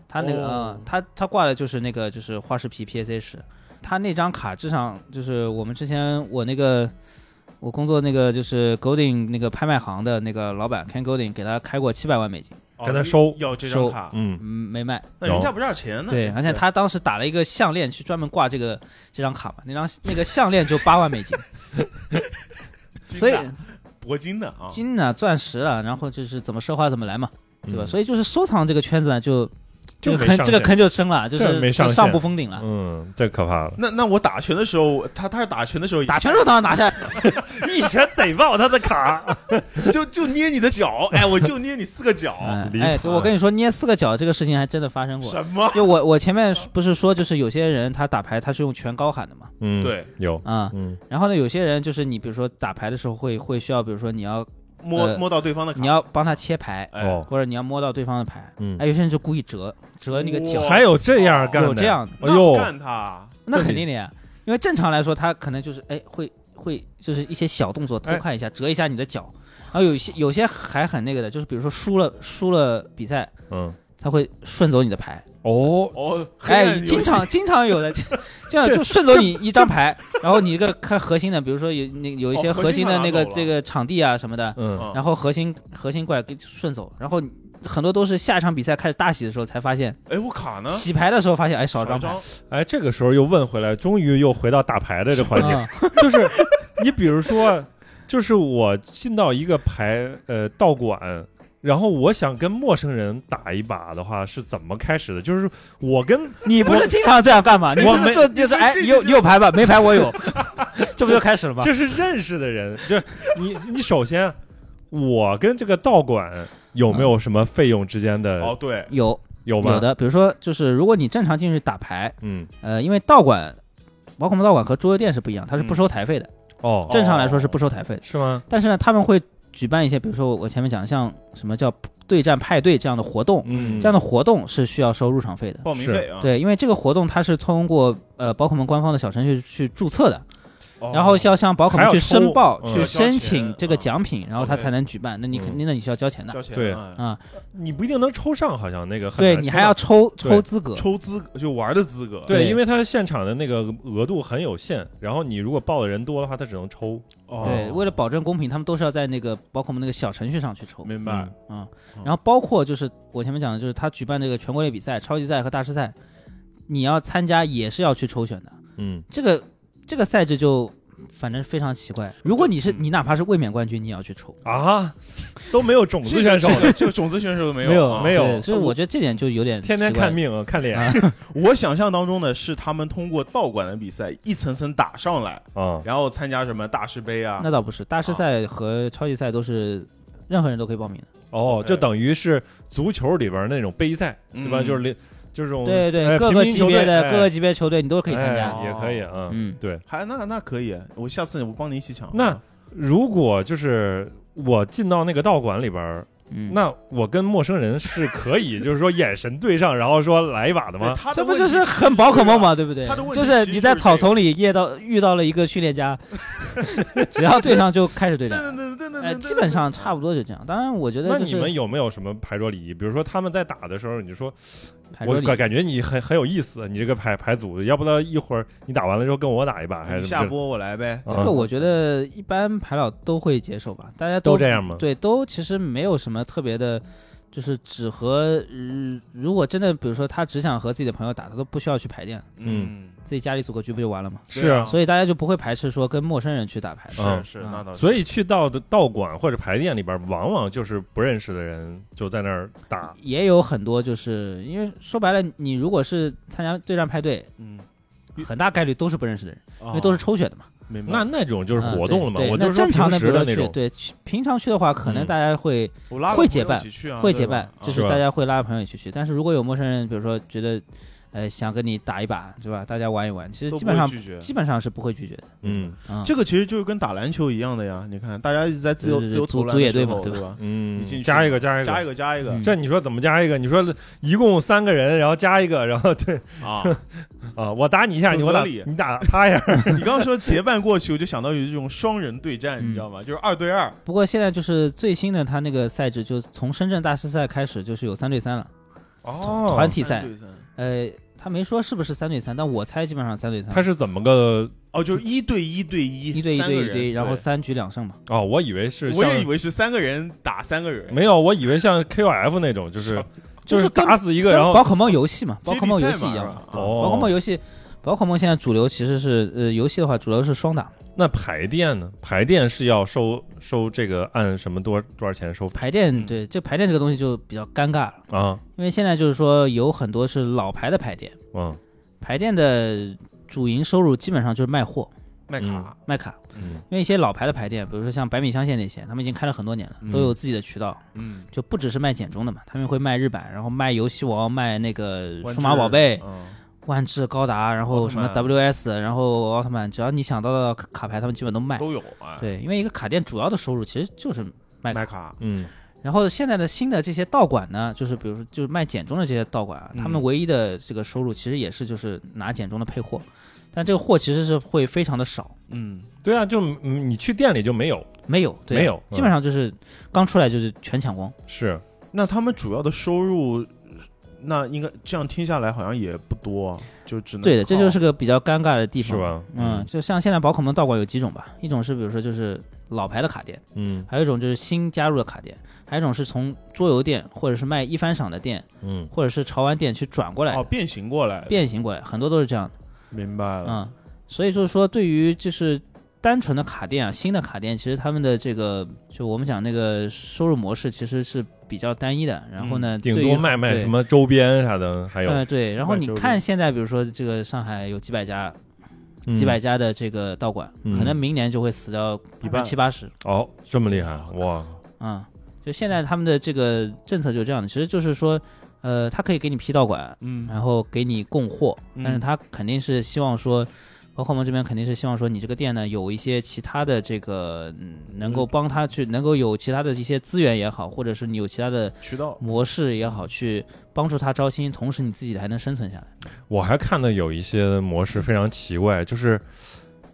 [SPEAKER 3] 他那个
[SPEAKER 2] 哦
[SPEAKER 3] 啊，他他挂的就是那个就是花式皮 PAC 十，他那张卡至上就是我们之前我那个。我工作那个就是 Golding 那个拍卖行的那个老板 Ken Golding 给他开过七百万美金，
[SPEAKER 2] 哦
[SPEAKER 1] 跟他收
[SPEAKER 2] 要这张
[SPEAKER 3] 收
[SPEAKER 2] 卡，
[SPEAKER 1] 嗯
[SPEAKER 3] 嗯，没卖。
[SPEAKER 2] 那人家不要钱呢，
[SPEAKER 3] 对，而且他当时打了一个项链去专门挂这个这张卡嘛，那张那个项链就八 万美金，
[SPEAKER 2] 金
[SPEAKER 3] 所以
[SPEAKER 2] 的铂金的啊，，
[SPEAKER 3] 金啊、钻石啊，然后就是怎么奢华怎么来嘛，对吧？
[SPEAKER 1] 嗯
[SPEAKER 3] 所以就是收藏这个圈子呢，就
[SPEAKER 1] 就
[SPEAKER 3] 这个
[SPEAKER 1] 没
[SPEAKER 3] 坑
[SPEAKER 1] 上
[SPEAKER 3] 这个
[SPEAKER 1] 限
[SPEAKER 3] 坑就深了，就
[SPEAKER 1] 这
[SPEAKER 3] 是
[SPEAKER 1] 没上
[SPEAKER 3] 就上
[SPEAKER 1] 限
[SPEAKER 3] 不封顶了。
[SPEAKER 1] 嗯，这可怕了
[SPEAKER 2] 那那我打拳的时候，他他是打拳的时候
[SPEAKER 3] 打拳手当然拿下，
[SPEAKER 1] 一拳逮爆他的卡，
[SPEAKER 2] 就就捏你的脚，哎，我就捏你四个脚，
[SPEAKER 3] 哎
[SPEAKER 1] 哦离
[SPEAKER 3] 哎，
[SPEAKER 1] 谱啊
[SPEAKER 3] 就我跟你说，捏四个角这个事情还真的发生过。
[SPEAKER 2] 什么？
[SPEAKER 3] 就我我前面不是说，就是有些人他打牌他是用全高喊的嘛，
[SPEAKER 1] 嗯，
[SPEAKER 2] 对，
[SPEAKER 1] 有，
[SPEAKER 3] 啊、
[SPEAKER 1] 嗯
[SPEAKER 3] 然后呢，有些人就是你比如说打牌的时候会会需要，比如说你要
[SPEAKER 2] 摸
[SPEAKER 3] 呃
[SPEAKER 2] 摸到对方的卡，
[SPEAKER 3] 你要帮他切牌，
[SPEAKER 2] 哎
[SPEAKER 1] 哦，
[SPEAKER 3] 或者你要摸到对方的牌，
[SPEAKER 1] 嗯
[SPEAKER 3] 哎，有些人就故意折折那个角
[SPEAKER 2] 哇，
[SPEAKER 1] 还有这样干的，
[SPEAKER 3] 有这样的，
[SPEAKER 1] 哎呦
[SPEAKER 2] 那，干他，
[SPEAKER 3] 那
[SPEAKER 1] 这
[SPEAKER 3] 肯
[SPEAKER 1] 里
[SPEAKER 3] 定的呀，因为正常来说，他可能就是哎会会就是一些小动作偷
[SPEAKER 1] 哎
[SPEAKER 3] 看一下，折一下你的脚，然后有一些有些还很那个的，就是比如说输了输了比赛，
[SPEAKER 1] 嗯
[SPEAKER 3] 它会顺走你的牌。
[SPEAKER 1] 哦，
[SPEAKER 2] 哦，黑暗
[SPEAKER 3] 哎，
[SPEAKER 2] 游戏
[SPEAKER 3] 经常经常 有的，这样就顺走你一张牌，然后你一个看核心的，比如说有那有一些
[SPEAKER 2] 哦核心
[SPEAKER 3] 心的
[SPEAKER 2] 拿
[SPEAKER 3] 那个
[SPEAKER 2] 走了
[SPEAKER 3] 这个场地啊什么的，
[SPEAKER 1] 嗯，
[SPEAKER 2] 嗯
[SPEAKER 3] 然后核心核心怪给顺走，然后很多都是下一场比赛开始大洗的时候才发现，
[SPEAKER 2] 哎，我卡呢，
[SPEAKER 3] 洗牌的时候发现哎少
[SPEAKER 2] 少
[SPEAKER 3] 一张牌，
[SPEAKER 2] 张，
[SPEAKER 1] 哎，这个时候又问回来，终于又回到打牌的这环节，
[SPEAKER 3] 嗯
[SPEAKER 1] 就是你比如说，就是我进到一个牌呃道馆。然后我想跟陌生人打一把的话是怎么开始的？就是我跟
[SPEAKER 3] 你不是经常这样干嘛？你不
[SPEAKER 1] 我没
[SPEAKER 3] 是这就是哎，
[SPEAKER 2] 这
[SPEAKER 3] 你有你有 牌吧？没牌我有，这不就开始了吗？
[SPEAKER 1] 这是认识的人，就是你你首先，我跟这个道馆有没有什么费用之间的、
[SPEAKER 2] 哦，对，
[SPEAKER 3] 有
[SPEAKER 1] 有吗？
[SPEAKER 3] 有的，比如说就是如果你正常进去打牌，
[SPEAKER 1] 嗯，
[SPEAKER 3] 呃，因为道馆，宝可梦道馆和桌游店是不一样，它是不收台费的，
[SPEAKER 1] 哦，
[SPEAKER 3] 正常来说是不收台费的。
[SPEAKER 1] 是吗？
[SPEAKER 3] 但是呢，他们会举办一些，比如说我前面讲像什么叫对战派对这样的活动，
[SPEAKER 1] 嗯，哦
[SPEAKER 3] 这样的活动是需要收入场费的。
[SPEAKER 2] 报名
[SPEAKER 1] 是
[SPEAKER 2] 费啊，
[SPEAKER 3] 对，因为这个活动它是通过呃宝可梦官方的小程序去注册的，
[SPEAKER 2] 哦，
[SPEAKER 3] 然后要向宝可
[SPEAKER 1] 还
[SPEAKER 3] 梦
[SPEAKER 1] 要
[SPEAKER 3] 去
[SPEAKER 1] 抽
[SPEAKER 3] 申报、
[SPEAKER 1] 嗯
[SPEAKER 3] 去
[SPEAKER 2] 要交钱
[SPEAKER 3] 申请这个
[SPEAKER 2] 嗯
[SPEAKER 3] 奖品，然后它
[SPEAKER 2] OK 嗯
[SPEAKER 3] 才能举办。那你肯定的你需要交钱的
[SPEAKER 2] 交钱，
[SPEAKER 1] 对
[SPEAKER 2] 哎
[SPEAKER 3] 啊、
[SPEAKER 1] 你不一定能抽上，好像那个很
[SPEAKER 3] 对
[SPEAKER 1] 难
[SPEAKER 3] 你
[SPEAKER 1] 抽
[SPEAKER 3] 还要
[SPEAKER 1] 到
[SPEAKER 3] 抽
[SPEAKER 1] 对
[SPEAKER 3] 抽资格。
[SPEAKER 2] 抽资格就玩的资格，
[SPEAKER 1] 对，
[SPEAKER 3] 对
[SPEAKER 1] 因为它现场的那个额度很有限，然后你如果报的人多的话，他只能抽。
[SPEAKER 2] 哦
[SPEAKER 3] 对，为了保证公平，他们都是要在那个宝可梦那个小程序上去抽。
[SPEAKER 2] 明白
[SPEAKER 1] 嗯，
[SPEAKER 3] 啊、
[SPEAKER 2] 嗯
[SPEAKER 3] 然后包括就是我前面讲的，就是他举办这个全国类比赛、超级赛和大师赛，你要参加也是要去抽选的。
[SPEAKER 1] 嗯，
[SPEAKER 3] 这个这个赛制就反正非常奇怪。如果你是
[SPEAKER 2] 嗯
[SPEAKER 3] 你哪怕是卫冕冠军，你也要去抽，
[SPEAKER 1] 啊，都没有种子
[SPEAKER 2] 这
[SPEAKER 1] 选
[SPEAKER 2] 个
[SPEAKER 1] 手
[SPEAKER 2] 这
[SPEAKER 1] 的，
[SPEAKER 2] 个这个种子选手都没有，啊
[SPEAKER 1] 没有
[SPEAKER 3] 对所以我觉得这点就有点
[SPEAKER 1] 天天
[SPEAKER 3] 奇怪
[SPEAKER 1] 看命啊，看脸
[SPEAKER 3] 啊
[SPEAKER 2] 我想象当中呢，是他们通过道馆的比赛一层层打上来，
[SPEAKER 1] 啊。
[SPEAKER 2] 然后参加什么大师杯啊，
[SPEAKER 3] 那倒不是，大师赛和超级赛都是任何人都可以报名的。
[SPEAKER 1] 哦，
[SPEAKER 2] 对
[SPEAKER 1] 就等于是足球里边那种杯赛，对吧？
[SPEAKER 2] 嗯
[SPEAKER 1] 就是零，就是这种
[SPEAKER 3] 对
[SPEAKER 1] 哎
[SPEAKER 3] 对，各
[SPEAKER 1] 平
[SPEAKER 3] 个
[SPEAKER 1] 民
[SPEAKER 3] 级
[SPEAKER 1] 球
[SPEAKER 3] 别
[SPEAKER 1] 队
[SPEAKER 3] 的
[SPEAKER 1] 哎
[SPEAKER 3] 各个级别球队你都可以参加。
[SPEAKER 1] 哎也可以啊。
[SPEAKER 3] 嗯，
[SPEAKER 1] 对，
[SPEAKER 2] 还那那可以，我下次我帮你一起抢。
[SPEAKER 1] 那如果就是我进到那个道馆里边儿，
[SPEAKER 3] 嗯，
[SPEAKER 1] 那我跟陌生人是可以，就是说眼神对上，然后说来一把的
[SPEAKER 2] 对
[SPEAKER 1] 吗？
[SPEAKER 2] 他的
[SPEAKER 3] 这不
[SPEAKER 2] 问
[SPEAKER 3] 就
[SPEAKER 2] 题
[SPEAKER 3] 是很宝可梦吗？对不对
[SPEAKER 2] 他的问？题
[SPEAKER 3] 就是
[SPEAKER 2] 其实
[SPEAKER 3] 你在
[SPEAKER 2] 就是
[SPEAKER 3] 草丛里遇到遇到了一个训练 家，只要对上就开始对
[SPEAKER 2] 对？
[SPEAKER 3] 战。
[SPEAKER 2] 对对对对
[SPEAKER 3] 哎，
[SPEAKER 2] 对，
[SPEAKER 3] 基本上差不多就这样。当然，我觉得
[SPEAKER 1] 那
[SPEAKER 3] 就
[SPEAKER 1] 你
[SPEAKER 3] 是
[SPEAKER 1] 们有没有什么牌桌礼仪？比如说他们在打的时候，你就说
[SPEAKER 3] 牌桌
[SPEAKER 1] 我
[SPEAKER 3] 里
[SPEAKER 1] 感感觉你很很有意思，你这个牌牌组，要不到一会儿你打完了之后跟我打一把，还
[SPEAKER 2] 你
[SPEAKER 1] 是
[SPEAKER 2] 下播我来呗。
[SPEAKER 1] 啊
[SPEAKER 3] 这个我觉得一般牌老都会接受吧，大家
[SPEAKER 1] 都这样吗？
[SPEAKER 3] 对，都其实没有什么特别的，就是只和、呃如果真的比如说他只想和自己的朋友打，他都不需要去排练，
[SPEAKER 1] 嗯，
[SPEAKER 3] 自己家里组个局不就完了吗？
[SPEAKER 1] 是啊
[SPEAKER 2] 对啊
[SPEAKER 3] 所以大家就不会排斥说跟陌生人去打牌。
[SPEAKER 1] 嗯
[SPEAKER 2] 是是，那倒是。
[SPEAKER 1] 所以去到的道馆或者牌店里边，往往就是不认识的人就在那儿打。
[SPEAKER 3] 也有很多，就是因为说白了，你如果是参加对战派对，
[SPEAKER 2] 嗯，
[SPEAKER 3] 很大概率都是不认识的人，
[SPEAKER 2] 因
[SPEAKER 3] 因为都是抽选的嘛。
[SPEAKER 2] 哦明白。
[SPEAKER 1] 那那种哦就是
[SPEAKER 3] 嗯
[SPEAKER 1] 活动了嘛，
[SPEAKER 3] 对对
[SPEAKER 1] 我就
[SPEAKER 3] 那
[SPEAKER 1] 是说
[SPEAKER 3] 正常
[SPEAKER 1] 平时
[SPEAKER 3] 的，比如
[SPEAKER 1] 的
[SPEAKER 3] 说
[SPEAKER 1] 那
[SPEAKER 3] 去
[SPEAKER 1] 种。
[SPEAKER 3] 对去平常去的话，可能
[SPEAKER 1] 嗯
[SPEAKER 3] 大家会
[SPEAKER 2] 我拉个
[SPEAKER 3] 会
[SPEAKER 2] 朋友
[SPEAKER 3] 结伴
[SPEAKER 2] 一起去啊，
[SPEAKER 3] 会
[SPEAKER 2] 对
[SPEAKER 3] 结
[SPEAKER 2] 吧
[SPEAKER 3] 伴，
[SPEAKER 2] 啊
[SPEAKER 3] 就是
[SPEAKER 1] 吧
[SPEAKER 3] 大家会拉朋友一起去。但是如果有陌生人，比如说觉得，呃，想跟你打一把，是吧？大家玩一玩，其
[SPEAKER 2] 都
[SPEAKER 3] 实基
[SPEAKER 2] 不
[SPEAKER 3] 本
[SPEAKER 2] 会
[SPEAKER 3] 上
[SPEAKER 2] 拒绝。
[SPEAKER 3] 基本上是不会拒绝的。
[SPEAKER 1] 嗯
[SPEAKER 3] 嗯，
[SPEAKER 2] 这个其实就是跟打篮球一样的呀，你看大家一直在自由
[SPEAKER 3] 对对
[SPEAKER 2] 自由
[SPEAKER 3] 组
[SPEAKER 2] 投篮
[SPEAKER 3] 组
[SPEAKER 2] 的
[SPEAKER 3] 野队
[SPEAKER 2] 时
[SPEAKER 3] 嘛
[SPEAKER 2] 候，
[SPEAKER 3] 对吧
[SPEAKER 2] 吧？
[SPEAKER 1] 嗯
[SPEAKER 2] 你进，去
[SPEAKER 1] 加一个，加一个，
[SPEAKER 2] 加一个加一个
[SPEAKER 3] 嗯
[SPEAKER 1] 这你说怎么加一个？你说一共三个人，然后加一个，然后对
[SPEAKER 2] 啊！
[SPEAKER 1] 啊，我打你一下，
[SPEAKER 2] 很
[SPEAKER 1] 你我打
[SPEAKER 2] 合理
[SPEAKER 1] 你打他一下，
[SPEAKER 2] 你刚刚说结伴过去，我就想到有这种双人对战，你知道吗？就是二对二，
[SPEAKER 3] 不过现在就是最新的他那个赛制，就从深圳大师赛开始，就是有三对三了。
[SPEAKER 1] 哦
[SPEAKER 3] 团体赛
[SPEAKER 2] 三对三
[SPEAKER 3] 呃，他没说是不是三对三，但我猜基本上三对三。
[SPEAKER 1] 他是怎么个？
[SPEAKER 2] 哦，就是一对一对一，
[SPEAKER 3] 一对一
[SPEAKER 2] 三个
[SPEAKER 3] 对一
[SPEAKER 2] 人
[SPEAKER 3] 对一，然后
[SPEAKER 2] 对
[SPEAKER 3] 三局两胜嘛。
[SPEAKER 1] 哦，我以为是
[SPEAKER 2] 我
[SPEAKER 1] 像
[SPEAKER 2] 也以为是三个人打三个人，
[SPEAKER 1] 没有，我以为像 KOF 那种，就是就是
[SPEAKER 3] 跟
[SPEAKER 1] 打死一个，然后
[SPEAKER 3] 宝可梦游戏嘛，宝可梦游戏一样嘛。
[SPEAKER 2] 嘛。
[SPEAKER 1] 哦，
[SPEAKER 3] 宝可梦游戏，宝可梦现在主流其实是呃游戏的话，主流是双打。
[SPEAKER 1] 那排店呢？排店是要收收这个按什么多多少钱收
[SPEAKER 3] 排店
[SPEAKER 2] 嗯
[SPEAKER 3] 对这排店这个东西就比较尴尬了，
[SPEAKER 1] 啊？
[SPEAKER 3] 因为现在就是说有很多是老牌的排店，
[SPEAKER 1] 嗯
[SPEAKER 3] 排店的主营收入基本上就是卖货、
[SPEAKER 2] 麦卡，
[SPEAKER 3] 卖卡。
[SPEAKER 1] 嗯
[SPEAKER 3] 因为一些老牌的排店，比如说像百米香县那些，他们已经开了很多年了，都有自己的渠道，
[SPEAKER 2] 嗯，
[SPEAKER 3] 就不只是卖简中的嘛，他们会卖日版，然后卖游戏王，卖那个
[SPEAKER 2] 万
[SPEAKER 3] 数码
[SPEAKER 2] 智
[SPEAKER 3] 宝贝、
[SPEAKER 2] 嗯
[SPEAKER 3] 万智、高达，然后什么
[SPEAKER 2] 奥特
[SPEAKER 3] WS，然后奥特曼，只要你想到的卡卡牌，他们基本都卖。嗯
[SPEAKER 2] 都有啊。，
[SPEAKER 3] 对，因为一个卡店主要的收入其实就是卖卡
[SPEAKER 2] 麦。卡，
[SPEAKER 1] 嗯
[SPEAKER 3] 然后现在的新的这些道馆呢，就是比如说就是卖简中的这些道馆啊，他们
[SPEAKER 2] 嗯
[SPEAKER 3] 唯一的这个收入其实也是就是拿简中的配货，但这个货其实是会非常的少，
[SPEAKER 2] 嗯，
[SPEAKER 1] 对啊，就嗯你去店里就没有
[SPEAKER 3] 没有，对啊
[SPEAKER 1] 没有嗯
[SPEAKER 3] 基本上就是刚出来就是全抢光。
[SPEAKER 1] 是
[SPEAKER 2] 那他们主要的收入那应该这样听下来好像也不多，啊就只能
[SPEAKER 3] 对的，这
[SPEAKER 2] 靠
[SPEAKER 3] 就是个比较尴尬的地
[SPEAKER 1] 嗯是
[SPEAKER 3] 方。
[SPEAKER 1] 吧？
[SPEAKER 3] 嗯，就像现在宝可梦道馆有几种吧，一种是比如说就是老牌的卡店，
[SPEAKER 1] 嗯
[SPEAKER 3] 还有一种就是新加入的卡店，还有一种是从桌游店或者是卖一番赏的店
[SPEAKER 1] 嗯，
[SPEAKER 3] 或者是潮玩店去转过来的、
[SPEAKER 2] 哦变形过来，
[SPEAKER 3] 变形过来，很多都是这样的。
[SPEAKER 2] 明白了，
[SPEAKER 3] 嗯，所以就是说，对于就是单纯的卡店啊，新的卡店，其实他们的这个就我们讲那个收入模式其实是比较单一的。然后呢，
[SPEAKER 1] 嗯顶
[SPEAKER 3] 对于
[SPEAKER 1] 多卖卖
[SPEAKER 3] 对
[SPEAKER 1] 什么周边啥的，还有
[SPEAKER 3] 呃对，然后
[SPEAKER 2] 卖
[SPEAKER 3] 你
[SPEAKER 2] 周边
[SPEAKER 3] 看现在，比如说这个上海有几百家、几百家的这个道馆，
[SPEAKER 1] 嗯
[SPEAKER 3] 可能明年就会死掉
[SPEAKER 2] 一
[SPEAKER 3] 百
[SPEAKER 2] 半
[SPEAKER 3] 分之七八十。
[SPEAKER 1] 哦，这么厉害哇！
[SPEAKER 3] 啊、就现在他们的这个政策就是这样的，其实就是说，呃，他可以给你批道馆，
[SPEAKER 2] 嗯
[SPEAKER 3] 然后给你供货，
[SPEAKER 2] 嗯
[SPEAKER 3] 但是他肯定是希望说，包括我们这边肯定是希望说，你这个店呢有一些其他的这个，嗯，能够帮他去，能够有其他的一些资源也好，或者是你有其他的
[SPEAKER 2] 渠道
[SPEAKER 3] 模式也好，去帮助他招新，同时你自己还能生存下来。
[SPEAKER 1] 我还看到有一些模式非常奇怪，就是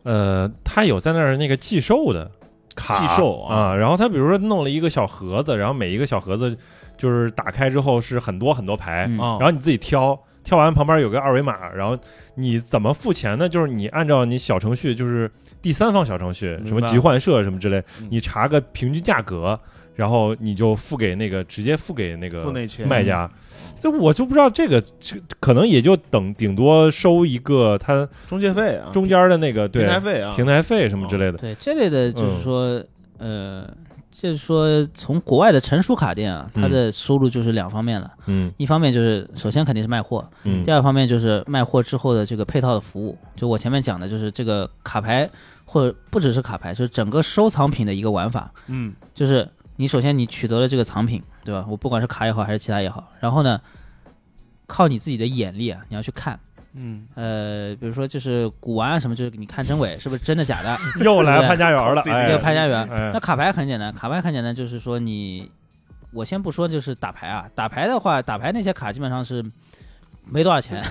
[SPEAKER 1] 呃，他有在那儿那个寄售的卡
[SPEAKER 2] 寄售啊
[SPEAKER 1] 啊，然后他比如说弄了一个小盒子，然后每一个小盒子就是打开之后是很多很多牌，
[SPEAKER 3] 嗯
[SPEAKER 2] 啊，
[SPEAKER 1] 然后你自己挑，挑完旁边有个二维码，然后你怎么付钱呢？就是你按照你小程序，就是第三方小程序，
[SPEAKER 2] 明
[SPEAKER 1] 什么
[SPEAKER 2] 白
[SPEAKER 1] 集换社什么之类
[SPEAKER 2] 嗯，
[SPEAKER 1] 你查个平均价格，然后你就付给那个直接付给那个
[SPEAKER 2] 付那钱
[SPEAKER 1] 卖家。这我就不知道这个，这可能也就等顶多收一个他
[SPEAKER 2] 中介费啊，
[SPEAKER 1] 中间的那个
[SPEAKER 2] 平
[SPEAKER 1] 对
[SPEAKER 2] 台费啊，
[SPEAKER 1] 平台费什么之类的。
[SPEAKER 3] 对这类的，就是说，呃，就是说从国外的成熟卡店啊，它的收入就是两方面了，
[SPEAKER 1] 嗯
[SPEAKER 3] 一方面就是首先肯定是卖货，
[SPEAKER 1] 嗯
[SPEAKER 3] 第二方面就是卖货之后的这个配套的服务，就我前面讲的，就是这个卡牌或者不只是卡牌，就是整个收藏品的一个玩法，
[SPEAKER 2] 嗯
[SPEAKER 3] 就是你首先你取得了这个藏品，对吧？我不管是卡也好还是其他也好，然后呢，靠你自己的眼力啊，你要去看，
[SPEAKER 2] 嗯，
[SPEAKER 3] 呃，比如说就是古玩啊什么，就是你看真伪是不是真的假的，
[SPEAKER 1] 又
[SPEAKER 3] 来
[SPEAKER 1] 来
[SPEAKER 3] 潘
[SPEAKER 1] 潘家园
[SPEAKER 2] 了
[SPEAKER 1] 了，
[SPEAKER 2] 哎
[SPEAKER 3] 要拍家园。
[SPEAKER 1] 哎
[SPEAKER 3] 那卡牌很简单，卡牌很简单，就是说你，我先不说就是打牌啊，打牌的话，打牌那些卡基本上是没多 少钱，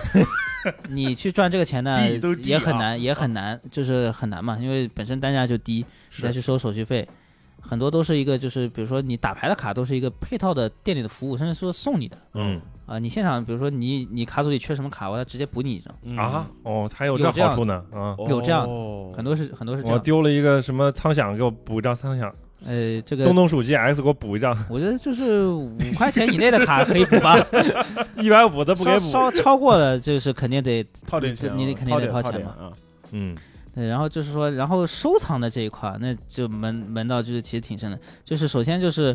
[SPEAKER 3] 你去赚这个钱呢
[SPEAKER 2] 低都低啊
[SPEAKER 3] 也很难，也很难，就是很难嘛，因为本身单价就低，你再去收手续费，很多都是一个就是比如说你打牌的卡都是一个配套的店里的服务，甚至说送你的
[SPEAKER 1] 嗯
[SPEAKER 3] 啊、你现场比如说你你卡组里缺什么卡，我再直接补你一张，
[SPEAKER 2] 嗯
[SPEAKER 1] 啊，哦，还有
[SPEAKER 3] 有
[SPEAKER 1] 这
[SPEAKER 3] 这样
[SPEAKER 1] 好处呢啊！
[SPEAKER 3] 有这样的
[SPEAKER 2] 哦
[SPEAKER 3] 很多是很多是这
[SPEAKER 1] 我
[SPEAKER 3] 样的，
[SPEAKER 1] 丢了一个什么苍响，给我补一张苍响。
[SPEAKER 3] 呃，这个
[SPEAKER 1] 东东鼠 GX 给我补一张，
[SPEAKER 3] 我觉得就是五块钱以内的卡可以补吧。
[SPEAKER 1] 一百五的不给补。
[SPEAKER 3] 稍稍超过了，就是肯定得
[SPEAKER 2] 套点钱啊，
[SPEAKER 3] 你你肯定得
[SPEAKER 2] 套
[SPEAKER 3] 掏
[SPEAKER 2] 点
[SPEAKER 3] 钱
[SPEAKER 2] 点
[SPEAKER 3] 嘛
[SPEAKER 2] 啊，
[SPEAKER 1] 嗯
[SPEAKER 3] 对，然后就是说，然后收藏的这一块，那就门门道就是其实挺深的。就是首先就是，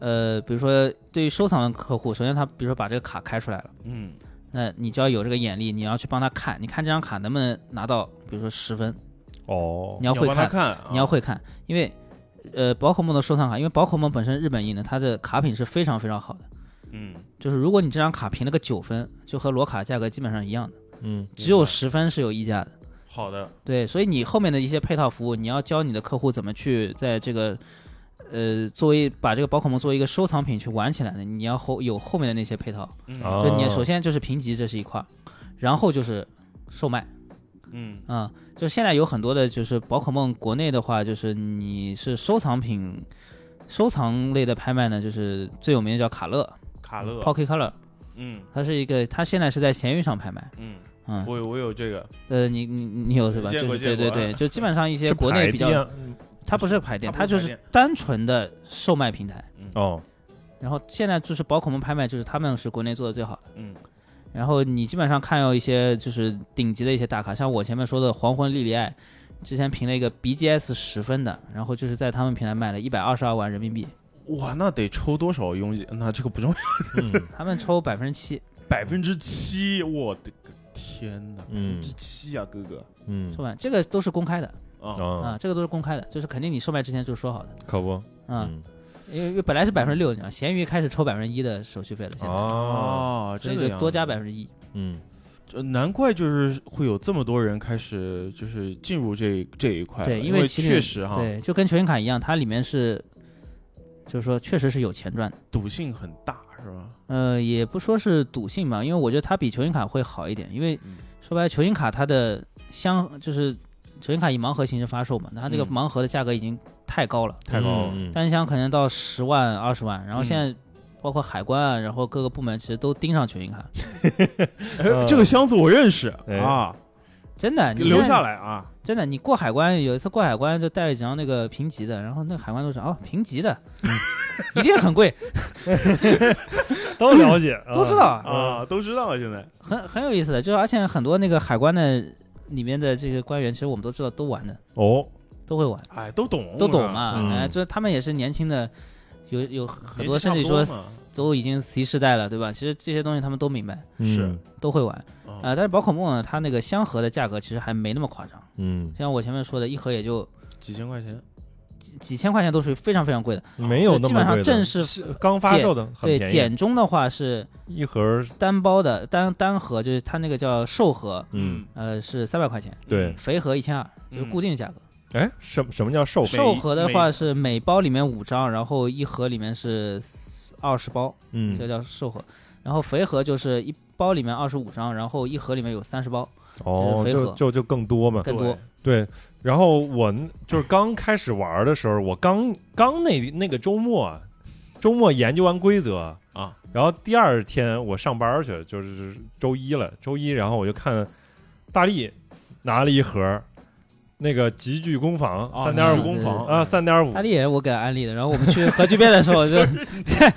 [SPEAKER 3] 呃，比如说对于收藏的客户，首先他比如说把这个卡开出来了，
[SPEAKER 2] 嗯
[SPEAKER 3] 那你就要有这个眼力，你要去帮他看，你看这张卡能不能拿到，比如说十分，
[SPEAKER 1] 哦
[SPEAKER 3] 你，要会
[SPEAKER 2] 帮他
[SPEAKER 3] 看，
[SPEAKER 2] 看啊，
[SPEAKER 3] 你要会看，因为呃，宝可梦的收藏卡，因为宝可梦本身日本印的，它的卡品是非常非常好的。
[SPEAKER 2] 嗯，
[SPEAKER 3] 就是如果你这张卡评了个九分，就和罗卡价格基本上一样的，
[SPEAKER 1] 嗯
[SPEAKER 3] 只有十分是有溢价的。
[SPEAKER 2] 好的，
[SPEAKER 3] 对，所以你后面的一些配套服务，你要教你的客户怎么去在这个，呃，作为把这个宝可梦作为一个收藏品去玩起来的，你要后有后面的那些配套。
[SPEAKER 2] 嗯
[SPEAKER 1] 啊
[SPEAKER 3] 就你首先就是评级，这是一块儿，然后就是售卖
[SPEAKER 2] 嗯
[SPEAKER 3] 啊、就现在有很多的，就是宝可梦国内的话，就是你是收藏品。收藏类的拍卖呢，就是最有名的叫卡乐
[SPEAKER 2] 卡乐，
[SPEAKER 3] （Pocket Color），
[SPEAKER 2] 嗯
[SPEAKER 3] 它是一个，它现在是在闲鱼上拍卖。
[SPEAKER 2] 嗯，
[SPEAKER 3] 嗯，
[SPEAKER 2] 我有我有这个，
[SPEAKER 3] 呃，你你你有是吧？
[SPEAKER 2] 见
[SPEAKER 3] 就
[SPEAKER 2] 过
[SPEAKER 3] 是
[SPEAKER 2] 见
[SPEAKER 3] 对对
[SPEAKER 2] 过
[SPEAKER 3] 对，就基本上一些
[SPEAKER 1] 是
[SPEAKER 3] 国内
[SPEAKER 1] 牌
[SPEAKER 3] 比较
[SPEAKER 1] 店
[SPEAKER 3] 它不是排店，
[SPEAKER 2] 它
[SPEAKER 3] 它
[SPEAKER 2] 不
[SPEAKER 3] 就是是单纯的售卖平台。
[SPEAKER 1] 哦，
[SPEAKER 3] 然后现在就是宝可梦拍卖，就是他们是国内做的最好的。
[SPEAKER 2] 嗯
[SPEAKER 3] 然后你基本上看到一些就是顶级的一些大咖，像我前面说的黄昏莉莉爱，之前评了一个 BGS 十分的，然后就是在他们平台卖了一百二十二万人民币，
[SPEAKER 2] 哇，那得抽多少佣金？那这个不重要，
[SPEAKER 1] 嗯
[SPEAKER 3] 他们抽百分之七，
[SPEAKER 2] 百分之七，我的个天哪，
[SPEAKER 1] 嗯
[SPEAKER 2] 之七啊，哥哥
[SPEAKER 1] 嗯
[SPEAKER 3] 是吧？这个都是公开的
[SPEAKER 2] 啊，
[SPEAKER 1] 啊
[SPEAKER 3] 啊，，这个都是公开的，就是肯定你售卖之前就说好的
[SPEAKER 1] 可不，
[SPEAKER 3] 啊，
[SPEAKER 1] 嗯
[SPEAKER 3] 因为因为本来是百分之六，你知道，闲鱼开始抽百分之一的手续费了，现在，
[SPEAKER 1] 哦，
[SPEAKER 2] 啊，
[SPEAKER 3] 嗯所以
[SPEAKER 2] 这个
[SPEAKER 3] 就多加百
[SPEAKER 2] 分。
[SPEAKER 3] 分之一。
[SPEAKER 1] 嗯
[SPEAKER 2] 呃，难怪就是会有这么多人开始就是进入这这一块了，
[SPEAKER 3] 对，
[SPEAKER 2] 因
[SPEAKER 3] 为麒麟
[SPEAKER 2] 确实哈，
[SPEAKER 3] 对，就跟球员卡一样，它里面是，就是说确实是有钱赚的。
[SPEAKER 2] 赌性很大，是吧？
[SPEAKER 3] 呃，也不说是赌性吧，因为我觉得它比球员卡会好一点，因为
[SPEAKER 2] 嗯
[SPEAKER 3] 说白了，球员卡它的相就是球员卡以盲盒形式发售嘛，那它这个
[SPEAKER 2] 嗯
[SPEAKER 3] 盲盒的价格已经太高了，
[SPEAKER 2] 太高了，
[SPEAKER 1] 嗯嗯
[SPEAKER 2] 嗯
[SPEAKER 3] 单箱可能到十万、二十万，然后现在包括海关啊，然后各个部门其实都盯上群银卡，
[SPEAKER 2] 哎
[SPEAKER 3] 嗯
[SPEAKER 2] 这个箱子我认识
[SPEAKER 1] 哎
[SPEAKER 2] 啊，
[SPEAKER 3] 真的，你
[SPEAKER 2] 留
[SPEAKER 3] 现在
[SPEAKER 2] 下来啊，
[SPEAKER 3] 真的，你过海关有一次过海关就带了几张那个评级的，然后那海关都是哦评级的，
[SPEAKER 2] 嗯
[SPEAKER 3] 一定 很贵，
[SPEAKER 1] 都了解，
[SPEAKER 3] 都知道
[SPEAKER 1] 啊
[SPEAKER 2] 啊，都知道了。现在
[SPEAKER 3] 很很有意思的，就是而且很多那个海关的里面的这些官员，其实我们都知道都玩的，
[SPEAKER 1] 哦，
[SPEAKER 3] 都会玩，
[SPEAKER 2] 哎，都懂，
[SPEAKER 3] 都懂嘛，
[SPEAKER 1] 嗯
[SPEAKER 3] 哎，就是他们也是年轻的，有有很
[SPEAKER 2] 年纪
[SPEAKER 3] 多
[SPEAKER 2] 差
[SPEAKER 3] 甚至
[SPEAKER 2] 不
[SPEAKER 3] 于说
[SPEAKER 2] 嘛
[SPEAKER 3] 都已经 C 世代了，对吧？其实这些东西他们都明白，
[SPEAKER 1] 嗯
[SPEAKER 2] 是
[SPEAKER 3] 都会玩
[SPEAKER 2] 哦
[SPEAKER 3] 啊、但是宝可梦呢，它那个箱盒的价格其实还没那么夸张，
[SPEAKER 1] 嗯，
[SPEAKER 3] 像我前面说的，一盒也就
[SPEAKER 2] 几千块钱，
[SPEAKER 3] 几几千块钱，都属于非常非常贵的。
[SPEAKER 1] 嗯没有那
[SPEAKER 3] 基
[SPEAKER 1] 么
[SPEAKER 3] 本
[SPEAKER 1] 贵
[SPEAKER 3] 上
[SPEAKER 1] 的
[SPEAKER 3] 正式
[SPEAKER 1] 是刚发售的很
[SPEAKER 3] 对
[SPEAKER 1] 便宜，
[SPEAKER 3] 简中的话是
[SPEAKER 1] 一盒，
[SPEAKER 3] 单包的单单盒，就是它那个叫瘦盒，
[SPEAKER 1] 嗯，
[SPEAKER 3] 呃是三百块钱，
[SPEAKER 1] 对，
[SPEAKER 3] 肥盒一千二，就是固定价格。
[SPEAKER 1] 哎，什什么叫售
[SPEAKER 2] 每
[SPEAKER 1] 费？
[SPEAKER 3] 瘦盒的话是每包里面五张，然后一盒里面是二十包，这
[SPEAKER 1] 嗯，
[SPEAKER 3] 叫瘦盒。然后肥盒就是一包里面二十五张，然后一盒里面有三十包，
[SPEAKER 1] 哦，
[SPEAKER 3] 这是肥
[SPEAKER 1] 就
[SPEAKER 3] 盒
[SPEAKER 1] 就就更多嘛，
[SPEAKER 3] 更多。
[SPEAKER 1] 对。然后我就是刚开始玩的时候，我刚刚那那个周末啊，周末研究完规则
[SPEAKER 2] 啊，
[SPEAKER 1] 然后第二天我上班去，就是周一了，周一，然后我就看大力拿了一盒那个极具攻防
[SPEAKER 2] 啊
[SPEAKER 1] 三点
[SPEAKER 2] 极
[SPEAKER 1] 五
[SPEAKER 2] 具攻防
[SPEAKER 3] 哦
[SPEAKER 1] 啊，三点五
[SPEAKER 3] 大力也是我给他安利的，然后我们去核聚变的 时候，我就在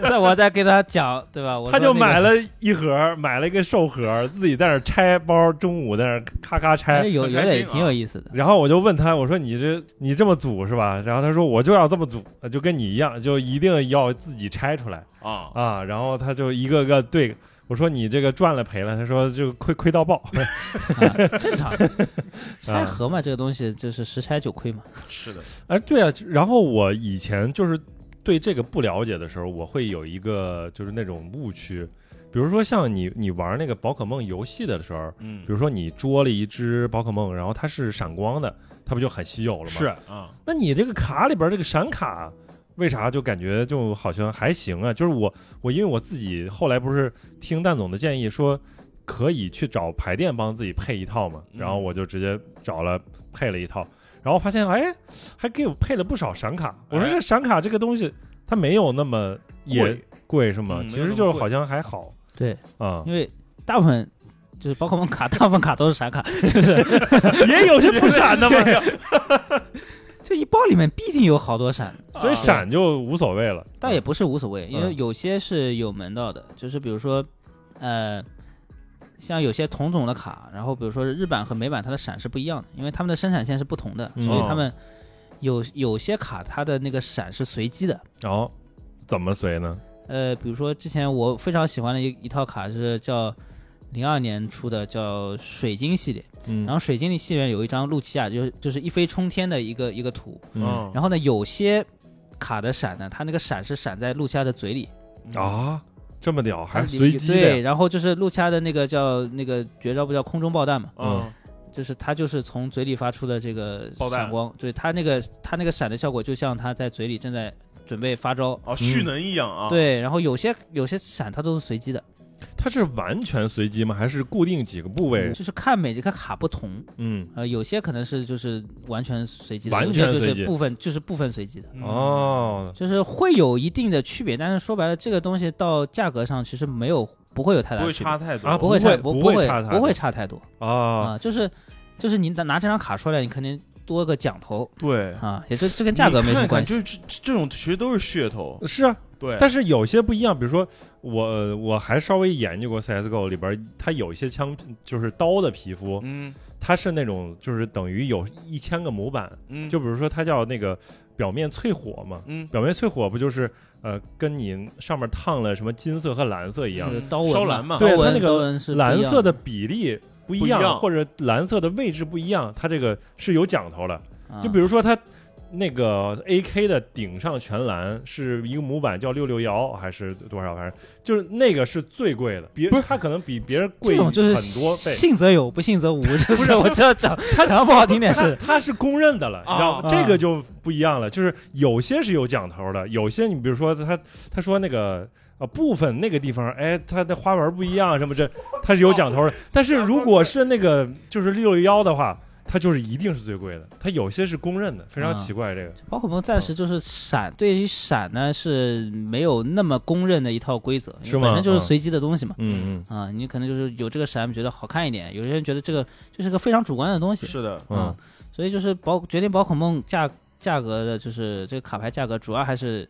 [SPEAKER 3] 在我在给他讲，对吧？我
[SPEAKER 1] 他
[SPEAKER 3] 说
[SPEAKER 1] 就
[SPEAKER 3] 那个
[SPEAKER 1] 买了一盒，买了一个寿盒，自己在那儿拆包，中午在那儿咔咔
[SPEAKER 3] 还
[SPEAKER 1] 拆
[SPEAKER 3] 是。哎有
[SPEAKER 2] 很
[SPEAKER 3] 有
[SPEAKER 2] 开
[SPEAKER 3] 点
[SPEAKER 2] 心啊
[SPEAKER 3] 挺有意思的。
[SPEAKER 1] 然后我就问他，我说你这你这么组是吧？然后他说我就要这么组，呃就跟你一样，就一定要自己拆出来
[SPEAKER 2] 啊，
[SPEAKER 1] 啊。然后他就一个个对我说你这个赚了赔了，他说就亏亏到爆。
[SPEAKER 3] 啊，正常。拆
[SPEAKER 1] 啊
[SPEAKER 3] 盒嘛，这个东西就是十拆九亏嘛。
[SPEAKER 2] 是的，
[SPEAKER 1] 哎，对啊。然后我以前就是对这个不了解的时候，我会有一个就是那种误区，比如说像你你玩那个宝可梦游戏的时候，
[SPEAKER 2] 嗯
[SPEAKER 1] 比如说你捉了一只宝可梦，然后它是闪光的，它不就很稀有了吗？
[SPEAKER 2] 是。啊，
[SPEAKER 1] 那你这个卡里边这个闪卡，为啥就感觉就好像还行啊？就是我我因为我自己后来不是听蛋总的建议说，可以去找牌店帮自己配一套嘛，
[SPEAKER 2] 嗯
[SPEAKER 1] 然后我就直接找了配了一套，然后发现哎，还给我配了不少闪卡。我说
[SPEAKER 2] 哎
[SPEAKER 1] 这闪卡这个东西它没有那么也
[SPEAKER 2] 贵
[SPEAKER 1] 贵是吗？
[SPEAKER 2] 嗯
[SPEAKER 1] 其
[SPEAKER 2] 没有
[SPEAKER 1] 实
[SPEAKER 2] 那
[SPEAKER 1] 就
[SPEAKER 2] 么
[SPEAKER 1] 是
[SPEAKER 2] 贵
[SPEAKER 1] 好像还好
[SPEAKER 3] 对，
[SPEAKER 1] 啊
[SPEAKER 3] 因，为大部分就是宝可梦卡，大部分卡都是闪卡，就是
[SPEAKER 1] 也有些不闪的嘛，
[SPEAKER 3] 就一包里面必定有好多闪，
[SPEAKER 1] 所以闪就无所谓了。
[SPEAKER 2] 啊
[SPEAKER 3] 倒也不是无所谓，因为
[SPEAKER 1] 嗯
[SPEAKER 3] 有些是有门道的，就是比如说，呃。像有些同种的卡，然后比如说日版和美版，它的闪是不一样的，因为它们的生产线是不同的，
[SPEAKER 1] 嗯
[SPEAKER 3] 所以他们有有些卡它的那个闪是随机的。
[SPEAKER 1] 然后怎么随呢？
[SPEAKER 3] 呃，比如说之前我非常喜欢的一一套卡是叫零二年出的，叫水晶系列。
[SPEAKER 1] 嗯
[SPEAKER 3] 然后水晶系列有一张露琪亚，就是就是一飞冲天的一个一个图。
[SPEAKER 2] 啊
[SPEAKER 1] 嗯
[SPEAKER 3] 然后呢，有些卡的闪呢，它那个闪是闪在露琪亚的嘴里，
[SPEAKER 1] 啊，这么屌，还
[SPEAKER 3] 它
[SPEAKER 1] 随机的
[SPEAKER 3] 对，
[SPEAKER 1] 呀，
[SPEAKER 3] 然后就是露琪亚的那个叫那个绝招不叫空中爆弹嘛，
[SPEAKER 2] 啊，
[SPEAKER 3] 就是它就是从嘴里发出的这个
[SPEAKER 2] 爆弹
[SPEAKER 3] 闪光，对它那个它那个闪的效果，就像它在嘴里正在准备发招。
[SPEAKER 2] 哦，蓄能一样啊，，
[SPEAKER 3] 对，然后有些有些闪它都是随机的，
[SPEAKER 1] 它是完全随机吗？还是固定几个部位？
[SPEAKER 3] 就是看每一个卡不同，
[SPEAKER 1] 嗯，
[SPEAKER 3] 呃，有些可能是就是完全随机的，
[SPEAKER 1] 完
[SPEAKER 3] 有些
[SPEAKER 1] 全随
[SPEAKER 3] 就
[SPEAKER 1] 机
[SPEAKER 3] 是部分就是部分随机
[SPEAKER 2] 嗯
[SPEAKER 3] 的，
[SPEAKER 1] 哦，
[SPEAKER 3] 就是会有一定的区别，但是说白了，这个东西到价格上其实没有不会有太
[SPEAKER 2] 不
[SPEAKER 3] 大
[SPEAKER 2] 会
[SPEAKER 3] 的区别，
[SPEAKER 2] 差太多
[SPEAKER 1] 啊
[SPEAKER 3] 不会差
[SPEAKER 1] 不会
[SPEAKER 3] 不
[SPEAKER 1] 不会
[SPEAKER 3] 会
[SPEAKER 1] 差太
[SPEAKER 3] 不
[SPEAKER 1] 多
[SPEAKER 3] 会差太多
[SPEAKER 1] 啊，
[SPEAKER 3] 啊，就是就是你拿拿这张卡出来，你肯定多个奖头
[SPEAKER 2] 对，
[SPEAKER 1] 嗯
[SPEAKER 3] 啊，也就这跟价格没
[SPEAKER 2] 你
[SPEAKER 3] 什
[SPEAKER 2] 看看
[SPEAKER 3] 么关系。
[SPEAKER 2] 就是这这这种其实都是噱头，
[SPEAKER 1] 是啊，
[SPEAKER 2] 对，
[SPEAKER 1] 但是有些不一样，比如说我我还稍微研究过 CSGO 里边，它有一些枪就是刀的皮肤，
[SPEAKER 2] 嗯
[SPEAKER 1] 它是那种就是等于有一千个模板，
[SPEAKER 2] 嗯，
[SPEAKER 1] 就比如说它叫那个表面淬火嘛，
[SPEAKER 2] 嗯
[SPEAKER 1] 表面淬火不就是呃跟你上面烫了什么金色和蓝色一样，
[SPEAKER 3] 就是
[SPEAKER 2] 嗯
[SPEAKER 3] 刀纹
[SPEAKER 2] 烧
[SPEAKER 3] 嘛
[SPEAKER 2] 蓝嘛
[SPEAKER 3] 刀
[SPEAKER 1] 对它
[SPEAKER 3] 纹
[SPEAKER 1] 那个
[SPEAKER 3] 刀纹是不一
[SPEAKER 1] 蓝
[SPEAKER 3] 样
[SPEAKER 1] 色的比例不一
[SPEAKER 2] 不一样
[SPEAKER 1] 样，或者蓝色的位置不一样，它这个是有讲头的。
[SPEAKER 3] 啊
[SPEAKER 1] 就比如说它那个 AK 的顶上全蓝是一个模板叫六六幺还是多少，反正就是那个是最贵的，别它可能比别人
[SPEAKER 3] 这
[SPEAKER 1] 贵
[SPEAKER 3] 种
[SPEAKER 1] 很
[SPEAKER 3] 就是
[SPEAKER 1] 多倍。
[SPEAKER 3] 信则有，不 信则无，就
[SPEAKER 1] 不
[SPEAKER 3] 是
[SPEAKER 1] 是
[SPEAKER 3] 我 这讲讲得不好听点
[SPEAKER 1] 它
[SPEAKER 3] 是
[SPEAKER 1] 它是公认的了，你知道吗？
[SPEAKER 3] 啊
[SPEAKER 1] 这个就不一样了，就是有些是有讲头的，有些你比如说他他说那个呃部分那个地方，哎，它的花 纹不一样什么这，它是有讲头的。但是如果是那个就是六六幺的话，它它就是一定是最贵的，它有些是公认的，非
[SPEAKER 3] 啊
[SPEAKER 1] 常奇怪这个。
[SPEAKER 3] 宝可梦暂时就是闪，对于闪呢是没有那么公认的一套规则，因为
[SPEAKER 1] 是吗
[SPEAKER 3] 本身就是
[SPEAKER 1] 嗯
[SPEAKER 3] 随机的东西嘛。
[SPEAKER 1] 嗯嗯
[SPEAKER 3] 啊、你可能就是有这个闪觉得好看一点，有些人觉得这个这是个非常主观的东西。
[SPEAKER 2] 是的，
[SPEAKER 1] 嗯
[SPEAKER 3] 嗯，所以就是宝决定宝可梦价价格的，就是这个卡牌价格主要还是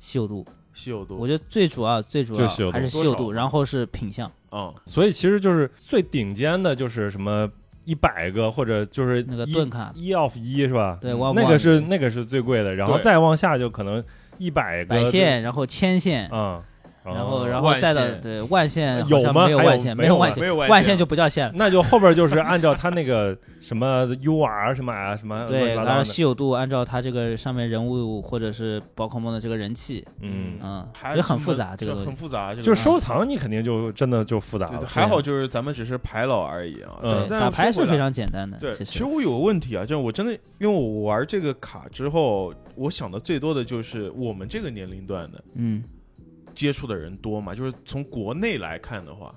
[SPEAKER 3] 稀有度。
[SPEAKER 2] 稀有度
[SPEAKER 3] 我，觉得最主要最主
[SPEAKER 1] 就
[SPEAKER 3] 要
[SPEAKER 1] 稀有度
[SPEAKER 3] 还是稀
[SPEAKER 2] 多
[SPEAKER 3] 有
[SPEAKER 2] 少
[SPEAKER 3] 度，然后是品相。
[SPEAKER 2] 嗯，
[SPEAKER 1] 所以其实就是最顶尖的，就是什么一百个或者就是
[SPEAKER 3] 那个
[SPEAKER 1] 一
[SPEAKER 3] 盾卡
[SPEAKER 1] 一 off 一是吧？
[SPEAKER 3] 对，我
[SPEAKER 1] 那个是那个是最贵的，然后
[SPEAKER 2] 对
[SPEAKER 1] 再往下就可能一百个
[SPEAKER 3] 百线，然后千线，
[SPEAKER 1] 嗯，
[SPEAKER 3] 然后然
[SPEAKER 2] 万
[SPEAKER 3] 后再到
[SPEAKER 2] 线
[SPEAKER 3] 对万线好
[SPEAKER 1] 有
[SPEAKER 3] 像
[SPEAKER 1] 吗
[SPEAKER 3] 没有
[SPEAKER 1] 还有
[SPEAKER 3] 万线，
[SPEAKER 1] 没
[SPEAKER 3] 有
[SPEAKER 1] 有嗯
[SPEAKER 3] 万
[SPEAKER 1] 啊
[SPEAKER 3] 线，
[SPEAKER 2] 没有万
[SPEAKER 3] 万
[SPEAKER 2] 线
[SPEAKER 3] 线就不叫线了。
[SPEAKER 1] 那就后边就是按照它那个什么 UR 什么啊什么乱
[SPEAKER 3] 对，
[SPEAKER 1] 七八
[SPEAKER 3] 然
[SPEAKER 1] 糟
[SPEAKER 3] 后
[SPEAKER 1] 的，
[SPEAKER 3] 稀有度按照它这个上面人物或者是宝可梦的这个人气，
[SPEAKER 1] 嗯，
[SPEAKER 3] 嗯，
[SPEAKER 2] 还
[SPEAKER 3] 也
[SPEAKER 2] 是
[SPEAKER 3] 很复
[SPEAKER 2] 这么
[SPEAKER 3] 杂这个东
[SPEAKER 2] 很
[SPEAKER 3] 西。
[SPEAKER 2] 复杂，这个
[SPEAKER 3] 啊
[SPEAKER 1] 就是收藏你肯定就真的就复杂
[SPEAKER 2] 对对
[SPEAKER 1] 了，
[SPEAKER 2] 还好就是咱们只是排老而已啊。
[SPEAKER 1] 嗯
[SPEAKER 2] 但但
[SPEAKER 3] 打牌
[SPEAKER 2] 说
[SPEAKER 3] 是
[SPEAKER 2] 回
[SPEAKER 3] 非
[SPEAKER 2] 来
[SPEAKER 3] 常简单的，
[SPEAKER 2] 对，
[SPEAKER 3] 其
[SPEAKER 2] 其
[SPEAKER 3] 实
[SPEAKER 2] 实我有个问题啊，就是我真的因为我玩这个卡之后，我想的最多的就是我们这个年龄段的
[SPEAKER 3] 嗯，
[SPEAKER 2] 接触的人多嘛，就是从国内来看的话，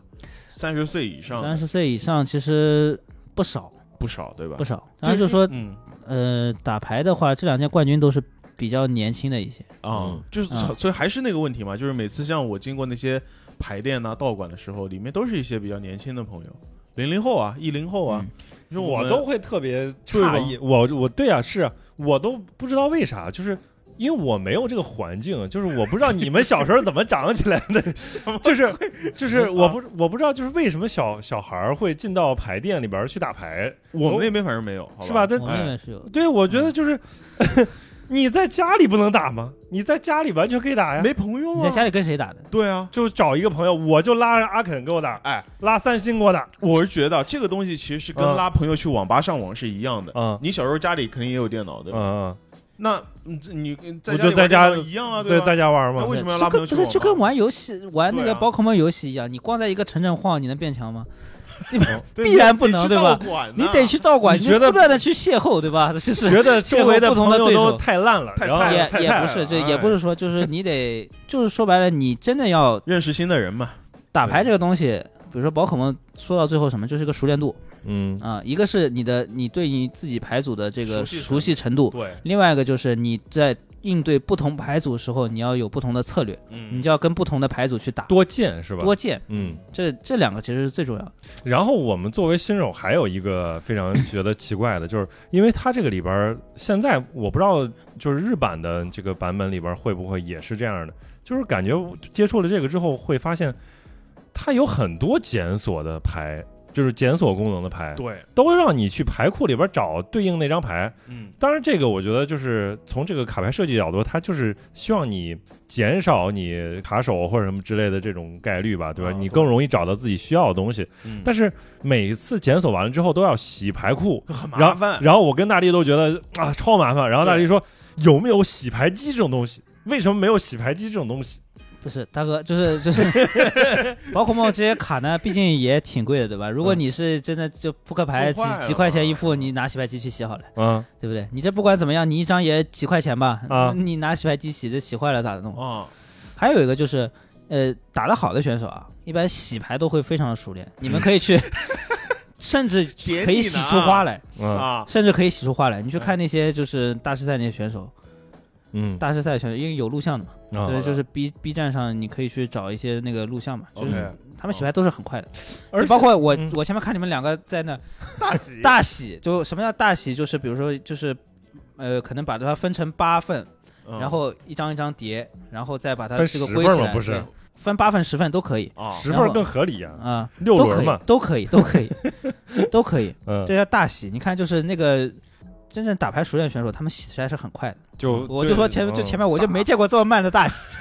[SPEAKER 2] 三十岁以上
[SPEAKER 3] 三
[SPEAKER 2] 的
[SPEAKER 3] 十岁以上其实不少
[SPEAKER 2] 不少，对吧？
[SPEAKER 3] 不少。
[SPEAKER 2] 这
[SPEAKER 3] 当然啊就说
[SPEAKER 2] 嗯
[SPEAKER 3] 呃，打牌的话，这两届冠军都是比较年轻的一些，
[SPEAKER 2] 啊、
[SPEAKER 1] 嗯
[SPEAKER 2] 就是、
[SPEAKER 3] 嗯
[SPEAKER 2] 所以还是那个问题嘛，就是每次像我经过那些牌店呐、道馆的时候，里面都是一些比较年轻的朋友，零零后啊、一零后啊，
[SPEAKER 3] 嗯
[SPEAKER 2] 你说
[SPEAKER 1] 我
[SPEAKER 2] 们
[SPEAKER 1] 都会特别
[SPEAKER 2] 对吧
[SPEAKER 1] 诧异，我我对啊，是啊我都不知道为啥，就是因为我没有这个环境，就是我不知道你们小时候怎么长起来 的，就是
[SPEAKER 2] 啊
[SPEAKER 1] 就是我不我不知道就是为什么小小孩儿会进到牌店里边儿去打牌，
[SPEAKER 2] 我们那边反正没有，好哎
[SPEAKER 1] 是吧？？但
[SPEAKER 3] 我认为是有。
[SPEAKER 1] 对我
[SPEAKER 2] 嗯
[SPEAKER 1] 觉得就是、 你在家里不能打吗？你在家里完全可以打呀，
[SPEAKER 2] 没朋友
[SPEAKER 3] 嗯你在
[SPEAKER 2] 啊，
[SPEAKER 3] 家里跟谁打的？
[SPEAKER 2] 对啊。
[SPEAKER 1] 就找一个朋友，我就拉着阿肯给我打，
[SPEAKER 2] 哎，
[SPEAKER 1] 拉三星给我打，
[SPEAKER 2] 我是觉得这个东西其实是跟
[SPEAKER 1] 嗯
[SPEAKER 2] 拉朋友去网吧上网是一样的。
[SPEAKER 1] 嗯
[SPEAKER 2] 你小时候家里肯定也有电脑，对
[SPEAKER 1] 嗯
[SPEAKER 2] 吧？
[SPEAKER 1] 嗯，
[SPEAKER 2] 那嗯这你你在
[SPEAKER 1] 我
[SPEAKER 2] 家里
[SPEAKER 1] 就在
[SPEAKER 2] 玩电
[SPEAKER 1] 家
[SPEAKER 2] 脑一样啊，
[SPEAKER 1] 对，
[SPEAKER 2] 吧？
[SPEAKER 1] 在家玩
[SPEAKER 2] 那
[SPEAKER 1] 嘛，
[SPEAKER 2] 为什么要
[SPEAKER 3] 就
[SPEAKER 2] 拉朋友
[SPEAKER 3] 跟
[SPEAKER 2] 去
[SPEAKER 3] 不
[SPEAKER 2] 网
[SPEAKER 3] 是
[SPEAKER 2] 吧？
[SPEAKER 3] 就跟玩游戏玩那
[SPEAKER 2] 对
[SPEAKER 3] 个
[SPEAKER 2] 啊
[SPEAKER 3] 宝可梦游戏一样，你光在一个城镇晃，你能变强吗？你
[SPEAKER 2] 对
[SPEAKER 3] 必然不能
[SPEAKER 2] 你得去
[SPEAKER 3] 对吧
[SPEAKER 2] 道馆啊
[SPEAKER 3] 你
[SPEAKER 2] 呐
[SPEAKER 3] 得去道馆，
[SPEAKER 1] 你
[SPEAKER 3] 你
[SPEAKER 1] 觉得
[SPEAKER 3] 不断的去邂逅，对吧？就是
[SPEAKER 1] 觉得周围
[SPEAKER 3] 不
[SPEAKER 1] 的
[SPEAKER 3] 同
[SPEAKER 1] 朋
[SPEAKER 3] 的
[SPEAKER 1] 友
[SPEAKER 3] 对
[SPEAKER 1] 都
[SPEAKER 3] 手，
[SPEAKER 1] 太烂了，
[SPEAKER 2] 太
[SPEAKER 1] 然后
[SPEAKER 2] 菜了
[SPEAKER 1] 太
[SPEAKER 3] 也也
[SPEAKER 1] 菜
[SPEAKER 3] 不
[SPEAKER 1] 了
[SPEAKER 3] 是，这
[SPEAKER 2] 哎
[SPEAKER 3] 也不是说就是你得，就是说白了，你真的要
[SPEAKER 2] 认识新的人嘛。
[SPEAKER 3] 打牌这个东西。比如说宝可梦，说到最后什么，就是一个熟练度
[SPEAKER 1] 嗯
[SPEAKER 3] 啊、一个是你的你对你自己牌组的这
[SPEAKER 2] 熟
[SPEAKER 3] 个
[SPEAKER 2] 悉程度
[SPEAKER 3] 熟悉程度，
[SPEAKER 2] 对，
[SPEAKER 3] 另外一个就是你在应对不同牌组时候，你要有不同的策略，
[SPEAKER 2] 嗯
[SPEAKER 3] 你就要跟不同的牌组去打，
[SPEAKER 1] 多见是吧？
[SPEAKER 3] 多见，
[SPEAKER 1] 嗯，
[SPEAKER 3] 这这两个其实是最重要的。
[SPEAKER 1] 然后我们作为新手还有一个非常觉得奇怪的，就是因为它这个里边儿现在我不知道，就是日版的这个版本里边儿会不会也是这样的，就是感觉接触了这个之后会发现，它有很多检索的牌，就是检索功能的牌，
[SPEAKER 2] 对，
[SPEAKER 1] 都让你去牌库里边找对应那张牌。
[SPEAKER 2] 嗯，
[SPEAKER 1] 当然，这个我觉得就是从这个卡牌设计角度，它就是希望你减少你卡手或者什么之类的这种概率吧，对吧？
[SPEAKER 2] 啊
[SPEAKER 1] 你
[SPEAKER 2] 对
[SPEAKER 1] 更容易找到自己需要的东西。
[SPEAKER 2] 嗯
[SPEAKER 1] 但是每次检索完了之后都要洗牌 库，
[SPEAKER 2] 很
[SPEAKER 1] 然
[SPEAKER 2] 麻
[SPEAKER 1] 后
[SPEAKER 2] 烦。
[SPEAKER 1] 然后我跟大力都觉得啊超麻烦，然后大力说有没有洗牌机这种东西？为什么没有洗牌机这种东西？
[SPEAKER 3] 不是大哥， 就是就是 宝可梦这些卡呢，毕竟也挺贵的，对吧？如果
[SPEAKER 1] 嗯
[SPEAKER 3] 你是真的就扑克牌
[SPEAKER 2] 不
[SPEAKER 3] 几
[SPEAKER 2] 坏了
[SPEAKER 3] 几块钱一副，你拿洗牌机去洗好了，
[SPEAKER 1] 啊，
[SPEAKER 3] 对不对？你这不管怎么样，你一张也几块钱吧？
[SPEAKER 1] 啊
[SPEAKER 3] 你拿洗牌机洗，这洗坏了咋弄？
[SPEAKER 2] 啊，
[SPEAKER 3] 还有一个就是，呃，打得好的选手啊，一般洗牌都会非常的熟练，你们可 以去，甚至
[SPEAKER 2] 别
[SPEAKER 3] 可以
[SPEAKER 2] 腻
[SPEAKER 3] 洗
[SPEAKER 2] 了
[SPEAKER 3] 出
[SPEAKER 2] 啊
[SPEAKER 3] 花来，
[SPEAKER 1] 嗯
[SPEAKER 2] 啊，
[SPEAKER 3] 甚至可以洗出花来。你去看那些就是大师赛那些选手，
[SPEAKER 1] 嗯
[SPEAKER 3] 大师赛选手因为有录像的嘛，
[SPEAKER 1] 啊
[SPEAKER 3] 对，
[SPEAKER 2] 的
[SPEAKER 3] 就是 B B 站上你可以去找一些那个录像嘛，就是
[SPEAKER 2] OK
[SPEAKER 3] 他们洗牌都是很快的，
[SPEAKER 1] 嗯而且
[SPEAKER 3] 包括我、
[SPEAKER 1] 嗯
[SPEAKER 3] 我前面看你们两个在那
[SPEAKER 2] 大喜
[SPEAKER 3] 大喜，就什么叫大喜？就是比如说就是。呃，可能把它分成八份，
[SPEAKER 2] 嗯
[SPEAKER 3] 然后一张一张叠，然后再把它
[SPEAKER 1] 分
[SPEAKER 3] 这个
[SPEAKER 1] 十
[SPEAKER 3] 归
[SPEAKER 1] 份
[SPEAKER 3] 起
[SPEAKER 1] 吗
[SPEAKER 3] 来，
[SPEAKER 1] 不是
[SPEAKER 3] 对分八份、十份都可以
[SPEAKER 2] 啊，
[SPEAKER 1] 十份儿更合理啊，
[SPEAKER 3] 啊，
[SPEAKER 1] 六轮嘛，
[SPEAKER 3] 都可以，都可以， 都可以，都可以，
[SPEAKER 1] 嗯，
[SPEAKER 3] 这叫大喜。你看，就是那个真正打牌熟练选手，他们洗出来是很快的。
[SPEAKER 1] 就
[SPEAKER 3] 我就说前
[SPEAKER 1] 嗯
[SPEAKER 3] 就前面我就没见过这么慢的大喜。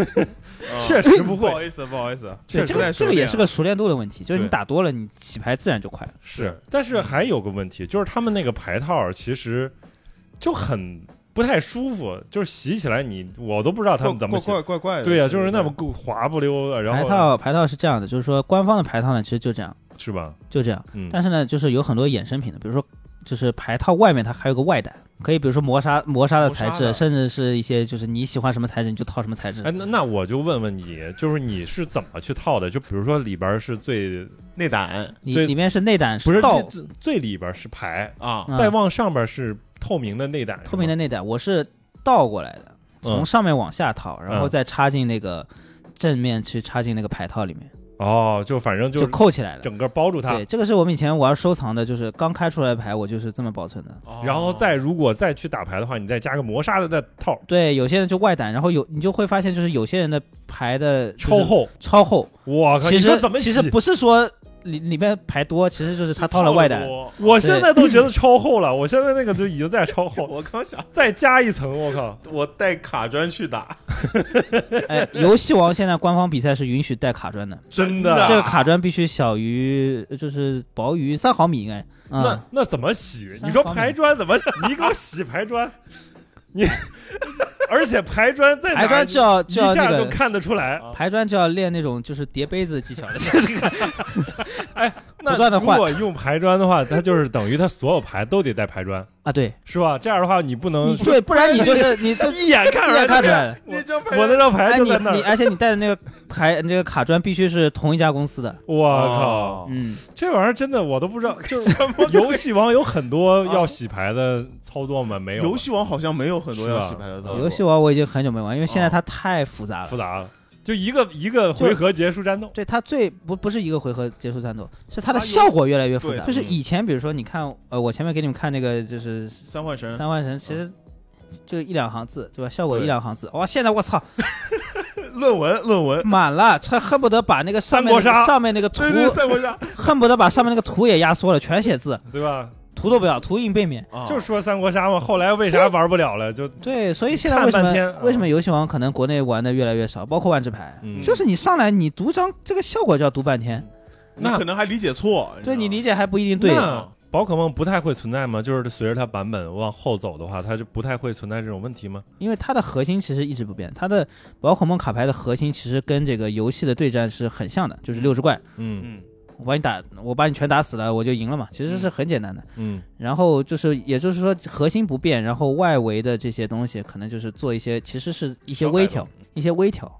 [SPEAKER 2] 啊
[SPEAKER 1] 确实不
[SPEAKER 2] 不
[SPEAKER 1] 会
[SPEAKER 2] 好意思，不好意思，
[SPEAKER 1] 对
[SPEAKER 2] 确实不太
[SPEAKER 3] 对，这个
[SPEAKER 2] 熟
[SPEAKER 3] 这个也
[SPEAKER 2] 练
[SPEAKER 3] 是个熟练度的问题，就是你
[SPEAKER 2] 对
[SPEAKER 3] 打多了，你洗牌自然就快了。
[SPEAKER 1] 是，但是还有个问题，就是他们那个牌套儿其实就很不太舒服，就是洗起来你我都不知道他
[SPEAKER 2] 怪
[SPEAKER 1] 们怎么洗。
[SPEAKER 2] 怪怪怪的，
[SPEAKER 1] 对呀、啊
[SPEAKER 2] 呀，
[SPEAKER 1] 就是那么够滑不溜的，然
[SPEAKER 3] 牌
[SPEAKER 1] 后
[SPEAKER 3] 套牌套是这样的，就是说官方的牌套呢，其实就这样，
[SPEAKER 1] 是吧？
[SPEAKER 3] 就这样。
[SPEAKER 1] 嗯
[SPEAKER 3] 但是呢，就是有很多衍生品的，比如说就是牌套外面它还有个外胆，可以比如说磨砂磨砂的
[SPEAKER 2] 磨砂
[SPEAKER 3] 材
[SPEAKER 2] 的
[SPEAKER 3] 质，甚至是一些就是你喜欢什么材质你就套什么材质
[SPEAKER 1] 哎，。那那我就问问你，就是你是怎么去套的？就比如说里边儿是最
[SPEAKER 2] 内胆
[SPEAKER 3] 里
[SPEAKER 1] 对
[SPEAKER 3] 里面是内胆
[SPEAKER 1] 不是
[SPEAKER 3] 道，
[SPEAKER 1] 最最里边儿是牌，
[SPEAKER 2] 啊，
[SPEAKER 3] 嗯
[SPEAKER 1] 再往上边儿是透明的内胆，
[SPEAKER 3] 透明的
[SPEAKER 1] 是吗
[SPEAKER 3] 内胆，我是倒过来的，从
[SPEAKER 1] 嗯
[SPEAKER 3] 上面往下套，然后
[SPEAKER 1] 嗯
[SPEAKER 3] 再插进那个正面去插进那个牌套里面，
[SPEAKER 1] 哦，就反正就
[SPEAKER 3] 就是扣起来了。
[SPEAKER 1] 整个包住它
[SPEAKER 3] 对，，这个是我们以前玩收藏的，就是刚开出来的牌，我就是这么保存的。
[SPEAKER 2] 哦
[SPEAKER 1] 然后再如果再去打牌的话，你再加个磨砂的再套，
[SPEAKER 3] 对，有些人就外胆，然后有你就会发现，就是有些人的牌的就是
[SPEAKER 1] 超厚，
[SPEAKER 3] 超厚，
[SPEAKER 1] 我靠，
[SPEAKER 3] 其
[SPEAKER 1] 你
[SPEAKER 3] 实
[SPEAKER 1] 说怎么
[SPEAKER 3] 其实
[SPEAKER 1] 洗
[SPEAKER 3] 不是说里里面牌多，其实就是他套了外胆。
[SPEAKER 2] 我
[SPEAKER 1] 我现在都觉得超厚了，我现在那个就已经在超厚，
[SPEAKER 2] 我刚想，
[SPEAKER 1] 再加一层，我靠，
[SPEAKER 2] 我带卡砖去打，
[SPEAKER 3] 哎，游戏王现在官方比赛是允许带卡砖的，
[SPEAKER 2] 真
[SPEAKER 1] 啊
[SPEAKER 2] 的
[SPEAKER 3] 这个卡砖必须小于就是薄于三毫米应该。嗯、
[SPEAKER 1] 那那怎么洗？
[SPEAKER 3] 三
[SPEAKER 1] 你说
[SPEAKER 3] 毫米
[SPEAKER 1] 排砖怎么？你给我洗排砖，你 而且排砖在哪儿
[SPEAKER 3] 牌砖就要
[SPEAKER 1] 一
[SPEAKER 3] 就要那
[SPEAKER 1] 下就
[SPEAKER 3] 个
[SPEAKER 1] 看得出来。
[SPEAKER 3] 牌砖就要练那种就是叠杯子技巧的，
[SPEAKER 1] 那
[SPEAKER 3] 不断地
[SPEAKER 1] 如
[SPEAKER 3] 换
[SPEAKER 1] 果用排砖的话，它就是等于它所有牌都得带排砖，
[SPEAKER 3] 啊，对，
[SPEAKER 1] 是吧？这样的话你不能
[SPEAKER 3] 你对，不然你就是你 这
[SPEAKER 1] 一眼看出来
[SPEAKER 3] 也看出来了。
[SPEAKER 2] 那张牌
[SPEAKER 1] 我那张牌
[SPEAKER 3] 哎，
[SPEAKER 1] 就
[SPEAKER 3] 你
[SPEAKER 1] 在那
[SPEAKER 3] 你，
[SPEAKER 1] 儿。
[SPEAKER 3] 而且你带的那个牌，那个卡砖必须是同一家公司的。
[SPEAKER 1] 我靠，
[SPEAKER 2] 哦
[SPEAKER 3] 嗯，
[SPEAKER 1] 这玩意儿真的我都不知道， 就是游戏王有很多要洗牌的操作吗？没有吧，
[SPEAKER 2] 游戏王好像没有很多
[SPEAKER 1] 是吧
[SPEAKER 2] 要洗牌的操作
[SPEAKER 3] 呃游戏王我已经很久没玩，因为现在它太复杂了
[SPEAKER 2] 哦
[SPEAKER 1] 复。杂了，就一个一个回合结束战斗。
[SPEAKER 3] 对它最不不是一个回合结束战斗，是它的
[SPEAKER 2] 它有
[SPEAKER 3] 效果越来越复杂。
[SPEAKER 2] 对
[SPEAKER 3] 就是
[SPEAKER 2] 嗯
[SPEAKER 3] 以前比如说你看，呃，我前面给你们看那个就是
[SPEAKER 2] 三幻神
[SPEAKER 3] 三幻神，其实就一两行字，对吧？效果
[SPEAKER 1] 对
[SPEAKER 3] 一两行字，哇，现在我操
[SPEAKER 2] 论文论文，
[SPEAKER 3] 满了，这恨不得把那个上面
[SPEAKER 1] 三国杀
[SPEAKER 3] 上面那 个图
[SPEAKER 2] 对对三国杀
[SPEAKER 3] 恨不得把上面那个图也压缩了，全写字，
[SPEAKER 1] 对吧？
[SPEAKER 3] 图都不要，图印背面。
[SPEAKER 2] 啊
[SPEAKER 1] 就说三国杀嘛，后来为啥玩不了了？就
[SPEAKER 3] 对，所以现在为什
[SPEAKER 1] 看半天
[SPEAKER 3] 么
[SPEAKER 1] 啊
[SPEAKER 3] 为什么游戏王可能国内玩的越来越少，包括万智牌，
[SPEAKER 1] 嗯
[SPEAKER 3] 就是你上来你读章这个效果就要读半天，
[SPEAKER 2] 你可能还理解错，
[SPEAKER 3] 对你理
[SPEAKER 2] 理
[SPEAKER 3] 解还不一定对。啊
[SPEAKER 1] 那宝可梦不太会存在吗？就是随着它版本往后走的话，它就不太会存在这种问题吗？
[SPEAKER 3] 因为它的核心其实一直不变，它的宝可梦卡牌的核心其实跟这个游戏的对战是很像的，就是六只怪，
[SPEAKER 1] 嗯
[SPEAKER 2] 嗯
[SPEAKER 3] 我把你打，我把你全打死了，我就赢了嘛，其实是很简单的。
[SPEAKER 1] 嗯，
[SPEAKER 3] 然后就是，也就是说核心不变，然后外围的这些东西可能就是做一些，其实是一些
[SPEAKER 2] 小改
[SPEAKER 3] 微
[SPEAKER 2] 动
[SPEAKER 3] 调，一些微调。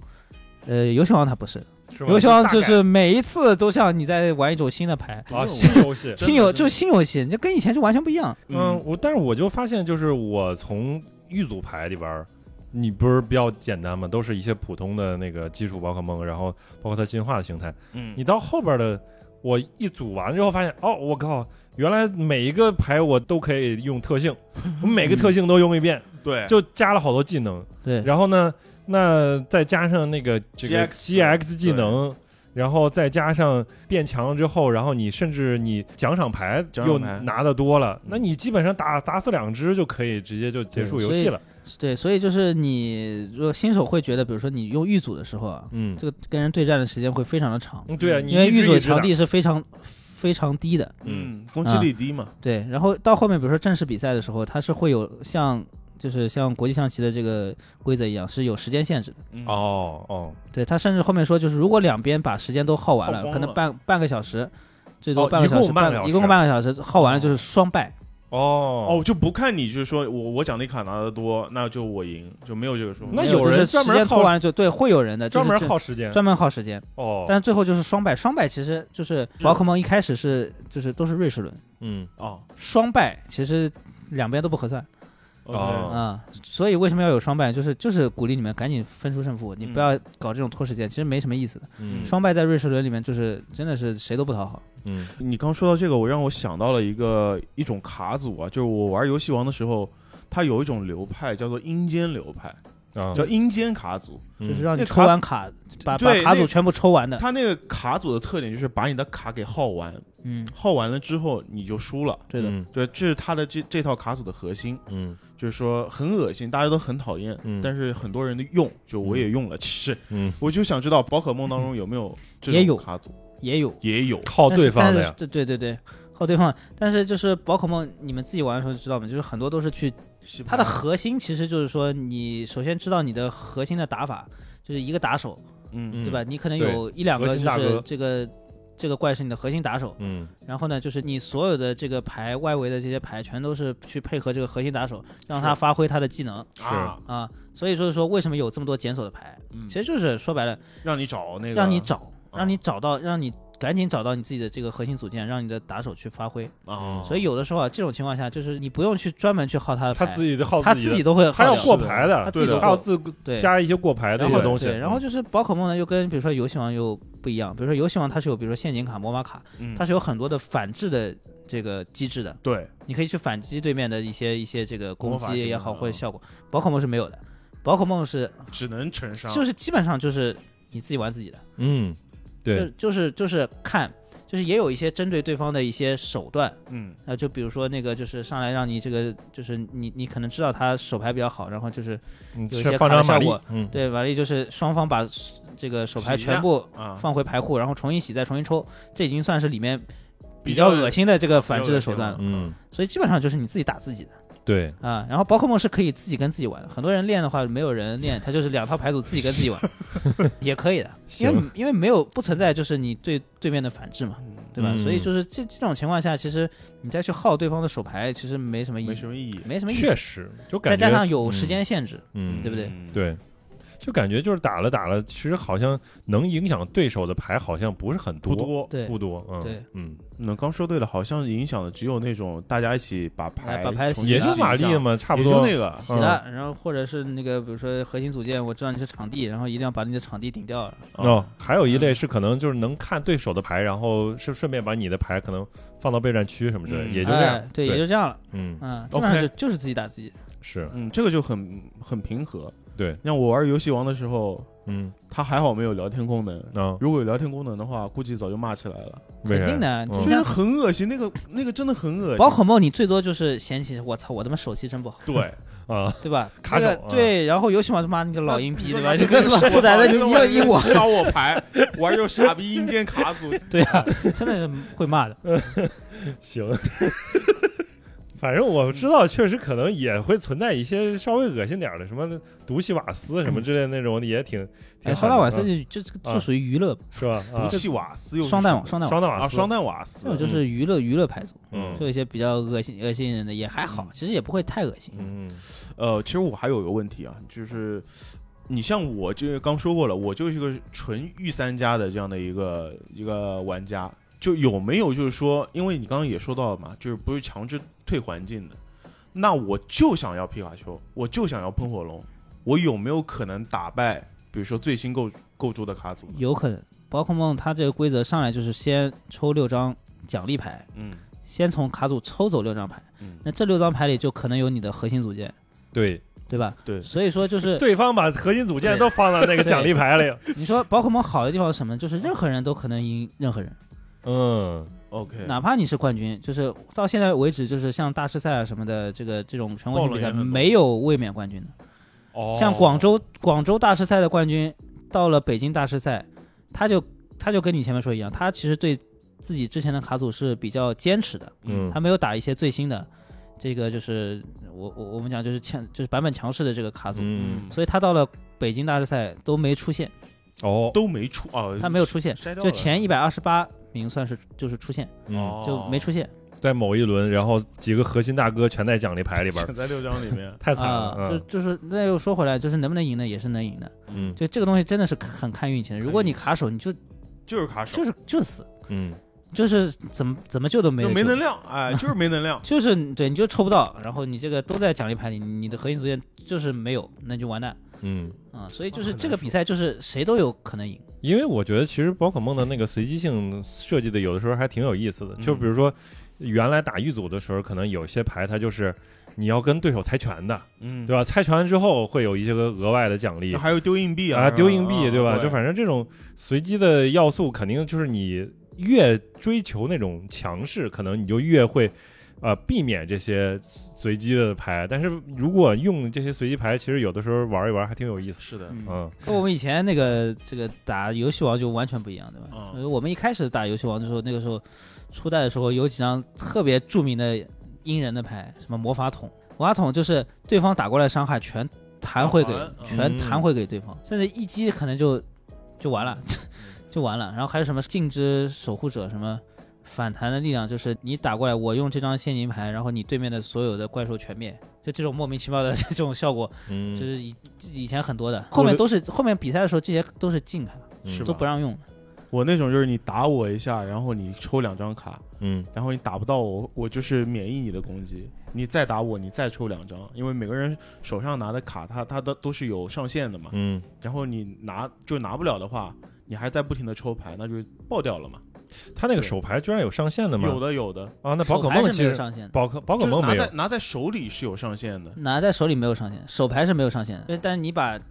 [SPEAKER 3] 呃，游戏王它不是，
[SPEAKER 1] 是吧
[SPEAKER 3] 游戏王就
[SPEAKER 1] 大
[SPEAKER 3] 是每一次都像你在玩一种新的牌，
[SPEAKER 1] 概 啊，新游戏。
[SPEAKER 2] 真的
[SPEAKER 3] 新游
[SPEAKER 2] 真的
[SPEAKER 3] 就是新游戏，你就跟以前就完全不一样。
[SPEAKER 1] 嗯，我但是我就发现，就是我从预组牌里边儿，你不是比较简单吗？都是一些普通的那个基础宝可梦，然后包括它进化的形态。
[SPEAKER 2] 嗯
[SPEAKER 1] 你到后边的，我一组完之后发现，哦，我靠，原来每一个牌我都可以用特性，我每个特性都用一遍，
[SPEAKER 2] 嗯
[SPEAKER 3] 嗯
[SPEAKER 2] 对
[SPEAKER 1] 就加了好多技能。
[SPEAKER 3] 对，
[SPEAKER 1] 然后呢，那再加上那个这个
[SPEAKER 2] GX
[SPEAKER 1] GX 技能。然后再加上变强之后，然后你甚至你奖赏牌
[SPEAKER 2] 奖
[SPEAKER 1] 又
[SPEAKER 2] 赏牌
[SPEAKER 1] 拿的多了，那你基本上打打死两只就可以直接就结束
[SPEAKER 3] 嗯对
[SPEAKER 1] 游
[SPEAKER 3] 所以
[SPEAKER 1] 戏了。
[SPEAKER 3] 对，所以就是你如果新手会觉得，比如说你用预组的时候啊，
[SPEAKER 1] 嗯，
[SPEAKER 3] 这个跟人对战的时间会非常的长，
[SPEAKER 1] 嗯对啊，你
[SPEAKER 3] 因为
[SPEAKER 1] 一直
[SPEAKER 3] 预组
[SPEAKER 1] 一
[SPEAKER 3] 的
[SPEAKER 1] 直
[SPEAKER 3] 强
[SPEAKER 1] 打
[SPEAKER 3] 地是非常非常低的。
[SPEAKER 1] 嗯
[SPEAKER 2] 嗯攻击力低嘛，
[SPEAKER 3] 对，然后到后面比如说正式比赛的时候，它是会有像就是像国际象棋的这个规则一样，是有时间限制的。
[SPEAKER 2] 嗯
[SPEAKER 1] 哦哦，
[SPEAKER 3] 对，它甚至后面说就是如果两边把时间都耗完
[SPEAKER 2] 耗
[SPEAKER 3] 了，
[SPEAKER 2] 光
[SPEAKER 3] 可能
[SPEAKER 2] 了
[SPEAKER 3] 半半个小时。最
[SPEAKER 1] 哦
[SPEAKER 3] 多半个
[SPEAKER 1] 一
[SPEAKER 3] 小时，
[SPEAKER 1] 共半个
[SPEAKER 3] 半
[SPEAKER 1] 小
[SPEAKER 3] 一共
[SPEAKER 1] 时
[SPEAKER 3] 半个小时，耗完了就是双败。
[SPEAKER 1] 哦
[SPEAKER 2] 哦，就不看你就是说我我奖励卡拿的多，那就我赢，就没有这个说法。
[SPEAKER 1] 那
[SPEAKER 3] 没有
[SPEAKER 1] 有人
[SPEAKER 3] 就是
[SPEAKER 1] 专门
[SPEAKER 3] 时间拖
[SPEAKER 1] 耗
[SPEAKER 3] 完了就对，会有人的
[SPEAKER 1] 专门
[SPEAKER 3] 就是
[SPEAKER 1] 耗时间
[SPEAKER 3] 专门耗时间，
[SPEAKER 1] 哦，
[SPEAKER 3] 但最后就是双败，双败其实就是宝可梦一开始是就是都是瑞士轮，
[SPEAKER 1] 嗯
[SPEAKER 2] 哦
[SPEAKER 3] 双败其实两边都不合算
[SPEAKER 1] 哦
[SPEAKER 3] 啊、所以为什么要有双败？就是就是鼓励你们赶紧分出胜负，你不要搞这种拖时间，其实没什么意思的。
[SPEAKER 1] 嗯
[SPEAKER 3] 双败在瑞士轮里面就是真的是谁都不讨好，
[SPEAKER 1] 嗯
[SPEAKER 2] 你刚说到这个，我让我想到了一个一种卡组啊，就是我玩游戏王的时候，它有一种流派叫做阴间流派，
[SPEAKER 1] 啊，
[SPEAKER 2] 叫阴间卡组。
[SPEAKER 1] 嗯
[SPEAKER 3] 就是让你
[SPEAKER 2] 那卡
[SPEAKER 3] 抽完卡，把把
[SPEAKER 2] 对
[SPEAKER 3] 卡
[SPEAKER 2] 那
[SPEAKER 3] 组全部抽完的，
[SPEAKER 2] 它那个卡组的特点就是把你的卡给耗完，
[SPEAKER 3] 嗯，
[SPEAKER 2] 耗完了之后你就输了。
[SPEAKER 3] 对的，
[SPEAKER 1] 嗯
[SPEAKER 2] 对，这是它的这这套卡组的核心，
[SPEAKER 1] 嗯
[SPEAKER 2] 就是说很恶心，大家都很讨厌，
[SPEAKER 1] 嗯
[SPEAKER 2] 但是很多人的用，就我也用了。其实
[SPEAKER 1] 嗯，
[SPEAKER 2] 我就想知道宝可梦当中有没有这
[SPEAKER 3] 也有
[SPEAKER 2] 种卡组，
[SPEAKER 3] 也有
[SPEAKER 2] 也有
[SPEAKER 1] 靠
[SPEAKER 3] 但是
[SPEAKER 1] 对方的
[SPEAKER 3] 但是
[SPEAKER 1] 呀，
[SPEAKER 3] 对对对对，靠对方。但是就是宝可梦，你们自己玩的时候就知道嘛，就是很多都是去
[SPEAKER 2] 洗牌
[SPEAKER 3] 它
[SPEAKER 1] 嗯
[SPEAKER 3] 的核心其实就是说，你首先知道你的核心的打法，就是一个打手，
[SPEAKER 2] 嗯
[SPEAKER 1] 嗯
[SPEAKER 3] 对吧？你可能
[SPEAKER 1] 对
[SPEAKER 3] 有一两
[SPEAKER 1] 核
[SPEAKER 3] 个
[SPEAKER 1] 心
[SPEAKER 3] 就
[SPEAKER 1] 大
[SPEAKER 3] 是
[SPEAKER 1] 哥
[SPEAKER 3] 这个这个怪是你的核心打手，
[SPEAKER 1] 嗯
[SPEAKER 3] 然后呢，就是你所有的这个牌外围的这些牌全都是去配合这个核心打手，让他
[SPEAKER 2] 是
[SPEAKER 3] 发挥他的技能
[SPEAKER 2] 啊，
[SPEAKER 3] 啊。所以说说为什么有这么多检索的牌，
[SPEAKER 2] 嗯
[SPEAKER 3] 其实就是说白了，
[SPEAKER 2] 让你找那个，
[SPEAKER 3] 让你找，
[SPEAKER 2] 啊
[SPEAKER 3] 让你找到，让你赶紧找到你自己的这个核心组件，让你的打手去发挥。
[SPEAKER 2] 啊，
[SPEAKER 3] 所以有的时候啊，这种情况下就是你不用去专门去耗他的
[SPEAKER 1] 哦他
[SPEAKER 3] 牌
[SPEAKER 1] 自，己耗
[SPEAKER 3] 他
[SPEAKER 1] 己
[SPEAKER 3] 自
[SPEAKER 1] 的
[SPEAKER 3] 己都会
[SPEAKER 1] 他
[SPEAKER 3] 耗
[SPEAKER 1] 要
[SPEAKER 3] 掉
[SPEAKER 1] 过牌的，
[SPEAKER 3] 他自己
[SPEAKER 1] 对的
[SPEAKER 3] 都
[SPEAKER 1] 还要
[SPEAKER 3] 会
[SPEAKER 1] 自
[SPEAKER 3] 对。
[SPEAKER 1] 加一些过牌的一
[SPEAKER 2] 然
[SPEAKER 1] 些
[SPEAKER 2] 后
[SPEAKER 1] 东西。嗯
[SPEAKER 3] 对，然后就是宝可梦呢，又跟比如说游戏王又不一样。比如说游戏王，它是有比如说陷阱卡、魔法卡，
[SPEAKER 2] 嗯
[SPEAKER 3] 它是有很多的反制的这个机制的。
[SPEAKER 2] 对，
[SPEAKER 3] 你可以去反击对面的一些一些这个攻
[SPEAKER 2] 魔法
[SPEAKER 3] 击
[SPEAKER 2] 型
[SPEAKER 3] 也
[SPEAKER 2] 的
[SPEAKER 3] 好，
[SPEAKER 2] 嗯
[SPEAKER 3] 或者效果。宝可梦是没有的，宝可梦是
[SPEAKER 2] 只能承伤，
[SPEAKER 3] 就是基本上就是你自己玩自己的，
[SPEAKER 1] 嗯，
[SPEAKER 3] 就
[SPEAKER 1] 对，
[SPEAKER 3] 就是就是看，就是也有一些针对对方的一些手段。
[SPEAKER 2] 嗯
[SPEAKER 3] 啊，就比如说那个，就是上来让你这个，就是你你可能知道他手牌比较好，然后就是
[SPEAKER 1] 嗯
[SPEAKER 3] 有一
[SPEAKER 1] 是
[SPEAKER 3] 些
[SPEAKER 1] 放张
[SPEAKER 3] 卡的
[SPEAKER 1] 马
[SPEAKER 3] 效
[SPEAKER 1] 力
[SPEAKER 3] 果，
[SPEAKER 1] 嗯，
[SPEAKER 3] 对完了，就是双方把这个手牌
[SPEAKER 2] 洗一下
[SPEAKER 3] 全部
[SPEAKER 2] 啊，
[SPEAKER 3] 放回牌库，然后重新洗再重新抽，这已经算是里面比
[SPEAKER 2] 比
[SPEAKER 3] 较
[SPEAKER 2] 较
[SPEAKER 3] 恶心的这个反制的
[SPEAKER 2] 比较
[SPEAKER 3] 手
[SPEAKER 2] 恶心
[SPEAKER 3] 段了。
[SPEAKER 1] 嗯，
[SPEAKER 3] 所以基本上就是你自己打自己的。
[SPEAKER 1] 对，
[SPEAKER 3] 啊，然后宝可梦是可以自己跟自己玩的，很多人练的话没有人练，他就是两套牌组自己跟自己玩， 也可以的，因为
[SPEAKER 1] 行
[SPEAKER 3] 因为没有不存在就是你对对面的反制嘛，
[SPEAKER 2] 嗯
[SPEAKER 3] 对吧？
[SPEAKER 1] 嗯
[SPEAKER 3] 所以就是这这种情况下，其实你再去耗对方的手牌，其实没什么意义，
[SPEAKER 2] 没什么意义，
[SPEAKER 3] 没什么意义
[SPEAKER 1] 确，实就感
[SPEAKER 3] 再
[SPEAKER 1] 觉
[SPEAKER 3] 加上有时间限制，
[SPEAKER 1] 嗯，嗯，
[SPEAKER 3] 对不对
[SPEAKER 2] 嗯？
[SPEAKER 1] 对，就感觉就是打了打了，其实好像能影响对手的牌好像不是很
[SPEAKER 2] 不
[SPEAKER 1] 多，
[SPEAKER 2] 多。
[SPEAKER 3] 对
[SPEAKER 1] 不多，嗯，
[SPEAKER 3] 对，
[SPEAKER 1] 嗯，
[SPEAKER 2] 那刚说对了，好像影响的只有那种大家一起把
[SPEAKER 3] 哎
[SPEAKER 2] 牌
[SPEAKER 3] 把牌
[SPEAKER 2] 重
[SPEAKER 3] 洗
[SPEAKER 2] 新
[SPEAKER 1] 也
[SPEAKER 3] 了
[SPEAKER 1] 就
[SPEAKER 2] 洗一
[SPEAKER 1] 马
[SPEAKER 2] 下
[SPEAKER 1] 力，嘛，差不
[SPEAKER 2] 也就
[SPEAKER 1] 多
[SPEAKER 2] 那个
[SPEAKER 3] 洗了，然后或者是那个比如说核心组件，我知道你是场地，然后一定要把你的场地顶掉，哎
[SPEAKER 1] 哦，还有一类是可能就是能看对手的牌，然后是顺便把你的牌可能放到备战区什么之类的，
[SPEAKER 2] 嗯
[SPEAKER 1] 也
[SPEAKER 3] 也
[SPEAKER 1] 就这样
[SPEAKER 3] 哎，、对，也就这样了，
[SPEAKER 1] 嗯，
[SPEAKER 3] 嗯，基本上
[SPEAKER 2] OK
[SPEAKER 3] 就就是自己打自己，
[SPEAKER 1] 是，
[SPEAKER 2] 嗯，这个就很很平和。
[SPEAKER 1] 对，
[SPEAKER 2] 像我玩游戏王的时候，
[SPEAKER 1] 嗯，
[SPEAKER 2] 它还好没有聊天功能。
[SPEAKER 1] 那、
[SPEAKER 2] 如果有聊天功能的话，估计早就骂起来了，
[SPEAKER 1] 为啥
[SPEAKER 3] 肯定的
[SPEAKER 1] 嗯
[SPEAKER 3] 就
[SPEAKER 2] 就是是很恶心，那个那个真的很恶心。
[SPEAKER 3] 宝可梦你最多就是嫌弃我操，我他妈手气真不好。
[SPEAKER 2] 对，
[SPEAKER 1] 啊，
[SPEAKER 3] 对吧？
[SPEAKER 1] 卡手
[SPEAKER 3] 那
[SPEAKER 1] 啊
[SPEAKER 3] 个对，然后游戏嘛，他妈那个 老 阴逼，对吧？
[SPEAKER 2] 这
[SPEAKER 3] 就跟老不仔的，你要一我，
[SPEAKER 2] 刷我牌，玩又傻逼阴间卡 组，
[SPEAKER 3] 对啊，真的是会骂的。
[SPEAKER 1] 行。 反正我知道，确实可能也会存在一些稍微恶心点儿的，什么毒气瓦斯什么之类的那种，也挺挺
[SPEAKER 3] 哎，
[SPEAKER 1] 狠
[SPEAKER 3] 双
[SPEAKER 1] 的。
[SPEAKER 3] 蛋瓦斯
[SPEAKER 1] 嗯
[SPEAKER 3] 就就
[SPEAKER 1] 啊
[SPEAKER 3] 就属于娱乐，
[SPEAKER 1] 是吧？
[SPEAKER 2] 毒
[SPEAKER 1] 啊，
[SPEAKER 2] 气瓦斯又是
[SPEAKER 3] 双蛋网，
[SPEAKER 2] 什么
[SPEAKER 3] 双蛋
[SPEAKER 1] 双弹
[SPEAKER 3] 网，
[SPEAKER 2] 啊，
[SPEAKER 1] 瓦斯，
[SPEAKER 2] 双弹瓦斯
[SPEAKER 3] 这种就是娱乐娱乐牌组，
[SPEAKER 1] 嗯
[SPEAKER 3] 就有一些比较恶心恶心人的也还好，其实也不会太恶心。
[SPEAKER 1] 嗯
[SPEAKER 2] 呃，其实我还有一个问题啊，就是你像我，就是刚说过了，我就是一个纯御三家的这样的一个一个玩家，就有没有就是说，因为你刚刚也说到了嘛，就是不是强制退环境的，那我就想要皮卡丘，我就想要喷火龙，我有没有可能打败，比如说最新构构筑的卡组呢？
[SPEAKER 3] 有可能宝可梦它这个规则上来就是先抽六张奖励牌，
[SPEAKER 2] 嗯
[SPEAKER 3] 先从卡组抽走六张牌，
[SPEAKER 2] 嗯，
[SPEAKER 3] 那这六张牌里就可能有你的核心组件，
[SPEAKER 1] 对，
[SPEAKER 3] 对吧？
[SPEAKER 2] 对
[SPEAKER 3] 所以说就是
[SPEAKER 1] 对方把核心组件都放到那个奖励牌里，
[SPEAKER 3] 你说宝可梦好的地方是什么？就是任何人都可能赢任何人。
[SPEAKER 1] 嗯
[SPEAKER 2] OK，
[SPEAKER 3] 哪怕你是冠军，就是到现在为止，就是像大师赛啊什么的，这个这种全国性比
[SPEAKER 2] 爆
[SPEAKER 3] 赛
[SPEAKER 2] 冷也很多
[SPEAKER 3] 没有卫冕冠军的。
[SPEAKER 2] 哦
[SPEAKER 3] 像广州广州大师赛的冠军，到了北京大师赛，他就他就跟你前面说一样，他其实对自己之前的卡组是比较坚持的，
[SPEAKER 1] 嗯
[SPEAKER 3] 他没有打一些最新的，这个就是我我我们讲就是强就是版本强势的这个卡组，
[SPEAKER 1] 嗯，
[SPEAKER 3] 所以他到了北京大师赛都没出现，
[SPEAKER 1] 哦，
[SPEAKER 2] 都没出啊，
[SPEAKER 3] 他没有出现，
[SPEAKER 2] 筛掉
[SPEAKER 3] 就
[SPEAKER 2] 了
[SPEAKER 3] 前一百二十八名算是就是出现
[SPEAKER 1] 嗯，
[SPEAKER 3] 就没出现。
[SPEAKER 1] 在某一轮，然后几个核心大哥全在奖励牌里 边儿，，
[SPEAKER 2] 选在六张里面
[SPEAKER 1] 太惨了，
[SPEAKER 3] 啊，就
[SPEAKER 1] 嗯
[SPEAKER 3] 就是那又说回来，就是能不能赢呢，也是能赢的。
[SPEAKER 1] 嗯
[SPEAKER 3] 就这个东西真的是很看运气的。
[SPEAKER 2] 看
[SPEAKER 3] 如果你
[SPEAKER 2] 运气
[SPEAKER 3] 卡手，你就
[SPEAKER 2] 就是卡手
[SPEAKER 3] 就，是就死，
[SPEAKER 1] 嗯，
[SPEAKER 3] 就是怎么怎么救都没
[SPEAKER 2] 就
[SPEAKER 3] 有。
[SPEAKER 2] 没能量，哎，就是没能量
[SPEAKER 3] 就是对，你就抽不到，然后你这个都在奖励牌里，你的核心组件就是没有，那就完蛋
[SPEAKER 1] 嗯，
[SPEAKER 3] 啊！所以就
[SPEAKER 2] 哇
[SPEAKER 3] 是
[SPEAKER 2] 很
[SPEAKER 3] 这
[SPEAKER 2] 难
[SPEAKER 3] 个比赛，就是谁都有可能赢。
[SPEAKER 1] 因为我觉得其实宝可梦的那个随机性设计的有的时候还挺有意思的，
[SPEAKER 2] 嗯
[SPEAKER 1] 就比如说原来打玉组的时候，可能有些牌它就是你要跟对手猜拳的，
[SPEAKER 2] 嗯
[SPEAKER 1] 对吧？猜拳之后会有一些个额外的奖励
[SPEAKER 3] 嗯
[SPEAKER 2] 那，还有丢硬币
[SPEAKER 1] 啊，
[SPEAKER 2] 啊，
[SPEAKER 1] 丢硬币，对
[SPEAKER 2] 对
[SPEAKER 1] 吧？就反正这种随机的要素，肯定就是你越追求那种强势，可能你就越会呃避免这些随机的牌。但是如果用这些随机牌，其实有的时候玩一玩还挺有意思。
[SPEAKER 2] 是的，
[SPEAKER 3] 嗯，
[SPEAKER 1] 嗯
[SPEAKER 3] 跟我们以前那个这个打游戏王就完全不一样，对吧？
[SPEAKER 2] 嗯
[SPEAKER 3] 呃我们一开始打游戏王的时候，那个时候初代的时候有几张特别著名的阴人的牌，什么魔法桶，魔法桶就是对方打过来伤害全弹回给，
[SPEAKER 2] 返还
[SPEAKER 3] 全弹回给对方，甚至一击可能就就完了， 就完了。然后还有什么镜之守护者，什么反弹的力量，就是你打过来，我用这张陷阱牌，然后你对面的所有的怪兽全灭，就这种莫名其妙的 这种效果，
[SPEAKER 1] 嗯，
[SPEAKER 3] 就是以以前很多的，后面都是后面比赛的时候这些都是禁卡，
[SPEAKER 2] 是吧
[SPEAKER 3] 都不让用。
[SPEAKER 2] 我那种就是你打我一下，然后你抽两张卡，
[SPEAKER 1] 嗯，
[SPEAKER 2] 然后你打不到我，我就是免疫你的攻击。你再打我，你再抽两张，因为每个人手上拿的卡，它它都都是有上限的嘛。
[SPEAKER 1] 嗯，
[SPEAKER 2] 然后你拿就拿不了的话，你还在不停的抽牌，那就爆掉了嘛。
[SPEAKER 1] 他那个手牌居然有上限的吗？
[SPEAKER 2] 有的有的，
[SPEAKER 1] 啊，那宝
[SPEAKER 3] 手
[SPEAKER 1] 可
[SPEAKER 3] 牌
[SPEAKER 1] 梦
[SPEAKER 3] 是
[SPEAKER 1] 其
[SPEAKER 3] 没有
[SPEAKER 1] 实
[SPEAKER 3] 上限的，
[SPEAKER 1] 宝可宝可
[SPEAKER 2] 就是
[SPEAKER 1] 梦
[SPEAKER 2] 拿
[SPEAKER 1] 没
[SPEAKER 2] 在
[SPEAKER 1] 有，
[SPEAKER 2] 拿在手里是有上限的。
[SPEAKER 3] 拿在手里没有上限，手牌是没有上限的。对但你把你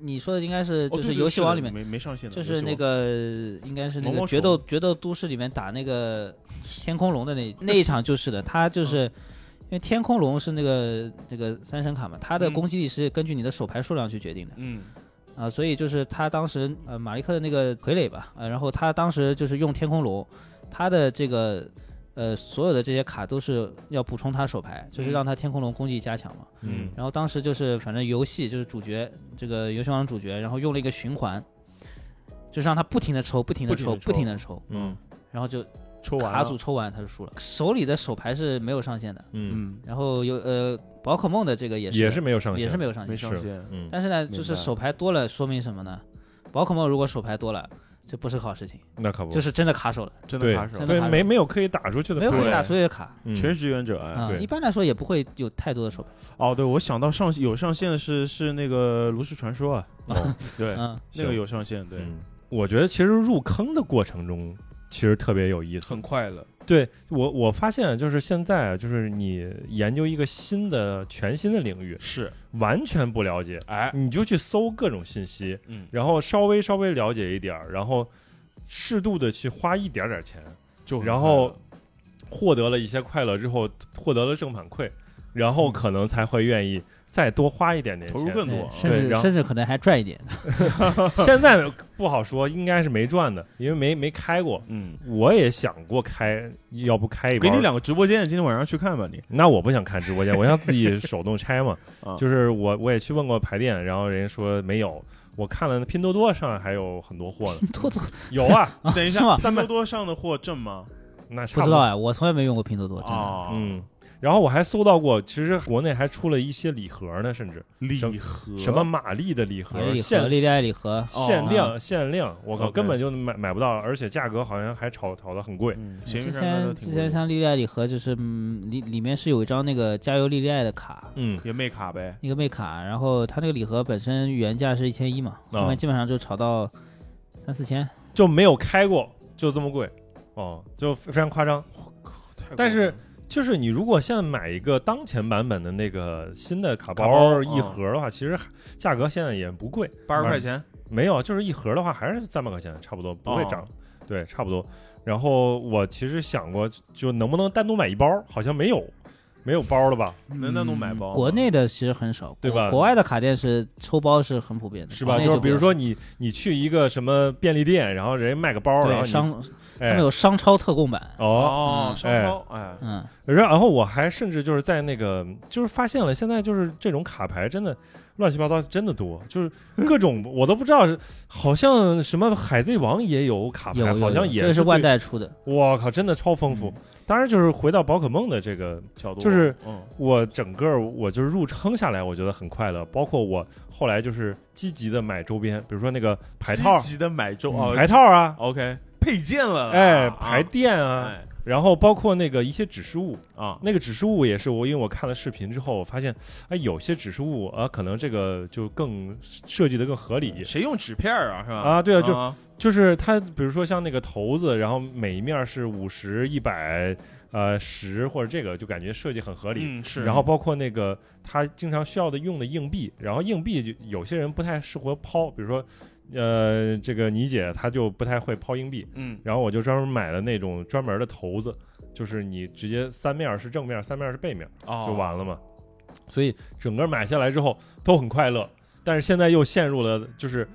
[SPEAKER 3] 你说的应该是
[SPEAKER 2] 哦
[SPEAKER 3] 就
[SPEAKER 2] 对
[SPEAKER 3] 是
[SPEAKER 2] 对
[SPEAKER 3] 游戏
[SPEAKER 2] 的
[SPEAKER 3] 王里面。
[SPEAKER 2] 没没上限的，
[SPEAKER 3] 就是
[SPEAKER 2] 游戏
[SPEAKER 3] 那
[SPEAKER 2] 王
[SPEAKER 3] 个应该是那
[SPEAKER 2] 毛
[SPEAKER 3] 个
[SPEAKER 2] 毛
[SPEAKER 3] 决
[SPEAKER 2] 虫
[SPEAKER 3] 斗决斗都市里面打那个天空龙的那那一场就是的，他就是因为天空龙是那个这个三神卡嘛，它的
[SPEAKER 2] 嗯
[SPEAKER 3] 攻击力是根据你的手牌数量去决定的
[SPEAKER 2] 嗯
[SPEAKER 3] 啊，所以就是他当时呃马利克的那个傀儡吧，呃，然后他当时就是用天空龙，他的这个呃所有的这些卡都是要补充他手牌，就
[SPEAKER 2] 嗯
[SPEAKER 3] 是让他天空龙攻击加强嘛。
[SPEAKER 1] 嗯
[SPEAKER 3] 然后当时就是反正游戏就是主角这个游戏王的主角，然后用了一个循环，就是让他不停的抽，不停的抽，
[SPEAKER 2] 不
[SPEAKER 3] 不
[SPEAKER 2] 停
[SPEAKER 3] 停
[SPEAKER 2] 地
[SPEAKER 3] 的抽，
[SPEAKER 1] 嗯
[SPEAKER 3] 然后就
[SPEAKER 2] 抽完
[SPEAKER 3] 卡
[SPEAKER 2] 了
[SPEAKER 3] 组抽完他就输了，手里的手牌是没有上限的。
[SPEAKER 1] 嗯，
[SPEAKER 2] 嗯
[SPEAKER 3] 然后有呃宝可梦的这个也是
[SPEAKER 1] 也是没有上限，
[SPEAKER 3] 也是没有上
[SPEAKER 2] 没
[SPEAKER 3] 限，
[SPEAKER 2] 上
[SPEAKER 1] 是
[SPEAKER 2] 限，
[SPEAKER 1] 嗯，
[SPEAKER 3] 但是呢
[SPEAKER 2] 明白
[SPEAKER 3] 就是手牌多了说明什么呢？宝可梦如果手牌多了，这不是好事情，
[SPEAKER 1] 那可不，
[SPEAKER 3] 就是真的卡手了，
[SPEAKER 2] 真的
[SPEAKER 1] 对
[SPEAKER 2] 卡手
[SPEAKER 3] 真的
[SPEAKER 1] 对
[SPEAKER 3] 卡手
[SPEAKER 1] 没没有可以打出去的牌，
[SPEAKER 3] 没有可以
[SPEAKER 2] 对
[SPEAKER 3] 打出去的卡
[SPEAKER 1] 嗯
[SPEAKER 2] 全是志愿者哎。
[SPEAKER 3] 啊，
[SPEAKER 1] 对
[SPEAKER 3] 一般来说也不会有太多的手牌，
[SPEAKER 2] 哦，对，我想到上有上限的是是那个炉石传说啊，
[SPEAKER 1] 哦
[SPEAKER 2] 对，
[SPEAKER 3] 嗯，
[SPEAKER 2] 那个有上限，对，
[SPEAKER 1] 嗯，我觉得其实入坑的过程中其实特别有意思。
[SPEAKER 2] 快乐，
[SPEAKER 1] 对我我发现就是现在就是你研究一个新的全新的领域，
[SPEAKER 2] 是，
[SPEAKER 1] 完全不了解，
[SPEAKER 2] 哎，
[SPEAKER 1] 你就去搜各种信息，
[SPEAKER 2] 嗯，
[SPEAKER 1] 然后稍微稍微了解一点儿，然后适度的去花一点点儿钱，
[SPEAKER 2] 就很
[SPEAKER 1] 然后获得了一些快乐之后，获得了正反馈，然后可能才会愿意再多花一点点
[SPEAKER 2] 投入更
[SPEAKER 1] 钱。
[SPEAKER 2] 多
[SPEAKER 3] 对
[SPEAKER 2] 啊
[SPEAKER 3] 甚
[SPEAKER 1] 对
[SPEAKER 3] 至
[SPEAKER 1] 然后
[SPEAKER 3] 甚至可能还赚一点，
[SPEAKER 1] 现在不好说，应该是没赚的，因为没没开过。
[SPEAKER 2] 快乐，嗯，
[SPEAKER 1] 我也想过开，要不开一
[SPEAKER 2] 给
[SPEAKER 1] 包
[SPEAKER 2] 你。两个直播间，今天晚上去看吧，你
[SPEAKER 1] 那我不想看直播间，我想自己手动拆嘛
[SPEAKER 2] 啊。
[SPEAKER 1] 就是我我也去问过牌店，然后人家说没有。我看了拼多多上还有很多 货呢，
[SPEAKER 3] 多多
[SPEAKER 1] 有啊，
[SPEAKER 2] 等一
[SPEAKER 3] 是
[SPEAKER 2] 下，
[SPEAKER 3] 吗
[SPEAKER 2] 三多多上的货正吗？
[SPEAKER 1] 那差
[SPEAKER 3] 不知
[SPEAKER 1] 多
[SPEAKER 3] 道哎，我从来没用过拼多多，真的。
[SPEAKER 2] 啊，，
[SPEAKER 1] 嗯，然后我还搜到过，其实国内还出了一些礼盒呢，甚至
[SPEAKER 2] 礼盒嗯
[SPEAKER 1] 什么玛丽的礼盒，
[SPEAKER 3] 哎礼盒，
[SPEAKER 1] 限
[SPEAKER 3] 莉莉爱礼盒，
[SPEAKER 1] 限量限量，我靠，
[SPEAKER 2] 哦 OK
[SPEAKER 1] 根本就买买不到，而且价格好像还炒炒得很贵。
[SPEAKER 2] 嗯，闲鱼
[SPEAKER 3] 之
[SPEAKER 2] 上面都
[SPEAKER 3] 前之
[SPEAKER 2] 挺
[SPEAKER 3] 前
[SPEAKER 2] 贵的，
[SPEAKER 3] 像莉莉爱礼盒，就是嗯里里面是有一张那个加油莉莉爱的卡，
[SPEAKER 1] 嗯，
[SPEAKER 2] 也没卡呗，
[SPEAKER 3] 一个妹卡，然后它那个礼盒本身原价是一千一嘛，
[SPEAKER 2] 哦
[SPEAKER 1] 啊
[SPEAKER 3] 后面基本上就炒到三四千，
[SPEAKER 1] 就没有开过，就这么贵，哦，就非常夸张。
[SPEAKER 2] 太
[SPEAKER 1] 但是
[SPEAKER 2] 贵了
[SPEAKER 1] 就是你如果现在买一个当前版本的那个新的卡
[SPEAKER 2] 卡包
[SPEAKER 3] 嗯
[SPEAKER 1] 包一盒的话，其实价格现在也不贵，
[SPEAKER 2] 八十块钱，
[SPEAKER 1] 没有，就是一盒的话还是三百块钱，差不多不会涨。
[SPEAKER 2] 哦
[SPEAKER 1] 对，差不多。然后我其实想过，就能不能单独买一包？好像没有， 没有包了吧？
[SPEAKER 2] 能单独买包吗？
[SPEAKER 3] 嗯国内的其实很少，
[SPEAKER 1] 对
[SPEAKER 3] 哦国
[SPEAKER 1] 吧
[SPEAKER 3] 国外的卡店是抽包是很普遍的，
[SPEAKER 1] 呃是吧？
[SPEAKER 3] 国内
[SPEAKER 1] 就是
[SPEAKER 3] 就
[SPEAKER 1] 比如说你你去一个什么便利店，然后人家卖个包，
[SPEAKER 3] 比较
[SPEAKER 1] 然后
[SPEAKER 3] 对
[SPEAKER 1] 你
[SPEAKER 3] 商，他们
[SPEAKER 1] 哎
[SPEAKER 3] 有商超特供版，
[SPEAKER 1] 哦，
[SPEAKER 2] 哦，
[SPEAKER 3] 嗯
[SPEAKER 2] 商
[SPEAKER 1] 哎
[SPEAKER 2] 超，哎，
[SPEAKER 3] 嗯，
[SPEAKER 1] 然后我还甚至就是在那个就是发现了，现在就是这种卡牌真的乱七八糟，真的多，就是各种我都不知道是，好像什么海贼王也有卡
[SPEAKER 3] 有
[SPEAKER 1] 牌，
[SPEAKER 3] 有
[SPEAKER 1] 啊好像
[SPEAKER 3] 有
[SPEAKER 1] 也
[SPEAKER 3] 这个是万
[SPEAKER 1] 对，
[SPEAKER 3] 代嗯出的，
[SPEAKER 1] 我靠，真的超丰富。当然就是回到宝可梦的这个
[SPEAKER 2] 角度
[SPEAKER 1] 就是，
[SPEAKER 2] 嗯，
[SPEAKER 1] 我整个我就是入坑下来，我觉得很快乐。包括我后来就是积极的买周边，比如说那个牌套
[SPEAKER 2] 积、极的买周
[SPEAKER 3] 嗯
[SPEAKER 2] 哦，
[SPEAKER 1] 牌套啊，
[SPEAKER 2] OK 配件
[SPEAKER 3] 哦
[SPEAKER 2] 了啊，
[SPEAKER 1] 哎，
[SPEAKER 2] 啊
[SPEAKER 1] 牌垫啊，
[SPEAKER 2] 哎
[SPEAKER 1] 然后包括那个一些指示物，
[SPEAKER 2] 啊，
[SPEAKER 1] 那个指示物也是我，因为我看了视频之后，我发现，哎，有些指示物啊，可能这个就更设计的更合理。
[SPEAKER 2] 谁用纸片儿啊？是吧？
[SPEAKER 1] 啊，对啊，就
[SPEAKER 2] 啊
[SPEAKER 1] 就是它，比如说像那个头子，然后每一面是五十、一百、呃十或者这个，就感觉设计很合理。
[SPEAKER 2] 嗯是，
[SPEAKER 1] 然后包括那个他经常需要的用的硬币，然后硬币就有些人不太适合抛，比如说，呃，这个妮姐她就不太会抛硬币，
[SPEAKER 2] 嗯
[SPEAKER 1] 然后我就专门买了那种专门的头子，就是你直接三面是正面，三面是背面
[SPEAKER 2] 哦
[SPEAKER 1] 就完了嘛。所以整个买下来之后都很快乐，但是现在又陷入了就是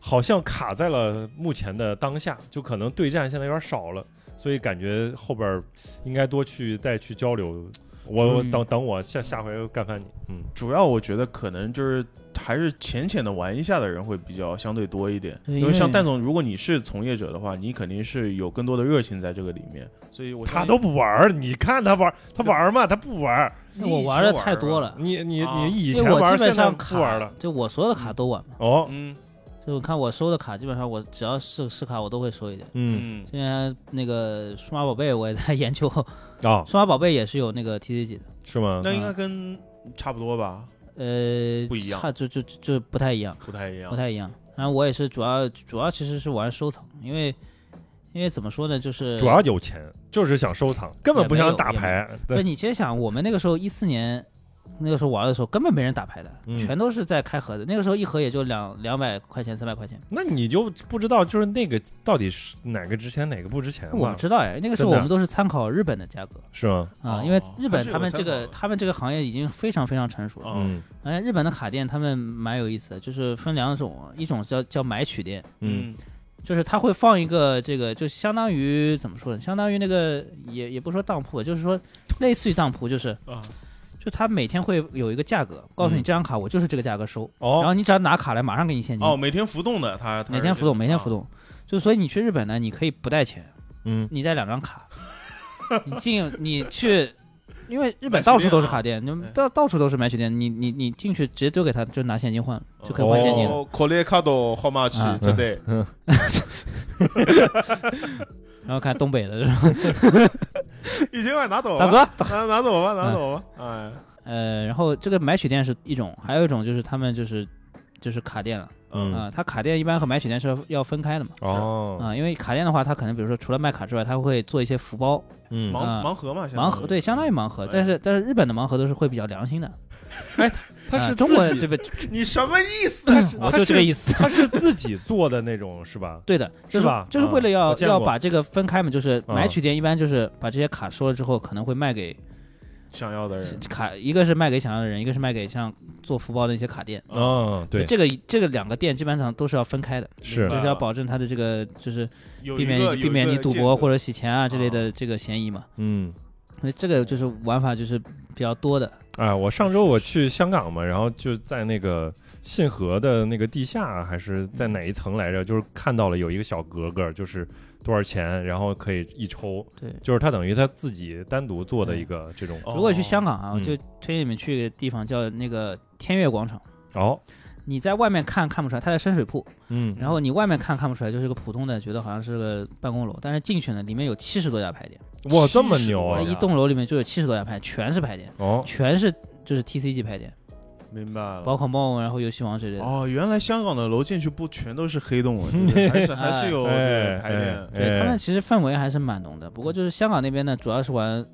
[SPEAKER 1] 好像卡在了目前的当下，就可能对战现在有点少了。所以感觉后边儿应该多去再去交流我我
[SPEAKER 3] 嗯
[SPEAKER 1] 等等我下下回干翻你，嗯，
[SPEAKER 2] 主要我觉得可能就是还是浅浅的玩一下的人会比较相对多一点，
[SPEAKER 3] 对
[SPEAKER 2] 因
[SPEAKER 3] 因
[SPEAKER 2] 为
[SPEAKER 3] 为
[SPEAKER 2] 像蛋总，如果你是从业者的话，你肯定是有更多的热情在这个里面，所以我
[SPEAKER 1] 他
[SPEAKER 2] 相信
[SPEAKER 1] 都不玩儿，你看他玩儿，他玩儿吗？他不玩儿，
[SPEAKER 2] 你以
[SPEAKER 3] 我
[SPEAKER 2] 前
[SPEAKER 3] 玩的太多
[SPEAKER 2] 吧，
[SPEAKER 3] 了，
[SPEAKER 1] 你你
[SPEAKER 2] 啊
[SPEAKER 1] 你以
[SPEAKER 3] 因
[SPEAKER 1] 前
[SPEAKER 3] 为我
[SPEAKER 1] 玩儿，
[SPEAKER 3] 基
[SPEAKER 1] 现
[SPEAKER 3] 本
[SPEAKER 1] 在
[SPEAKER 3] 上
[SPEAKER 1] 不玩儿
[SPEAKER 3] 卡
[SPEAKER 1] 了，，
[SPEAKER 3] 就我所有的卡都玩嘛。
[SPEAKER 1] 哦，
[SPEAKER 2] 嗯
[SPEAKER 3] 就我看我收的卡，基本上我只要是是卡，我都会收一点。
[SPEAKER 1] 嗯
[SPEAKER 2] 嗯
[SPEAKER 3] 现在那个数码宝贝我也在 研究，
[SPEAKER 2] 嗯
[SPEAKER 1] 啊，
[SPEAKER 3] 数码宝贝也是有那个 TCG 的，
[SPEAKER 1] 是吗？
[SPEAKER 2] 那应该跟差不多吧，
[SPEAKER 3] 呃，
[SPEAKER 2] 不一样
[SPEAKER 3] 差就就就就不太一样，
[SPEAKER 2] 不太一样
[SPEAKER 3] 不。太一样。然后我也是主要主要其实是玩收藏，因为因为怎么说呢，就是
[SPEAKER 1] 主要有钱，就是想收藏，根本不想打牌。
[SPEAKER 3] 不是
[SPEAKER 1] 对，
[SPEAKER 3] 你其实想，我们那个时候一四年那个时候玩的时候，根本没人打牌的，
[SPEAKER 1] 嗯
[SPEAKER 3] 全都是在开盒子。那个时候一盒也就两两百块钱、三百块钱。
[SPEAKER 1] 那你就不知道就是那个到底是哪个值钱，哪个不值钱
[SPEAKER 3] 我
[SPEAKER 1] 嘛
[SPEAKER 3] 不？知道哎，那个时
[SPEAKER 1] 真
[SPEAKER 3] 候
[SPEAKER 1] 的
[SPEAKER 3] 我们都是参考日本的价格
[SPEAKER 1] 是吗？
[SPEAKER 3] 啊、
[SPEAKER 2] 哦
[SPEAKER 3] 因为日
[SPEAKER 2] 还
[SPEAKER 3] 本
[SPEAKER 2] 是有
[SPEAKER 3] 他们这
[SPEAKER 2] 参考
[SPEAKER 3] 个
[SPEAKER 2] 的
[SPEAKER 3] 他们这个行业已经非常非常成熟了。
[SPEAKER 2] 啊
[SPEAKER 1] 嗯
[SPEAKER 3] 哎，日本的卡店他们蛮有意思的，就是分两种，一种叫叫买取店，
[SPEAKER 1] 嗯，
[SPEAKER 3] 就是他会放一个这个，就相当于怎么说呢？相当于那个也也不说当铺吧，就是说类似于当铺，就是
[SPEAKER 2] 啊，
[SPEAKER 3] 就他每天会有一个价格，告诉你
[SPEAKER 1] 嗯
[SPEAKER 3] 这张卡我就是这个价格收，然
[SPEAKER 1] 哦，
[SPEAKER 3] 后你只要拿卡来，马上给你现金，
[SPEAKER 2] 哦，每天浮动的他，他
[SPEAKER 3] 每
[SPEAKER 2] 是
[SPEAKER 3] 天浮动，每天浮
[SPEAKER 2] 动
[SPEAKER 3] 动。就所以你去日本呢，你可以不带钱，
[SPEAKER 1] 嗯
[SPEAKER 3] 你带两张卡，你进你去。因为日本
[SPEAKER 2] 买取店
[SPEAKER 3] 到处都是卡店，就
[SPEAKER 2] 哎
[SPEAKER 3] 到到处都是买取店，你你你进去直接丢给他，就拿现金换了，就可以
[SPEAKER 1] 哦
[SPEAKER 3] 换现金了。
[SPEAKER 2] 哦，可列卡多号码
[SPEAKER 3] 啊
[SPEAKER 2] 对不对？
[SPEAKER 1] 嗯，
[SPEAKER 3] 然后看东北的是吧？
[SPEAKER 2] 一千块拿走
[SPEAKER 3] 大
[SPEAKER 2] 吧，
[SPEAKER 3] 哥，嗯
[SPEAKER 2] 拿拿走吧，拿走吧，哎，
[SPEAKER 3] 呃，然后这个买取店是一种，还有一种就是他们就是就是卡店了
[SPEAKER 1] 嗯
[SPEAKER 3] 啊、它卡店一般和买取店是要要分开的嘛
[SPEAKER 1] 哦，
[SPEAKER 3] 啊、因为卡店的话，它可能比如说除了卖卡之外，它会做一些福包
[SPEAKER 1] 嗯，
[SPEAKER 2] 盲
[SPEAKER 3] 啊
[SPEAKER 2] 盲盒嘛，
[SPEAKER 3] 盲盒，对，相当于
[SPEAKER 2] 于
[SPEAKER 3] 盲盒
[SPEAKER 2] 哎，
[SPEAKER 3] 但是但是日本的盲盒都是会比较良心的，
[SPEAKER 1] 他
[SPEAKER 3] 啊
[SPEAKER 1] 是
[SPEAKER 3] 中国
[SPEAKER 1] 自己
[SPEAKER 3] 这边
[SPEAKER 2] 你什么意思？
[SPEAKER 1] 他是
[SPEAKER 3] 我
[SPEAKER 1] 他
[SPEAKER 3] 就是这个意 思。
[SPEAKER 1] 他是自己做的那种是吧？
[SPEAKER 3] 对的，就是
[SPEAKER 1] 吧
[SPEAKER 3] 就是为了
[SPEAKER 1] 啊
[SPEAKER 3] 要
[SPEAKER 1] 我见过
[SPEAKER 3] 要把这个分开嘛，就是
[SPEAKER 1] 啊
[SPEAKER 3] 买取店一般就是把这些卡收了之后，可能会卖给
[SPEAKER 2] 想要的人
[SPEAKER 3] 卡，一个是卖给想要的人，一个是卖给像做福包的一些卡店。
[SPEAKER 1] 哦，对，
[SPEAKER 3] 这个这个两个店基本上都是要分开的。
[SPEAKER 1] 是
[SPEAKER 3] 就是要保证他的这个，就是避免避免你赌博或
[SPEAKER 2] 者
[SPEAKER 3] 者洗钱啊之类的这个嫌疑嘛。
[SPEAKER 1] 嗯。
[SPEAKER 3] 所以这个就是玩法就是比较多的，
[SPEAKER 1] 哎，我上周我去香港嘛，然后就在那个信和的那个地下还是在哪一层来着，就是看到了有一个小格格，就是多少钱，然后可以一抽，
[SPEAKER 3] 对。
[SPEAKER 1] 就是他等于他自己单独做的一个这种
[SPEAKER 2] 哦
[SPEAKER 3] 如果去香港啊，
[SPEAKER 1] 嗯
[SPEAKER 3] 我就推荐你们去一个地方叫那个天悦广场。
[SPEAKER 1] 哦，
[SPEAKER 3] 你在外面看看不出来，它在深水埗。
[SPEAKER 1] 嗯，
[SPEAKER 3] 然后你外面看看不出来，就是个普通的，觉得好像是个办公楼。但是进去呢，里面有七十多家牌店，
[SPEAKER 1] 哇，这么牛
[SPEAKER 2] 哇
[SPEAKER 1] 啊
[SPEAKER 2] 70！
[SPEAKER 3] 一栋楼里面就有七十多家牌，全是牌店，
[SPEAKER 1] 哦，
[SPEAKER 3] 全是就是 TCG 牌店，
[SPEAKER 2] 明白了。
[SPEAKER 3] 宝可梦，然后游戏王之类的。
[SPEAKER 2] 哦，原来香港的楼进去不全都是黑洞啊，就是 还
[SPEAKER 3] 哎
[SPEAKER 2] 是还是有这个排
[SPEAKER 1] 哎
[SPEAKER 2] 练，
[SPEAKER 3] 对他
[SPEAKER 1] 哎
[SPEAKER 3] 们其实氛围还是蛮浓的，不过就是香港那边呢，主要是玩，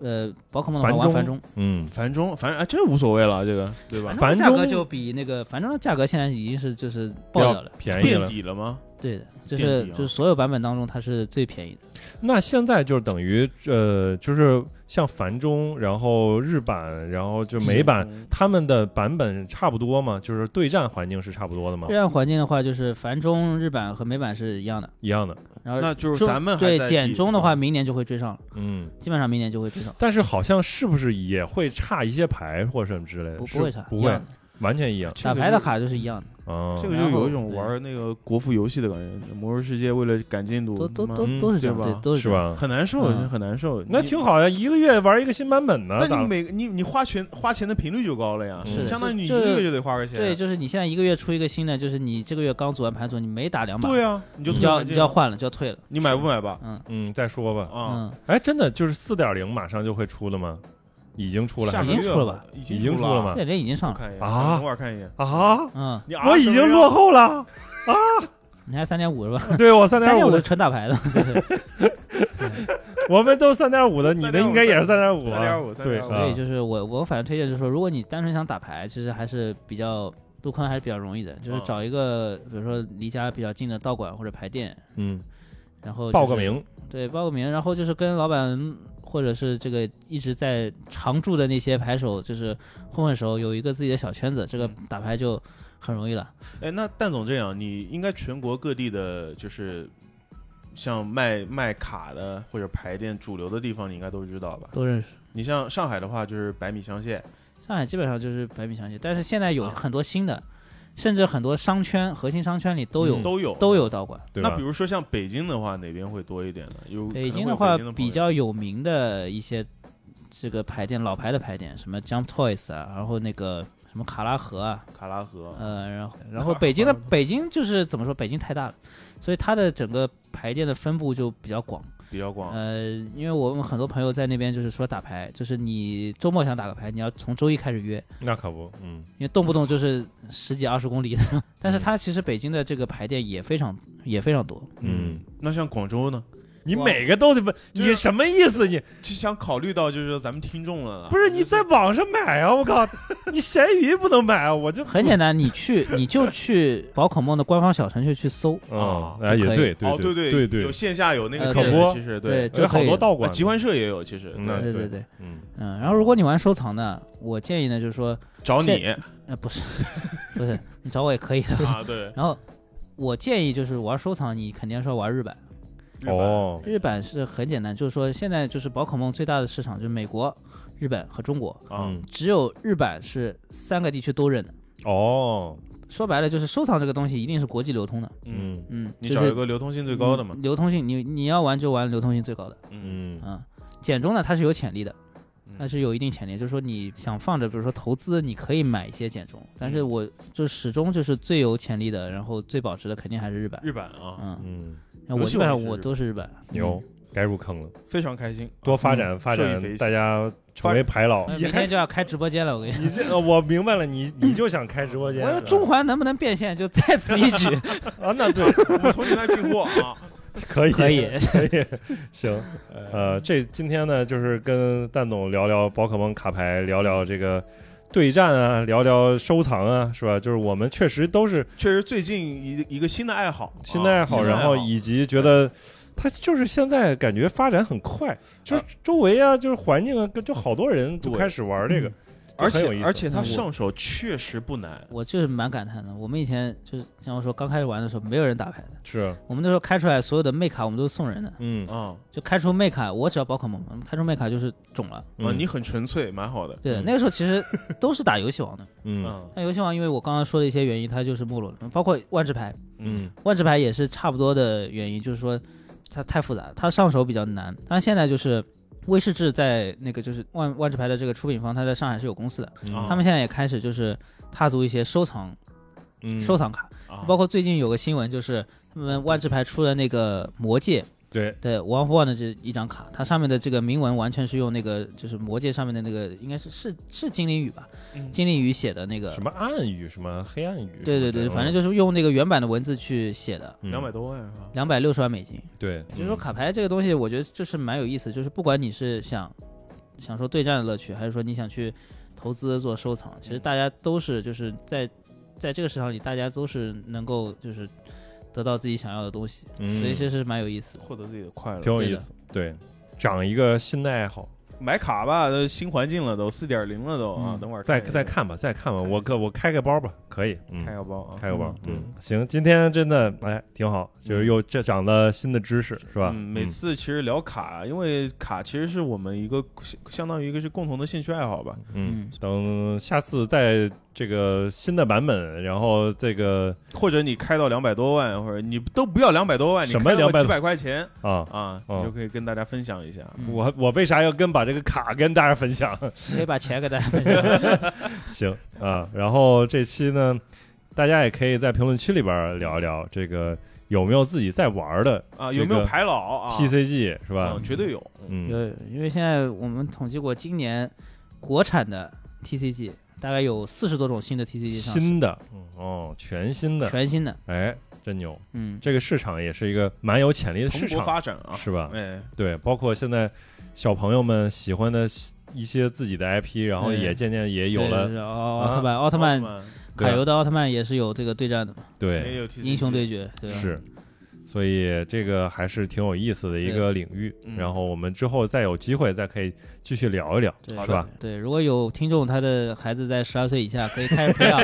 [SPEAKER 3] 呃，宝可梦的
[SPEAKER 1] 繁
[SPEAKER 3] 话玩
[SPEAKER 1] 中
[SPEAKER 3] 繁中，
[SPEAKER 1] 嗯，
[SPEAKER 2] 繁中，反正哎，这无所谓了，这个对吧？
[SPEAKER 1] 繁
[SPEAKER 3] 的价
[SPEAKER 1] 中
[SPEAKER 3] 格就比那个繁中的价格现在已经是就是爆
[SPEAKER 1] 要
[SPEAKER 3] 掉了，
[SPEAKER 1] 便宜
[SPEAKER 2] 垫
[SPEAKER 1] 了。
[SPEAKER 2] 底了吗？
[SPEAKER 3] 对的，就
[SPEAKER 2] 垫
[SPEAKER 3] 是
[SPEAKER 2] 底啊
[SPEAKER 3] 就是所有版本当中它是最便宜的，
[SPEAKER 1] 那现在就等于呃，就是像繁中，然后日版，然后就美版，他们的版本差不多吗？就是对战环境是差不多的吗
[SPEAKER 2] 啊
[SPEAKER 3] 这？样环境的话就是繁中日版和美版是一样的，
[SPEAKER 1] 一样的，
[SPEAKER 3] 然后
[SPEAKER 2] 那就是
[SPEAKER 3] 中
[SPEAKER 2] 咱们还
[SPEAKER 3] 对
[SPEAKER 2] 在啊底
[SPEAKER 3] 简中的话，明年就会追上了，
[SPEAKER 1] 嗯。
[SPEAKER 3] 基本上明年就会追上，
[SPEAKER 1] 但是好像是不是也会差一些牌或者什么之类的？
[SPEAKER 3] 不
[SPEAKER 1] 是
[SPEAKER 3] 不会差，
[SPEAKER 1] 不
[SPEAKER 3] 一
[SPEAKER 1] 会
[SPEAKER 3] 样的，
[SPEAKER 1] 完全一样
[SPEAKER 2] 这个
[SPEAKER 3] 打
[SPEAKER 2] 就
[SPEAKER 3] 牌的嗯卡就是一样的，
[SPEAKER 1] 啊。
[SPEAKER 2] 这个就有一种玩那个国服游戏的感觉，《魔兽世界》为了赶进度，
[SPEAKER 3] 都都
[SPEAKER 2] 他妈
[SPEAKER 3] 都都是这
[SPEAKER 2] 嗯
[SPEAKER 3] 样，
[SPEAKER 2] 对吧
[SPEAKER 3] 对，都
[SPEAKER 1] 是
[SPEAKER 3] 这样？
[SPEAKER 1] 吧？
[SPEAKER 2] 很难受，
[SPEAKER 3] 嗯
[SPEAKER 2] 很难受。
[SPEAKER 1] 那
[SPEAKER 2] 你
[SPEAKER 1] 挺。好呀，啊一个月玩一个新版本呢。
[SPEAKER 2] 但
[SPEAKER 1] 打
[SPEAKER 2] 你每你你花钱花钱的频率就高了呀，
[SPEAKER 1] 是的
[SPEAKER 2] 相当于你一
[SPEAKER 3] 这
[SPEAKER 2] 个月就得花个钱。
[SPEAKER 3] 对，就是你现在一个月出一个新的，就是你这个月刚组完牌组，你每打
[SPEAKER 1] 嗯
[SPEAKER 3] 两把，
[SPEAKER 2] 对啊，你就
[SPEAKER 3] 你
[SPEAKER 2] 退
[SPEAKER 3] 就要
[SPEAKER 2] 环
[SPEAKER 3] 你
[SPEAKER 2] 境
[SPEAKER 3] 就要换了，就要退了，
[SPEAKER 2] 你买不买吧？
[SPEAKER 3] 嗯
[SPEAKER 1] 嗯，再说吧。
[SPEAKER 2] 啊，
[SPEAKER 3] 嗯。
[SPEAKER 1] 哎，真的就是四点零马上就会出了吗？已经出了
[SPEAKER 2] 下
[SPEAKER 1] 还
[SPEAKER 2] 个
[SPEAKER 1] 是
[SPEAKER 2] 月
[SPEAKER 3] 已经出了吧？
[SPEAKER 2] 已
[SPEAKER 1] 已经
[SPEAKER 2] 出
[SPEAKER 1] 出了吗
[SPEAKER 3] 这连已经上
[SPEAKER 2] 我
[SPEAKER 3] 了，
[SPEAKER 2] 看一眼
[SPEAKER 1] 啊
[SPEAKER 2] 等会儿看一眼。
[SPEAKER 1] 啊？
[SPEAKER 3] 嗯，
[SPEAKER 2] 你
[SPEAKER 1] 我已经落
[SPEAKER 2] 后，
[SPEAKER 1] 后了，
[SPEAKER 3] 你还三点五是吧？
[SPEAKER 1] 对我三
[SPEAKER 3] 三
[SPEAKER 1] 点
[SPEAKER 3] 点
[SPEAKER 1] 的，
[SPEAKER 3] 纯打牌的，就是
[SPEAKER 1] 我们都三点五的，你的应该也是三点五，啊
[SPEAKER 2] 3.5
[SPEAKER 1] 对，
[SPEAKER 2] 3.5
[SPEAKER 3] 所以
[SPEAKER 1] 啊
[SPEAKER 3] 就是我我反正推荐就是说，如果你单纯想打牌，其实还是比较陆坤还是比较容易的，就是
[SPEAKER 1] 啊
[SPEAKER 2] 嗯
[SPEAKER 3] 找一个比如说离家比较近的道馆或者牌店，
[SPEAKER 1] 嗯，
[SPEAKER 3] 然后就是
[SPEAKER 1] 报个，名，
[SPEAKER 3] 对，报个名，然后就是跟老板或者是这个一直在常驻的那些牌手就是混混熟，有一个自己的小圈子，这个打牌就很容易了。
[SPEAKER 2] 哎，那蛋总这样，你应该全国各地的，就是像卖卖卡的或者牌店主流的地方，你应该都知道吧？
[SPEAKER 3] 都认识。
[SPEAKER 2] 你像上海的话，就是百米香榭，
[SPEAKER 3] 上海基本上就是百米香榭，但是现在有
[SPEAKER 2] 啊
[SPEAKER 3] 很多新的，甚至很多商圈、核心商圈里都有、
[SPEAKER 1] 嗯
[SPEAKER 2] 都有
[SPEAKER 3] 都。有道馆。
[SPEAKER 1] 对吧？
[SPEAKER 2] 那比如说像北京的话，哪边会多一点呢？有
[SPEAKER 3] 北
[SPEAKER 2] 可能
[SPEAKER 3] 京
[SPEAKER 2] 会有
[SPEAKER 3] 的话
[SPEAKER 2] 北京，
[SPEAKER 3] 比
[SPEAKER 2] 朋友
[SPEAKER 3] 较有名的一些这个牌店，老牌的牌店，什么 Jump Toys 啊，然后那个什么卡拉河啊，
[SPEAKER 2] 卡拉河，
[SPEAKER 3] 呃，然
[SPEAKER 2] 哦
[SPEAKER 3] 后然后北京的北京就是怎么说，北京太大了，所以它的整个牌店的分布就比较广。
[SPEAKER 2] 比较广。
[SPEAKER 3] 呃，因为我们很多朋友在那边就是说打牌，就是你周末想打个牌，你要从周一开始约，
[SPEAKER 1] 那可不，嗯，
[SPEAKER 3] 因为动不动就是十几二十公里。 但是它其实北京的这个牌店也非常也非常多，
[SPEAKER 1] 嗯，
[SPEAKER 2] 那像广州呢？
[SPEAKER 1] 你
[SPEAKER 3] 哇
[SPEAKER 1] 每个都得问，
[SPEAKER 2] 就是啊
[SPEAKER 1] 你什么意思？你
[SPEAKER 2] 就想考虑到就是说咱们听众了啦，
[SPEAKER 1] 不是你在网上买啊？我靠，你闲鱼不能买啊！我就
[SPEAKER 3] 很简单，你去你就去宝可梦的官方小程序去搜，
[SPEAKER 1] 哦
[SPEAKER 2] 啊，
[SPEAKER 1] 哎，也
[SPEAKER 3] 可以
[SPEAKER 1] 对，
[SPEAKER 2] 哦，
[SPEAKER 1] 对
[SPEAKER 2] 对
[SPEAKER 1] 对
[SPEAKER 2] 有线下有那个
[SPEAKER 3] 呃
[SPEAKER 2] 店
[SPEAKER 3] 口
[SPEAKER 1] 播
[SPEAKER 2] 其实对，
[SPEAKER 3] 对就
[SPEAKER 1] 有好
[SPEAKER 3] 可以
[SPEAKER 1] 多道
[SPEAKER 2] 啊
[SPEAKER 1] 馆，
[SPEAKER 2] 集欢社也有，其实
[SPEAKER 1] 那
[SPEAKER 2] 对
[SPEAKER 3] 对
[SPEAKER 1] 对
[SPEAKER 3] 对对，
[SPEAKER 1] 嗯，
[SPEAKER 3] 嗯，然后如果你玩收藏呢，我建议呢就是说，
[SPEAKER 2] 找你
[SPEAKER 3] 现 呃，不是 不是，你找我也可以的。
[SPEAKER 2] 啊，对，
[SPEAKER 3] 然后我建议就是玩收藏，你肯定是要玩日版。
[SPEAKER 2] 日本
[SPEAKER 1] 哦，
[SPEAKER 3] 日版是很简单，就是说现在就是宝可梦最大的市场就是美国、日本和中国，
[SPEAKER 2] 啊，
[SPEAKER 1] 嗯，
[SPEAKER 3] 只有日版是三个地区都认的。
[SPEAKER 1] 哦，
[SPEAKER 3] 说白了就是收藏这个东西一定是国际流通的，
[SPEAKER 2] 嗯，
[SPEAKER 1] 嗯
[SPEAKER 3] 嗯，
[SPEAKER 2] 你
[SPEAKER 3] 就
[SPEAKER 2] 找一
[SPEAKER 3] 是
[SPEAKER 2] 个流通性最高的嘛
[SPEAKER 3] 嗯，流通性，你你要玩就玩流通性最高的，
[SPEAKER 2] 嗯
[SPEAKER 1] 嗯
[SPEAKER 3] 嗯，简中呢它是有潜力的
[SPEAKER 2] 嗯。
[SPEAKER 3] 它是有一定潜力，就是说你想放着，比如说投资，你可以买一些简中，
[SPEAKER 2] 嗯
[SPEAKER 3] 但是我就始终就是最有潜力的，然后最保值的肯定还是日版。
[SPEAKER 2] 日版啊，
[SPEAKER 3] 嗯，
[SPEAKER 1] 嗯，
[SPEAKER 3] 那
[SPEAKER 2] 游
[SPEAKER 3] 我
[SPEAKER 2] 戏
[SPEAKER 3] 基本嗯
[SPEAKER 2] 我
[SPEAKER 3] 上
[SPEAKER 2] 也是
[SPEAKER 3] 我
[SPEAKER 2] 日
[SPEAKER 3] 都是日版。
[SPEAKER 1] 牛，该入坑了，
[SPEAKER 2] 非常开 心，
[SPEAKER 1] 多发展发
[SPEAKER 2] 受益匪
[SPEAKER 1] 展，
[SPEAKER 2] 浅
[SPEAKER 1] 大家成为牌佬。
[SPEAKER 3] 嗯，
[SPEAKER 1] 你
[SPEAKER 3] 明
[SPEAKER 1] 还
[SPEAKER 3] 天就要开直播 间了，我跟你说。
[SPEAKER 1] 你这个我明白了，你你就想开直播间，
[SPEAKER 2] 啊
[SPEAKER 3] 我要
[SPEAKER 1] 是吧
[SPEAKER 3] 中环能不能变现 就在此一举，
[SPEAKER 1] 啊？那对，
[SPEAKER 2] 我们从你那进货啊，
[SPEAKER 1] 可以
[SPEAKER 3] 可以
[SPEAKER 1] 可 以，行，呃，这今天呢，就是跟蛋总聊聊宝可梦卡牌，聊聊这个对战啊，聊聊收藏啊，是吧？就是我们确实都是
[SPEAKER 2] 确实最近一一个新的爱好，
[SPEAKER 1] 新的爱好，
[SPEAKER 2] 啊
[SPEAKER 1] 然后以及觉得。它就是现在感觉发展很快，就是周围啊，就是环境啊，就好多人就
[SPEAKER 2] 对嗯
[SPEAKER 1] 开始玩这个，
[SPEAKER 2] 而
[SPEAKER 1] 就很有意
[SPEAKER 2] 且
[SPEAKER 1] 思
[SPEAKER 2] 而且它上手确实不难，
[SPEAKER 3] 我就是蛮感叹的。我们以前就是像我说刚开始玩的时候，没有人打牌的。
[SPEAKER 1] 是，
[SPEAKER 3] 我们那时候开出来所有的妹卡，我们都是送人的。
[SPEAKER 1] 嗯，
[SPEAKER 2] 啊
[SPEAKER 3] 就开出妹卡，我只要宝可梦，开出妹卡就是中了。
[SPEAKER 2] 啊，
[SPEAKER 1] 嗯
[SPEAKER 2] 你很纯粹，蛮好的，
[SPEAKER 3] 对，
[SPEAKER 1] 嗯
[SPEAKER 3] 那个时候其实都是打游戏王的。
[SPEAKER 1] 嗯
[SPEAKER 2] 嗯
[SPEAKER 3] 但游戏王因为我刚刚说的一些原因，它就是没落了。包括万智牌，
[SPEAKER 1] 嗯
[SPEAKER 3] 万智牌也是差不多的原因，就是说它太复杂，它上手比较难。但现在就是威士忌在那个就是万万智牌的这个出品方，它在上海是有公司的，
[SPEAKER 1] 嗯
[SPEAKER 2] 啊
[SPEAKER 3] 他们现在也开始就是踏足一些收藏
[SPEAKER 1] 嗯，
[SPEAKER 3] 收藏卡，
[SPEAKER 2] 啊，
[SPEAKER 3] 包括最近有个新闻，就是他们万智牌出了那个魔戒
[SPEAKER 1] 对，
[SPEAKER 3] 对 One for One 的这一张卡，它上面的这个铭文完全是用那个就是魔戒上面的那个应该是是是精灵语吧，
[SPEAKER 2] 嗯
[SPEAKER 3] 精灵语写的那个
[SPEAKER 1] 什么暗语，什么嗯黑暗语，
[SPEAKER 3] 对对对，反正
[SPEAKER 1] 就
[SPEAKER 3] 就是用那个原版的文字去写的，
[SPEAKER 1] 嗯
[SPEAKER 2] 两百多万啊，
[SPEAKER 3] 两百六十万美金。
[SPEAKER 1] 对，
[SPEAKER 3] 就是说卡牌这个东西，我觉得就是蛮有意思，就是不管你是想享受对战的乐趣，还是说你想去投资做收藏，其实大家都是就是在在这个市场里，大家都是能够就是得到自己想要的东西，
[SPEAKER 1] 嗯，
[SPEAKER 3] 所以其实蛮有意思的。
[SPEAKER 2] 获得自己的快乐
[SPEAKER 1] 挺，有意思，对，长一个新的爱好，
[SPEAKER 2] 买卡吧，都新环境了都，四点零了都啊
[SPEAKER 3] 嗯，
[SPEAKER 2] 等会儿
[SPEAKER 1] 再
[SPEAKER 2] 看一
[SPEAKER 1] 再
[SPEAKER 2] 下
[SPEAKER 1] 看吧，再看吧，我可我开个包吧，可以，嗯
[SPEAKER 2] 开，个包啊，
[SPEAKER 1] 开个包，
[SPEAKER 3] 嗯
[SPEAKER 1] 嗯，行，今天真的哎挺好，就是又这长了新的知识是吧？
[SPEAKER 2] 嗯，每次其实聊卡，因为卡其实是我们一个相当于一个是共同的兴趣爱好吧，
[SPEAKER 1] 嗯，
[SPEAKER 3] 嗯，
[SPEAKER 1] 等下次在这个新的版本，然后这个
[SPEAKER 2] 或者你开到两百多万，或者你都不要两百多万，你
[SPEAKER 1] 什么
[SPEAKER 2] 开到
[SPEAKER 1] 200
[SPEAKER 2] 几百块钱
[SPEAKER 1] 啊。
[SPEAKER 2] 啊，
[SPEAKER 1] 哦
[SPEAKER 2] 你就可以跟大家分享一下。
[SPEAKER 3] 嗯
[SPEAKER 1] 我我为啥要跟把这个卡跟大家分享？
[SPEAKER 3] 可以把钱给 大家分享。
[SPEAKER 1] 行啊，然后这期呢，大家也可以在评论区里边聊一聊这个有没有自己在玩的
[SPEAKER 2] 啊，
[SPEAKER 1] 这
[SPEAKER 2] 有没有
[SPEAKER 1] 个
[SPEAKER 2] 排老啊
[SPEAKER 1] TCG 是吧
[SPEAKER 2] 嗯？绝对有，
[SPEAKER 1] 嗯，
[SPEAKER 3] 对，因为现在我们统计过，今年国产的 TCG 大概有四十多种新的 TCG 上市，
[SPEAKER 1] 新的嗯哦，全新的，
[SPEAKER 3] 全新的。
[SPEAKER 1] 哎，真牛！
[SPEAKER 3] 嗯，
[SPEAKER 1] 这个市场也是一个蛮有潜力的
[SPEAKER 2] 蓬
[SPEAKER 1] 市
[SPEAKER 2] 勃
[SPEAKER 1] 场，
[SPEAKER 2] 发展啊，
[SPEAKER 1] 是吧
[SPEAKER 2] 哎，
[SPEAKER 1] 对，包括现在小朋友们喜欢的一些自己的 IP，然后
[SPEAKER 3] 对
[SPEAKER 1] 也渐渐也有
[SPEAKER 3] 对
[SPEAKER 1] 了
[SPEAKER 3] 是奥奥
[SPEAKER 1] 啊
[SPEAKER 3] 特曼，奥特
[SPEAKER 2] 奥
[SPEAKER 3] 曼
[SPEAKER 2] 特曼
[SPEAKER 3] 卡游的奥特曼也是有这个对战的嘛，
[SPEAKER 1] 对，
[SPEAKER 2] 也有 TCG
[SPEAKER 3] 英雄对决，对吧？
[SPEAKER 1] 是，所以这个还是挺有意思的一个领域
[SPEAKER 2] 嗯。
[SPEAKER 1] 然后我们之后再有机会再可以继续聊一聊，
[SPEAKER 3] 对
[SPEAKER 1] 是吧？
[SPEAKER 3] 对，如果有听众他的孩子在十二岁以下，可以开始 培养。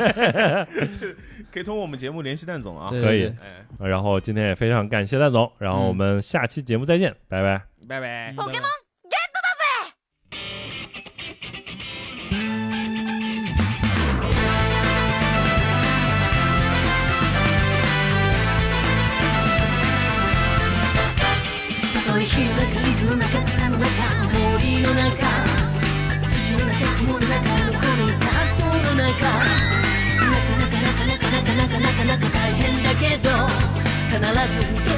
[SPEAKER 2] 可以通过我们节目联系蛋总啊。
[SPEAKER 3] 对
[SPEAKER 1] 可以
[SPEAKER 3] 对
[SPEAKER 2] 哎，
[SPEAKER 1] 呃然后今天也非常感谢蛋总，然
[SPEAKER 3] 嗯
[SPEAKER 1] 后我们下期节目再见，拜拜。
[SPEAKER 2] 拜嗯拜。
[SPEAKER 3] 对
[SPEAKER 4] 遠い日の中水の中草の中森の中土の中雲の中このスタートの中なかなかなかなかなかなかなかなか大変だけど必ずど